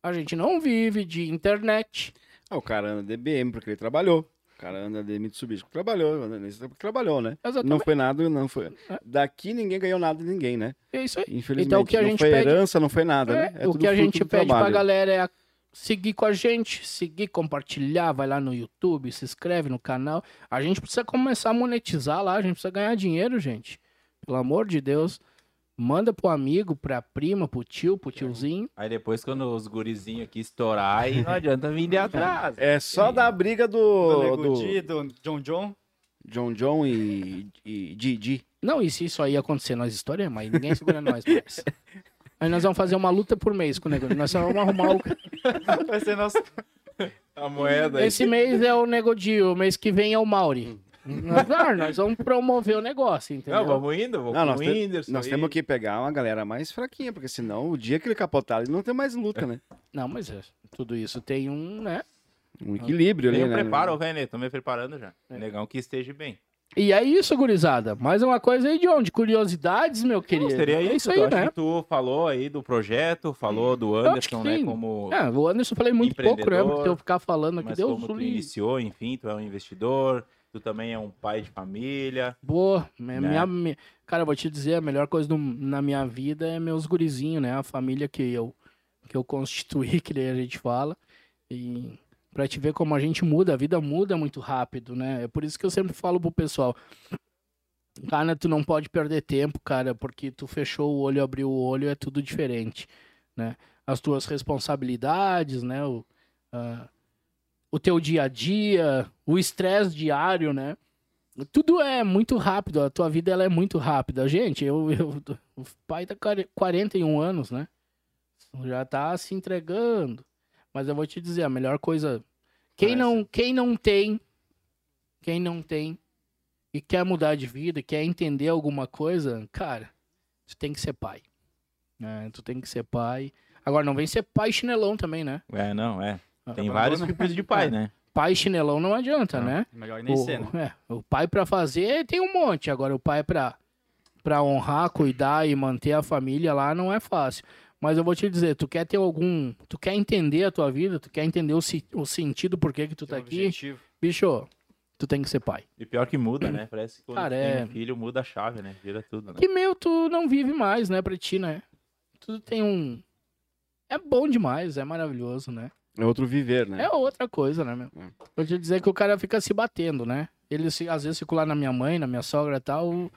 S1: a gente não vive de internet.
S4: Ah, o cara anda de BM porque ele trabalhou. O cara anda de Mitsubishi porque trabalhou. Anda nesse porque trabalhou, né? Não
S1: Exatamente,
S4: foi nada, não foi.
S1: É.
S4: Daqui ninguém ganhou nada de ninguém, né?
S1: é isso aí.
S4: Infelizmente.
S1: Então, o que a
S4: não
S1: gente
S4: foi
S1: pede-
S4: herança, não foi nada,
S1: É,
S4: né? É
S1: o
S4: tudo
S1: que a
S4: fruto
S1: gente
S4: do
S1: pede pra
S4: trabalho.
S1: galera é a- seguir com a gente, seguir, compartilhar, vai lá no YouTube, se inscreve no canal. A gente precisa começar a monetizar lá, a gente precisa ganhar dinheiro, gente. Pelo amor de Deus. Manda pro amigo, pra prima, pro tio, pro tiozinho.
S3: Aí depois, quando os gurizinhos aqui estourar, aí não adianta vir de
S1: [laughs]
S3: atrás.
S4: É só da briga do,
S2: Do
S4: do
S2: Nego Di, do John John.
S4: John John e, e Didi.
S1: Não, e se isso aí acontecer, nós história, mas ninguém
S4: [laughs]
S1: segura nós mais. Aí nós vamos fazer uma luta por mês com o negócio. Nós só vamos arrumar o
S2: Vai ser nosso.
S3: A moeda aí.
S1: Esse mês é o Nego Di, o mês que vem é o Mauri. Nós, ah, nós vamos promover o negócio, entendeu?
S3: Não, vamos indo, vamos
S4: Hum. Não,
S3: com
S4: nós
S3: o
S4: te-
S3: Whindersson
S4: Nós
S3: aí.
S4: temos que pegar uma galera mais fraquinha, porque senão o dia que ele capotar, ele não tem mais luta, né?
S1: Não, mas é, tudo isso tem um, né?
S4: Um equilíbrio
S3: Tem
S4: ali,
S3: um
S4: né?
S3: preparo, velho, né? Tô me preparando já. Legal que esteja bem.
S1: E é isso, gurizada. Mais uma coisa aí de onde? Curiosidades, meu querido.
S3: Seria
S1: é
S3: isso,
S1: isso
S3: tu
S1: aí,
S3: acha
S1: né?
S3: que tu falou aí do projeto, falou do
S1: acho
S3: Anderson,
S1: que
S3: né?
S1: sim.
S3: Como,
S1: É, o Anderson eu falei muito pouco, né?
S3: Empreendedor,
S1: Porque eu ficar falando aqui, um
S3: mas
S1: Deus
S3: como
S1: o
S3: tu
S1: livre.
S3: iniciou, enfim, tu é um investidor, tu também é um pai de família.
S1: Boa. Minha,
S3: Né?
S1: minha- minha- Cara, eu vou te dizer, a melhor coisa do- na minha vida é meus gurizinhos, né? A família que eu, que eu constituí, [laughs] que nem a gente fala. E pra te ver como a gente muda, a vida muda muito rápido, né? É por isso que eu sempre falo pro pessoal. Cara, tu não pode perder tempo, cara, porque tu fechou o olho, abriu o olho, é tudo diferente, né? As tuas responsabilidades, né? O, ah, o teu dia a dia, o estresse diário, né? Tudo é muito rápido, a tua vida ela é muito rápida. Gente, eu, eu- o pai tá quare- 41 anos, né? Já tá se entregando. Mas eu vou te dizer, a melhor coisa. Quem,
S4: Parece.
S1: não, quem não tem, quem não tem e quer mudar de vida, quer entender alguma coisa, cara, tu tem que ser pai. né? Tu tem que ser pai. Agora, não vem ser pai chinelão também, né?
S3: É, não, é.
S1: Ah,
S3: Tem
S2: Tá
S3: vários
S2: bom, né?
S3: tipos
S1: [laughs]
S3: de
S1: É.
S3: pai, né?
S1: Pai chinelão não adianta,
S3: Não.
S1: né?
S2: Melhor nem
S1: o,
S2: ser, né?
S1: é, o pai pra fazer tem um monte. Agora, o pai pra, pra honrar, cuidar e manter a família lá não é fácil. Mas eu vou te dizer, tu quer ter algum. Tu quer entender a tua vida, tu quer entender o, si- o sentido por que, que tu tá
S2: Tem um
S1: aqui,
S2: objetivo.
S1: bicho, tu tem que ser pai.
S3: E pior que muda, né? Parece que quando
S1: Cara,
S3: tu tem
S1: é.
S3: um filho, muda a chave, né? Vira tudo, né?
S1: Que meu, tu não vive mais, né, pra ti, né? Tu tem um. É bom demais, é maravilhoso, né?
S4: É outro viver, né?
S1: É outra coisa, né, meu?
S4: É.
S1: Vou te dizer que o cara fica se batendo, né? Ele se- às vezes fica lá na minha mãe, na minha sogra e tal.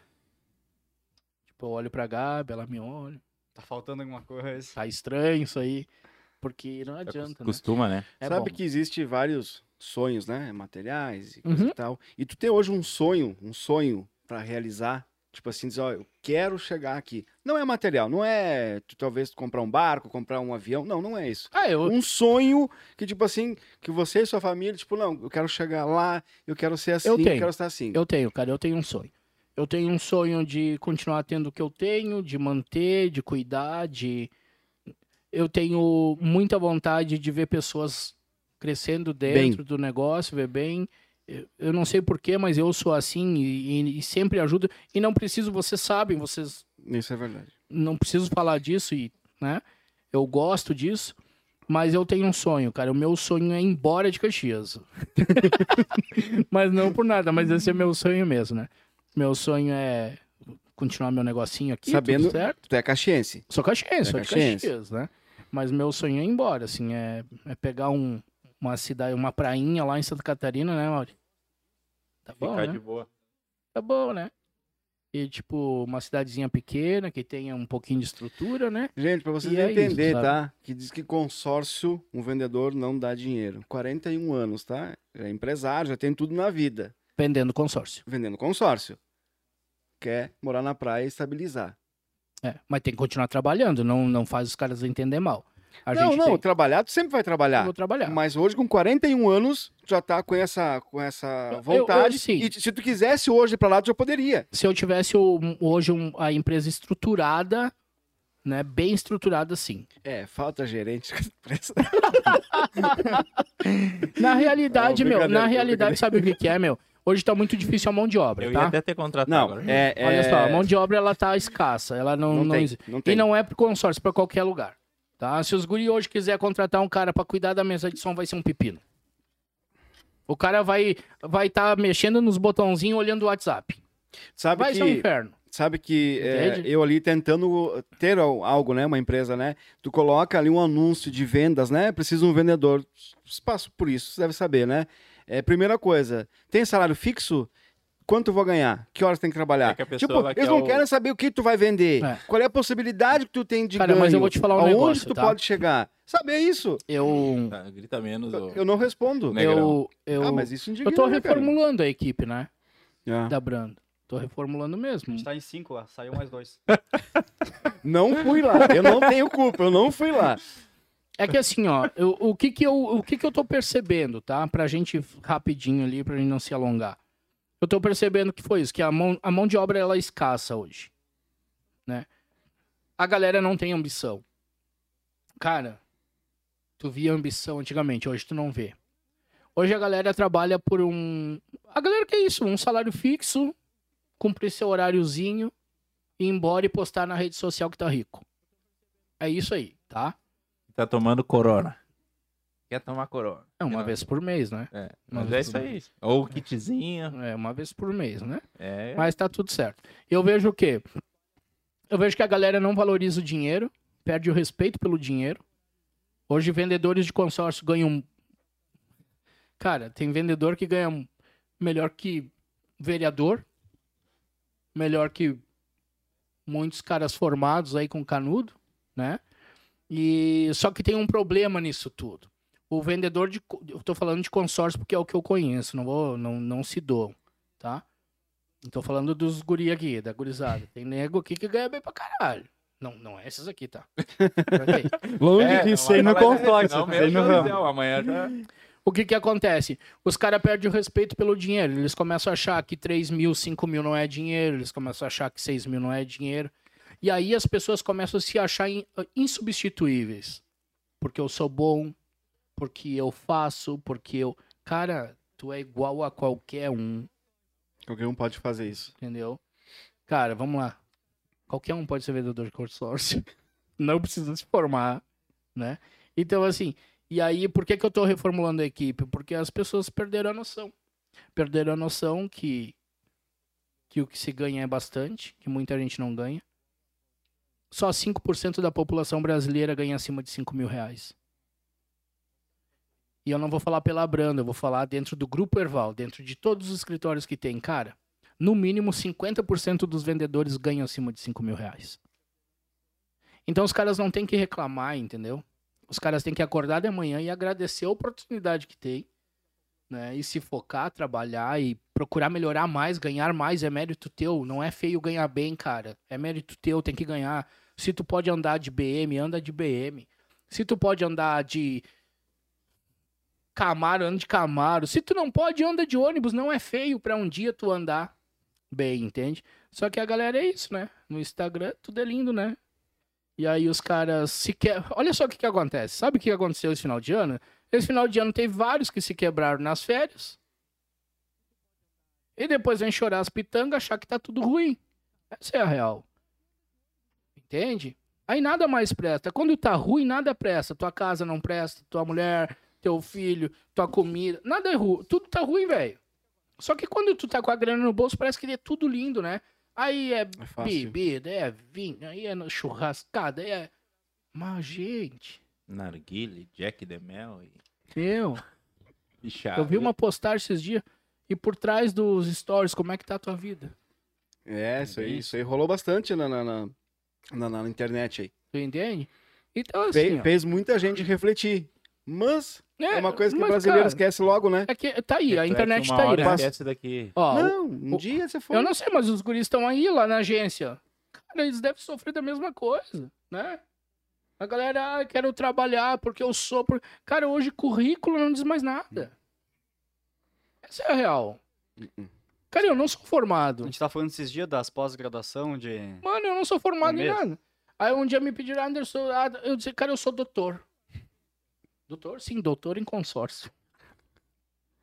S1: Tipo, eu olho pra Gabi, ela me olha.
S2: Tá faltando alguma coisa.
S1: Tá estranho isso aí. Porque não
S3: Já
S1: adianta, né?
S3: Costuma, né?
S1: É
S4: Sabe
S1: bom.
S4: que existe vários sonhos, né? Materiais e coisa
S1: Uhum.
S4: e tal. E tu tem hoje um sonho, um sonho pra realizar. Tipo assim, dizer, ó, eu quero chegar aqui. Não é material, não é tu, talvez tu comprar um barco, comprar um avião. Não, não é isso.
S1: Ah, eu.
S4: Um sonho que, tipo assim, que você e sua família, tipo, não, eu quero chegar lá, eu quero ser assim, eu,
S1: tenho.
S4: quero estar assim.
S1: Eu tenho, cara, eu tenho um sonho. Eu tenho um sonho de continuar tendo o que eu tenho, de manter, de cuidar, de. Eu tenho muita vontade de ver pessoas crescendo dentro do negócio, ver bem. Eu- Eu não sei porquê, mas eu sou assim e, e- e sempre ajudo. E não preciso, vocês sabem, vocês
S4: Isso é verdade.
S1: não preciso falar disso e, né? Eu gosto disso, mas eu tenho um sonho, cara. O meu sonho é ir embora de Caxias. [laughs] mas não por nada, mas esse é meu sonho mesmo, né? Meu sonho é continuar meu negocinho aqui,
S4: Sabendo-
S1: tudo certo?
S4: Tu é caxiense.
S1: Sou caxiense, sou de
S4: caxiense.
S1: Caxias, né? Mas meu sonho é ir embora, assim, é, é pegar um, uma cidade, uma prainha lá em Santa Catarina, né, Mauri? Tá bom,
S3: Ficar
S1: né?
S3: de boa.
S1: tá bom, né? E, tipo, uma cidadezinha pequena, que tenha um pouquinho de estrutura, né?
S4: Gente, pra vocês
S1: E é isso,
S4: entenderem,
S1: sabe?
S4: tá? Que diz que consórcio, um vendedor não dá dinheiro. 41 anos, tá? Já é empresário, já tem tudo na vida.
S1: Vendendo consórcio.
S4: Vendendo consórcio. Quer morar na praia e estabilizar.
S1: É, mas tem que continuar trabalhando, não, não faz os caras entender mal. A
S4: não,
S1: gente
S4: não,
S1: tem.
S4: trabalhar, tu sempre vai
S1: Eu
S4: trabalhar.
S1: vou trabalhar.
S4: Mas hoje, com 41 anos, tu já tá com essa, com essa
S1: eu-
S4: vontade.
S1: eu- sim.
S4: E se tu quisesse hoje ir pra lá, tu já poderia.
S1: Se eu tivesse um- hoje um- a empresa estruturada, né? Bem estruturada, sim.
S4: É, falta gerente.
S1: Na
S4: [laughs]
S1: realidade,
S4: Não,
S1: meu,
S4: brincadeira,
S1: na realidade, sabe o que que é, meu? Hoje tá muito difícil a mão de obra,
S3: Eu ia
S1: tá?
S3: até ter contratado
S4: [laughs] Não,
S3: agora.
S4: é, é-
S1: Olha só, a mão de obra ela tá escassa, ela não,
S4: não,
S1: não
S4: tem,
S1: exi-
S4: não tem.
S1: E não é pro consórcio, pra qualquer lugar. Tá? Se os guri hoje quiser contratar um cara pra cuidar da mesa de som, vai ser um pepino. O cara vai vai tá mexendo nos botãozinhos, olhando o WhatsApp.
S4: Sabe
S1: Vai
S4: que...
S1: ser um inferno.
S4: sabe que é,
S1: Entende?
S4: eu ali tentando ter al- algo, né? Uma empresa, né? Tu coloca ali um anúncio de vendas, né? Precisa de um vendedor. Espaço por isso, você deve saber, né? É, primeira coisa, tem salário fixo? Quanto eu vou ganhar? Que horas tem que trabalhar?
S3: É que a pessoa,
S4: tipo,
S3: ela
S4: eles
S3: quer
S4: não
S3: o-
S4: querem saber o que tu vai vender.
S1: É.
S4: Qual é a possibilidade que tu tem de
S1: Cara,
S4: ganho.
S1: mas eu vou te falar um
S4: aonde
S1: negócio,
S4: tu
S1: tá?
S4: pode chegar. Saber isso.
S1: Eu.
S3: Tá, grita menos. ô.
S4: Eu não respondo.
S3: Né?
S1: Eu.
S3: Negrão.
S1: Eu,
S4: Ah, mas isso indigna,
S1: eu tô
S4: né, cara?
S1: reformulando a equipe, né?
S4: É.
S1: Da Brando. Tô reformulando
S2: A
S1: mesmo.
S2: gente tá em 5 lá, saiu mais dois.
S4: Não fui lá. Eu não tenho culpa. Eu não fui lá.
S1: É que assim, ó, eu- o, que que eu, o que que eu tô percebendo, tá? Pra gente f- rapidinho ali, pra gente não se alongar. Eu tô percebendo que foi isso, que a mão, a mão de obra ela é escassa hoje, né? A galera não tem ambição. Cara, tu via ambição antigamente, hoje tu não vê. Hoje a galera trabalha por um... A galera que é isso, um salário fixo, cumprir seu horáriozinho, ir embora e postar na rede social que tá rico. É isso aí, tá?
S3: Tá tomando corona. Quer tomar corona.
S1: É uma
S3: Não.
S1: vez por mês, né?
S3: É,
S1: Uma
S3: mas é
S1: vez
S3: isso
S1: por
S3: aí. Ou o kitzinho.
S1: É uma vez por mês, né?
S3: É.
S1: Mas tá tudo certo. Eu vejo o quê? Eu vejo que a galera não valoriza o dinheiro, perde o respeito pelo dinheiro. Hoje, vendedores de consórcio ganham. um, Cara, tem vendedor que ganha um melhor que vereador, melhor que muitos caras formados aí com canudo, né? E só que tem um problema nisso tudo. O vendedor de, co- eu tô falando de consórcio porque é o que eu conheço, não vou, não, não se doam, tá? Não tô falando dos guri aqui, da gurizada. Tem nego aqui que ganha bem pra caralho. Não, não é esses aqui, tá? Ok.
S2: Longe
S3: É,
S2: disso,
S3: não
S2: aí no
S3: vai falar
S2: consórcio,
S3: não, meu
S2: aí no
S4: é
S3: Deus do
S2: ramo.
S3: céu, Amanhã já.
S1: O que que acontece? Os caras perdem o respeito pelo dinheiro. Eles começam a achar que 3 mil, 5 mil não é dinheiro. Eles começam a achar que 6 mil não é dinheiro. E aí as pessoas começam a se achar in- ah, insubstituíveis. Porque eu sou bom, porque eu faço, porque eu... Cara, tu é igual a qualquer um,
S4: Qualquer um pode fazer isso.
S1: entendeu? Cara, vamos lá. Qualquer um pode ser vendedor de consórcio. [laughs] Não precisa se formar, né? Então, assim, e aí, por que, que eu tô reformulando a equipe? Porque as pessoas perderam a noção. Perderam a noção que, que o que se ganha é bastante, que muita gente não ganha. Só 5% da população brasileira ganha acima de 5 mil reais. E eu não vou falar pela Branda, eu vou falar dentro do Grupo Erval, dentro de todos os escritórios que tem. Cara, no mínimo 50% dos vendedores ganham acima de 5 mil reais. Então os caras não têm que reclamar, entendeu? Os caras têm que acordar de manhã e agradecer a oportunidade que tem, né? E se focar, trabalhar e procurar melhorar mais, ganhar mais é mérito teu. Não é feio ganhar bem, cara. É mérito teu, tem que ganhar. Se tu pode andar de BM, anda de BM. Se tu pode andar de Camaro, anda de Camaro. Se tu não pode, anda de ônibus. Não é feio pra um dia tu andar bem, entende? Só que a galera é isso, né? No Instagram tudo é lindo, né? E aí os caras se que... Olha só o que, que acontece. Sabe o que aconteceu esse final de ano? Esse final de ano teve vários que se quebraram nas férias. E depois vem chorar as pitangas, achar que tá tudo ruim. Essa é a real. Entende? Aí nada mais presta. Quando tá ruim, nada presta. Tua casa não presta, tua mulher, teu filho, tua comida. Nada é ruim. Tudo tá ruim, velho. Só que quando tu tá com a grana no bolso, parece que é tudo lindo, né? Aí é
S4: É fácil.
S1: bebida, é vinho, aí é no- churrascada, aí é. Mas, gente,
S3: Narguile, Jack Demel e.
S1: meu,
S3: e chá.
S1: eu vi uma postagem esses dias e por trás dos stories, como é que tá a tua vida?
S4: É, isso aí,
S3: Isso.
S4: isso aí rolou bastante na, na, na, na- na internet aí.
S1: Tu entende? Então,
S4: Fe-
S1: assim. ó,
S4: fez muita gente refletir. Mas é, uma coisa que o
S1: mas,
S4: brasileiro
S1: cara,
S4: esquece logo, né?
S1: é que tá aí, a
S3: Reflete
S1: internet
S3: uma
S1: tá aí,
S3: hora,
S1: né?
S3: esquece daqui.
S1: Ó,
S4: não, um
S1: o-
S4: dia você foi.
S1: eu não sei, mas os guris estão aí lá na agência. Cara, eles devem sofrer da mesma coisa, né? A galera, ah, quero trabalhar porque eu sou. por-" Cara, hoje currículo não diz mais nada.
S4: Hum.
S1: Essa é a real. Cara, [laughs] eu não sou
S2: A
S1: formado.
S2: gente tá falando esses dias das pós-graduação de.
S1: Mano, eu não sou formado
S2: É
S1: em
S2: mesmo?
S1: nada. Aí um dia me pediram, Anderson, ah, eu disse, cara, eu sou doutor. Doutor? Sim, doutor em consórcio.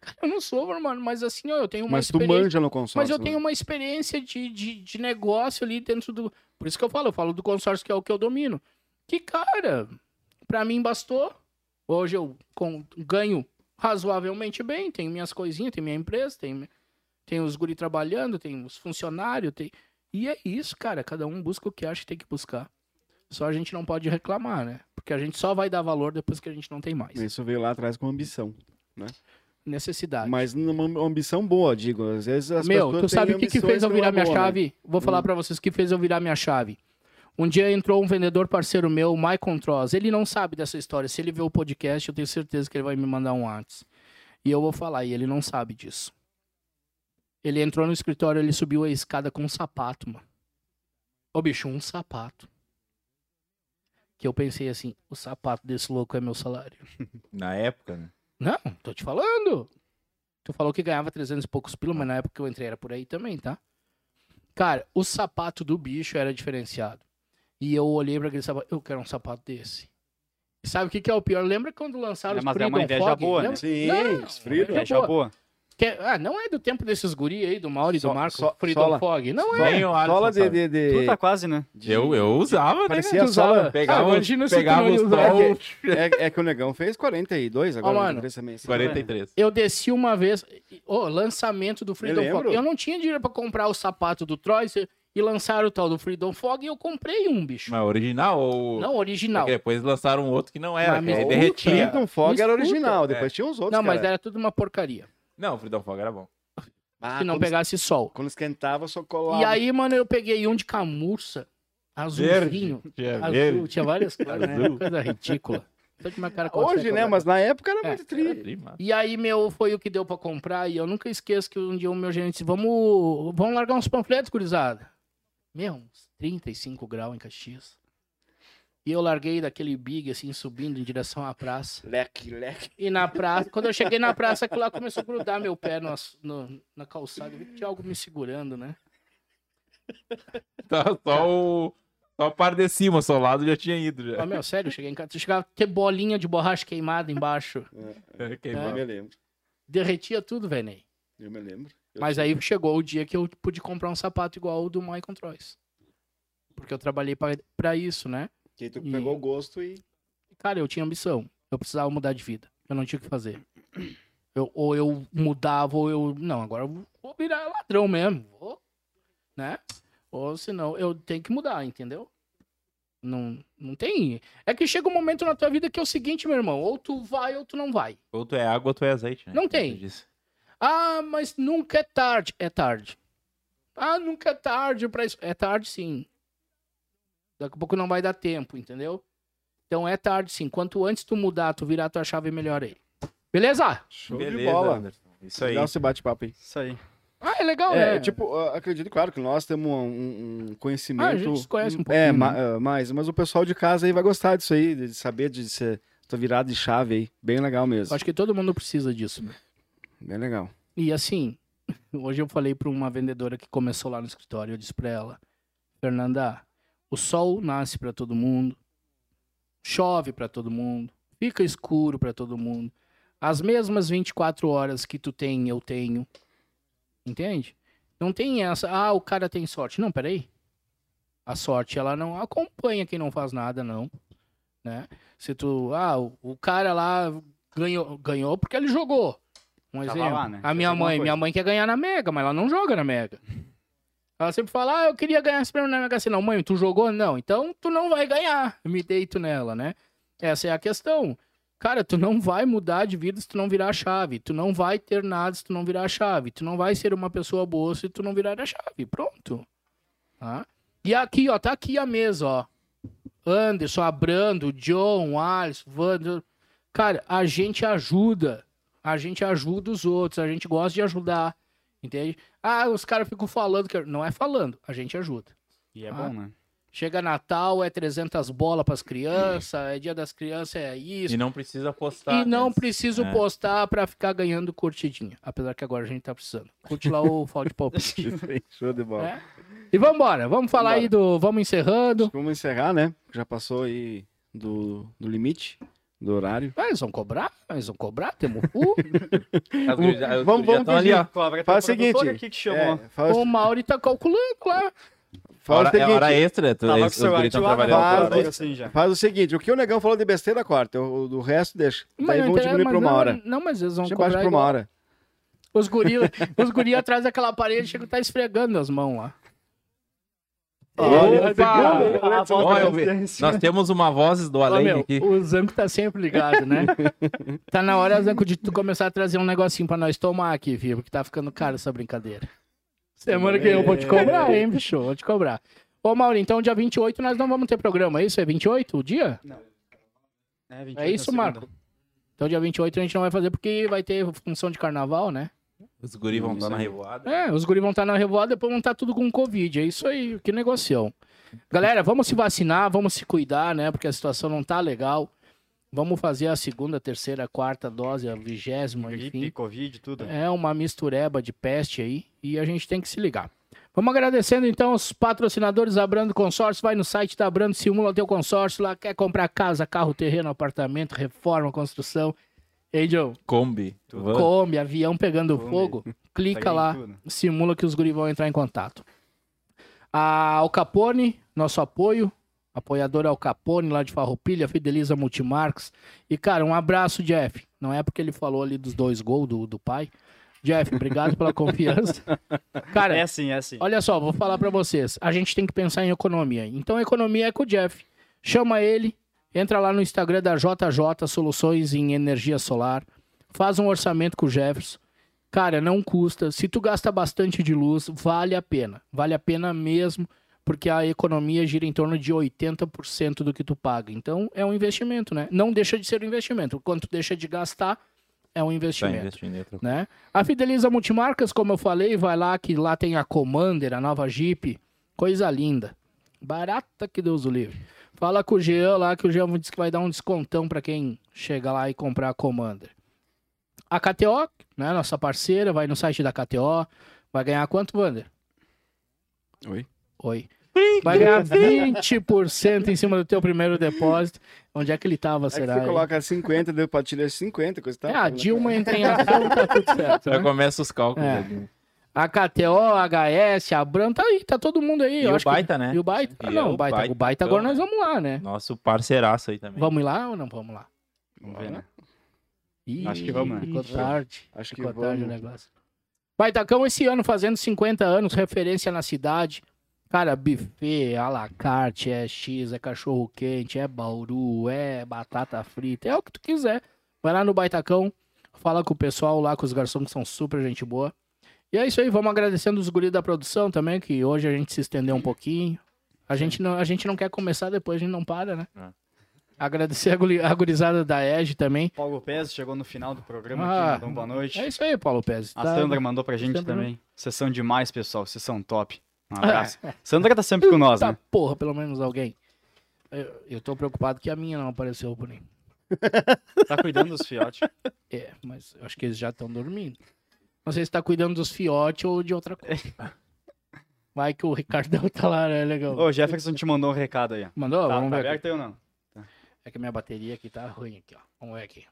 S1: Cara, eu não sou, mano, mas assim, ó, eu tenho uma
S4: Mas tu
S1: experiência.
S4: manja no consórcio.
S1: Mas eu
S4: né?
S1: tenho uma experiência de, de, de negócio ali dentro do. Por isso que eu falo, eu falo do consórcio que é o que eu domino. Que, cara, pra mim bastou. Hoje eu com- ganho razoavelmente bem, tenho minhas coisinhas, tenho minha empresa, tenho, tenho os guri trabalhando, tenho os funcionários, tenho... E é isso, cara. Cada um busca o que acha que tem que buscar. Só a gente não pode reclamar, né? Porque a gente só vai dar valor depois que a gente não tem mais.
S4: Isso veio lá atrás com ambição.
S1: Necessidade.
S4: Mas numa ambição boa, digo. Às vezes as
S1: Meu,
S4: pessoas
S1: tu
S4: têm
S1: sabe o que, que
S4: ambições
S1: fez eu
S4: pela
S1: virar minha
S4: boa, né?
S1: chave? Vou falar pra vocês o que fez eu virar minha chave. Um dia entrou um vendedor parceiro meu, o Maicon Troz. Ele não sabe dessa história. Se ele vê o podcast, eu tenho certeza que ele vai me mandar um antes. E eu vou falar, e ele não sabe disso. Ele entrou no escritório, ele subiu a escada com um sapato, mano. Ô, bicho, um sapato. Que eu pensei assim, o sapato desse louco é meu salário.
S3: Na época, né?
S1: Não, tô te falando. Tu falou que ganhava 300 e poucos pila, mas na época que eu entrei era por aí também, tá? Cara, o sapato do bicho era diferenciado. E eu olhei pra aquele sapato, eu quero um sapato desse. E sabe o que, que é o pior? Lembra quando lançaram
S2: É,
S1: os
S2: mas é uma
S1: Freedom
S2: inveja
S1: Fog?
S2: boa, né?
S1: Lembra?
S4: Sim,
S1: Não,
S4: os Freedom.
S1: inveja
S2: Já
S1: É, boa.
S2: boa.
S1: Que- ah, não é do tempo desses guri aí, do Mauro e do
S4: Só-
S1: Marco,
S4: só-
S1: Freedom
S4: sola-
S1: Fog. Não é.
S3: Nem o Alisson
S4: Sola de,
S3: sabe.
S4: de,
S2: Tu
S4: de-
S2: tá quase, né?
S3: Eu, eu usava, né?
S4: Parecia
S1: Tu usava.
S4: sola.
S1: Ah,
S3: Pegava,
S1: imagina se tu
S3: pegava
S1: não
S3: os
S1: usava.
S3: pau-
S4: [laughs] É, é que o negão fez 42 agora.
S1: Ó, mano,
S4: 43 também, assim.
S3: 43.
S1: Eu desci uma vez, o lançamento do Freedom
S4: lembro.
S1: Fog. Eu não tinha dinheiro pra comprar o sapato do Troy e- e lançaram o tal do Freedom Fog e eu comprei um, bicho.
S3: Mas é original ou.
S1: Não, original.
S3: Porque Depois lançaram um outro que não era,
S1: Mas
S3: que ele
S1: me
S3: derretia.
S1: escuta.
S4: Freedom Fog
S1: Me
S4: era
S1: escuta.
S4: original, depois tinha os outros.
S1: Não, mas é
S4: cara.
S1: era tudo uma porcaria.
S3: Não, o Freedom Fog era bom.
S4: Ah,
S1: se não
S4: quando, ah,
S1: pegasse sol.
S4: quando esquentava, só colava.
S1: E aí, mano, eu peguei um de camurça, azulzinho.
S4: É.
S3: Tinha
S1: Azul,
S3: verde.
S1: tinha
S4: [laughs]
S1: várias cores, né?
S3: Azul.
S1: Coisa ridícula. Não sei como é que o cara consegue
S4: Hoje, né?
S1: agora.
S4: Mas na época era
S1: É,
S4: muito
S3: Era
S4: triste.
S3: prima.
S1: E aí, meu, foi o que deu pra comprar. E eu nunca esqueço que um dia o meu gerente disse: Vamos, vamos largar uns panfletos, gurizada. Meu, uns 35 graus em Caxias. E eu larguei daquele big, assim, subindo em direção à praça.
S4: Leque, leque.
S1: E na praça, quando eu cheguei na praça, aquilo lá começou a grudar meu pé no, ass- no- na calçada. Eu vi que tinha algo me segurando, né?
S3: Tá, [laughs] só o. Só a parte de cima, só o lado já tinha ido.
S1: Mas,
S3: Já.
S1: meu, sério, eu cheguei em casa. Tu chegava a ter bolinha de borracha queimada embaixo.
S4: Eu
S3: [laughs]
S1: Ah.
S3: Queimava.
S1: É.
S4: me lembro.
S1: Derretia tudo, velho.
S4: Eu me lembro. Eu
S1: Mas é aí chegou o dia que eu pude comprar um sapato igual o do Michael Troyes. Porque eu trabalhei pra- pra isso, né?
S4: Que tu
S1: E-
S4: pegou o gosto e.
S1: Cara, eu tinha ambição. Eu precisava mudar de vida. Eu não tinha o que fazer. Eu- ou eu mudava, ou eu. Não, agora eu vou virar ladrão mesmo. Vou, né? Ou senão eu tenho que mudar, entendeu? Não, não tem. É que chega um momento na tua vida que é o seguinte, meu irmão: ou tu vai ou tu não vai.
S3: Ou tu é água ou tu é azeite, né?
S1: Não
S3: Como tu
S1: tem.
S3: disse.
S1: Ah, mas nunca é tarde. É tarde. Ah, nunca é tarde pra isso. É tarde sim. Daqui a pouco não vai dar tempo, entendeu? Então é tarde sim. Quanto antes tu mudar, tu virar tua chave, melhor aí. Beleza?
S4: Show de
S3: Beleza,
S4: bola.
S3: Anderson. Isso aí.
S4: né? Legal esse bate-papo aí.
S2: Isso aí.
S1: Ah, é legal,
S4: É,
S1: né?
S4: tipo, ah, acredito, claro, que nós temos um- um, um conhecimento.
S1: Ah, a gente se conhece um pouquinho,
S4: É,
S1: né?
S4: ma- ah, mais, mas o pessoal de casa aí vai gostar disso aí, de saber de ser tua virada de chave aí. Bem legal
S1: Eu
S4: mesmo.
S1: acho que todo mundo precisa disso. né?
S4: Bem legal.
S1: E assim, [laughs] hoje eu falei pra uma vendedora que começou lá no escritório, eu disse pra ela, Fernanda, o sol nasce pra todo mundo, chove pra todo mundo, fica escuro pra todo mundo. As mesmas 24 horas que tu tem, eu tenho. Entende? Não tem essa, ah, o cara tem sorte. Não, peraí. A sorte, ela não acompanha quem não faz nada, não. Né? Se tu, ah, o, o cara lá ganhou, ganhou porque ele jogou. Um
S2: Tava
S1: exemplo.
S2: lá, né?
S1: A
S2: Fez
S1: minha
S2: alguma
S1: mãe,
S2: coisa.
S1: minha mãe quer ganhar na Mega, mas ela não joga na Mega. Ela sempre fala, ah, eu queria ganhar esse prêmio na Mega Sena. Não, mãe, tu jogou? Não. Então, tu não vai ganhar. Eu Me deito nela, né? Essa é a questão. Cara, tu não vai mudar de vida se tu não virar a chave. Tu não vai ter nada se tu não virar a chave. Tu não vai ser uma pessoa boa se tu não virar a chave. Pronto. Tá? E aqui, ó, tá aqui a mesa, ó. Anderson, Abrando, John, Alisson, Wander. Cara, a gente ajuda. A gente ajuda os outros. A gente gosta de ajudar. Entende? Ah, os caras ficam falando. que Não é falando. A gente ajuda.
S2: E é
S1: Ah.
S2: bom, né?
S1: Chega Natal, é 300 bolas para as crianças, é Dia das Crianças, é isso. tá.
S3: E não precisa postar.
S1: e não
S3: né?
S1: preciso
S3: É.
S1: postar para ficar ganhando curtidinha. Apesar que agora a gente tá precisando. Curte lá o Falde Palpite.
S4: [laughs] Show de bola.
S1: né? E vambora, vamos falar aí do. Vamos encerrando.
S4: Vamos encerrar, né? Já passou aí do, do limite, do horário.
S1: Ah, eles vão cobrar, eles vão cobrar, temos
S4: [laughs]
S1: o
S3: As guri- as
S4: Vamos-
S3: guri
S4: vamos
S3: já tão ali,
S4: pedir.
S3: ó.
S2: Cobra,
S4: Faz o
S2: tem produtora
S4: seguinte,
S2: aqui que chamou.
S4: É, fala,
S1: o Mauri tá calculando lá.
S4: fala
S3: hora,
S4: o seguinte,
S3: é hora extra, tu,
S2: Tava Tá com o
S3: os
S2: celular
S3: guri
S2: de
S3: estão
S2: lado,
S3: trabalhando.
S4: Claro.
S2: agora,
S3: toda hora.
S2: assim já.
S4: faz o seguinte, o que o Negão falou de besteira, corta. O, o do resto, deixa. Daí
S1: não
S4: vamos
S1: interessa,
S4: diminuir pra uma
S1: não,
S4: hora.
S1: Não, mas eles vão
S4: Deixa
S1: cobrar.
S4: baixo pra uma
S1: igual.
S4: hora.
S1: Os
S4: [laughs]
S1: guri, os guri atrás daquela parede chegam tá esfregando as mãos lá.
S3: Olha,
S1: Opa!
S4: um
S3: Opa! Ó,
S4: né?
S3: eu
S4: É
S3: vi- Nós temos uma voz do
S1: Ó,
S3: além
S1: meu,
S3: aqui.
S1: o Zanco tá sempre ligado,
S4: [laughs]
S1: né? tá na hora, Zanco, de tu começar a trazer um negocinho pra nós tomar aqui, viu? Porque tá ficando caro essa brincadeira. Semana que eu vou te cobrar, hein, bicho? Vou te cobrar. Ô, Mauri, então dia 28 nós não vamos ter programa, é isso? É 28 o dia?
S2: É, 28
S1: É isso,
S2: na segunda.
S1: Marco? Então dia 28 a gente não vai fazer porque vai ter função de carnaval, né?
S3: Os guri vão estar na revoada.
S1: É, os guri vão estar na revoada, depois vão estar tudo com Covid. É isso aí, que negocião. Galera, vamos se vacinar, vamos se cuidar, né? Porque a situação não tá legal. Vamos fazer a segunda, terceira, quarta dose, a vigésima,
S2: Gripe,
S1: enfim.
S2: Covid, tudo. Tá
S1: É uma mistureba de peste aí e a gente tem que se ligar. Vamos agradecendo então os patrocinadores Abrando Consórcio. Vai no site da Abrando, simula o teu consórcio lá. Quer comprar casa, carro, terreno, apartamento, reforma, construção. Ei, Joe,
S3: Kombi. Van.
S1: Kombi, avião pegando
S2: Kombi. [laughs]
S1: fogo. Clica
S2: Pega em
S1: lá
S2: tudo.
S1: simula que os guri vão entrar em contato. A Al Capone, nosso apoio. Apoiador Al Capone, lá de Farroupilha, Fideliza Multimarcos. E, cara, um abraço, Jeff. Não é porque ele falou ali dos dois gols do, do pai. Jeff, obrigado pela confiança. Cara,
S2: É assim, é assim.
S1: Olha só, vou falar pra vocês. A gente tem que pensar em economia. Então, a economia é com o Jeff. Chama ele, entra lá no Instagram da JJ Soluções em Energia Solar, faz um orçamento com o Jefferson. Cara, não custa. Se tu gasta bastante de luz, vale a pena. Vale a pena mesmo, porque a economia gira em torno de 80% do que tu paga. Então, é um investimento, né? Não deixa de ser um investimento. Quando tu deixa de gastar, é um
S3: Tá
S1: investimento
S3: investindo em outra coisa.
S1: né? A Fideliza Multimarcas, como eu falei, vai lá que lá tem a Commander, a nova Jeep, coisa linda. Barata que Deus o livre. Fala com o Jean lá que o Jean disse que vai dar um descontão pra quem chega lá e comprar a Commander. A KTO, né, nossa parceira, vai no site da KTO, vai ganhar quanto, Wander?
S4: Oi?
S1: Oi. Vai ganhar 20% em cima do teu primeiro depósito. Onde é que ele tava,
S4: É que tá?
S1: será?
S4: você
S1: hein?
S4: coloca 50, deu pra tirar 50, coisa e tal.
S1: É, a Dilma entra em ação, tá tudo certo. né?
S3: Já começa os cálculos.
S1: É.
S3: ali.
S1: A KTO, a HS, a Bram, tá aí, tá todo mundo aí.
S3: E
S1: eu
S3: o
S1: acho que-
S3: Baita, né?
S1: E o Baita?
S3: E
S1: Ah, não,
S3: é
S1: o Baita. O Baita
S3: então,
S1: agora nós vamos lá, né?
S3: Nosso parceiraço aí também.
S1: Vamos lá ou não vamos lá?
S2: Vamos ver, né?
S1: Ih,
S2: Acho que vamos, né?
S1: Ficou tarde.
S4: Acho que
S1: ficou tarde o
S4: vamos.
S1: negócio. Baitacão esse ano fazendo 50 anos, referência na cidade. Cara, buffet, à la carte, é X, é cachorro quente, é bauru, é batata frita, é o que tu quiser. Vai lá no Baitacão, fala com o pessoal lá, com os garçons que são super gente boa. E é isso aí, vamos agradecendo os guris da produção também, que hoje a gente se estendeu um pouquinho. A gente não, a gente não quer começar depois, a gente não para, né?
S3: É.
S1: Agradecer a guri- a gurizada da EG também.
S2: Paulo Pérez chegou no final do programa
S1: Ah,
S2: aqui, mandou um boa noite.
S1: É isso aí, Paulo Pérez.
S2: A
S1: Tá-
S2: Sandra mandou pra gente
S1: Sandra-
S2: também. Sessão demais, pessoal. Sessão top.
S1: [laughs]
S2: Um abraço. Sandra tá sempre com nós,
S1: Tá
S2: né?
S1: porra, pelo menos alguém. Eu, eu tô preocupado que a minha não apareceu por mim.
S2: Tá cuidando
S1: [laughs]
S2: dos fiotes.
S1: É, mas eu acho que eles já estão dormindo. Não sei se tá cuidando dos fiotes ou de outra
S2: [laughs]
S1: coisa. Vai que o Ricardão tá lá, né, legal.
S2: Ô, Jefferson te mandou um recado aí. ó.
S1: Mandou?
S2: tá
S1: Vamos
S2: tá
S1: ver. aqui.
S2: aberto aí ou não?
S1: É que a minha bateria aqui tá ruim aqui, ó. Vamos ver aqui.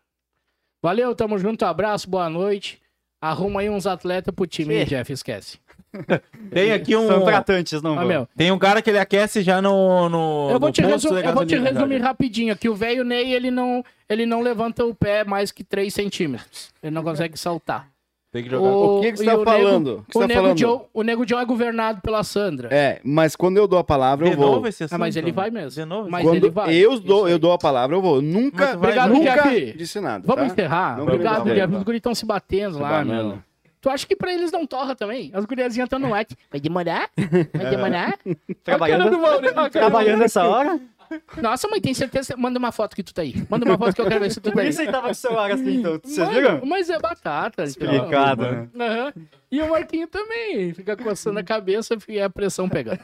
S1: Valeu, tamo junto, abraço, boa noite. Arruma aí uns atletas pro time, hein,
S2: Sim.
S1: Jeff, esquece.
S3: Tem aqui um.
S2: São tratantes, não
S1: Ah,
S2: vão.
S1: meu,
S3: Tem um cara que ele aquece já no. no
S1: Eu vou
S3: no
S1: te,
S3: posto
S1: resu-
S3: da
S1: eu vou te
S3: gasolina, já,
S1: resumir
S3: já.
S1: rapidinho que o velho Ney ele não, ele não levanta o pé mais que 3 centímetros. Ele não consegue saltar.
S3: Tem que jogar.
S4: O que que você tá
S1: e o
S4: falando?
S1: Nego,
S4: [laughs] O que você
S1: o,
S4: tá
S1: nego
S4: falando?
S1: Joe, o Nego Joe é governado pela Sandra.
S4: É, mas quando eu dou a palavra, eu
S3: De
S4: vou.
S3: novo esse assunto,
S1: Ah, mas ele
S3: né?
S1: vai mesmo.
S3: De novo. esse
S1: Mas
S4: Quando
S1: ele vai.
S4: eu
S1: Isso
S4: dou,
S1: aí.
S4: eu dou a palavra, eu vou. Nunca,
S3: Mas vai-
S4: Obrigado,
S1: Obrigado,
S4: nunca
S1: Jeff.
S4: disse nada.
S1: Vamos
S4: tá?
S1: encerrar.
S4: Não,
S1: Obrigado,
S4: beleza,
S1: Jeff.
S4: tá.
S1: Os guris estão se batendo lá,
S4: banana.
S1: meu. Tu acha que pra eles não torra também? As guriazinhas estão no like. Vai demorar? Vai [laughs] demorar? Ah,
S2: Trabalhando, trabalhando essa hora?
S1: Nossa, mãe, tem certeza. Manda uma foto que tu tá aí. Manda uma foto que eu quero ver se tu tá
S2: Por
S1: aí.
S2: isso ele tava com o celular assim, então. Vocês
S1: Mano,
S2: viram?
S1: Mas é batata. então.
S2: Explicado, né?
S1: Aham. E o Marquinho também, fica coçando a cabeça e a pressão pegando.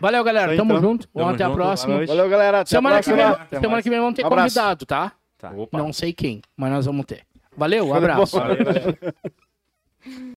S1: Valeu, galera.
S2: Isso aí,
S1: Tamo
S2: então.
S1: junto. Vamos
S3: Tamo
S1: até a
S3: junto.
S1: próxima.
S2: Boa noite.
S4: Valeu, galera. Até
S1: Semana
S4: a
S1: que,
S4: próxima.
S1: vem,
S3: Até
S1: semana
S3: mais.
S1: que vem vamos ter
S4: Abraço.
S1: convidado, tá?
S2: Tá.
S3: Opa.
S1: Não sei quem, mas nós vamos ter. Valeu,
S4: Show de
S1: abraço.
S4: bola.
S3: Valeu, galera.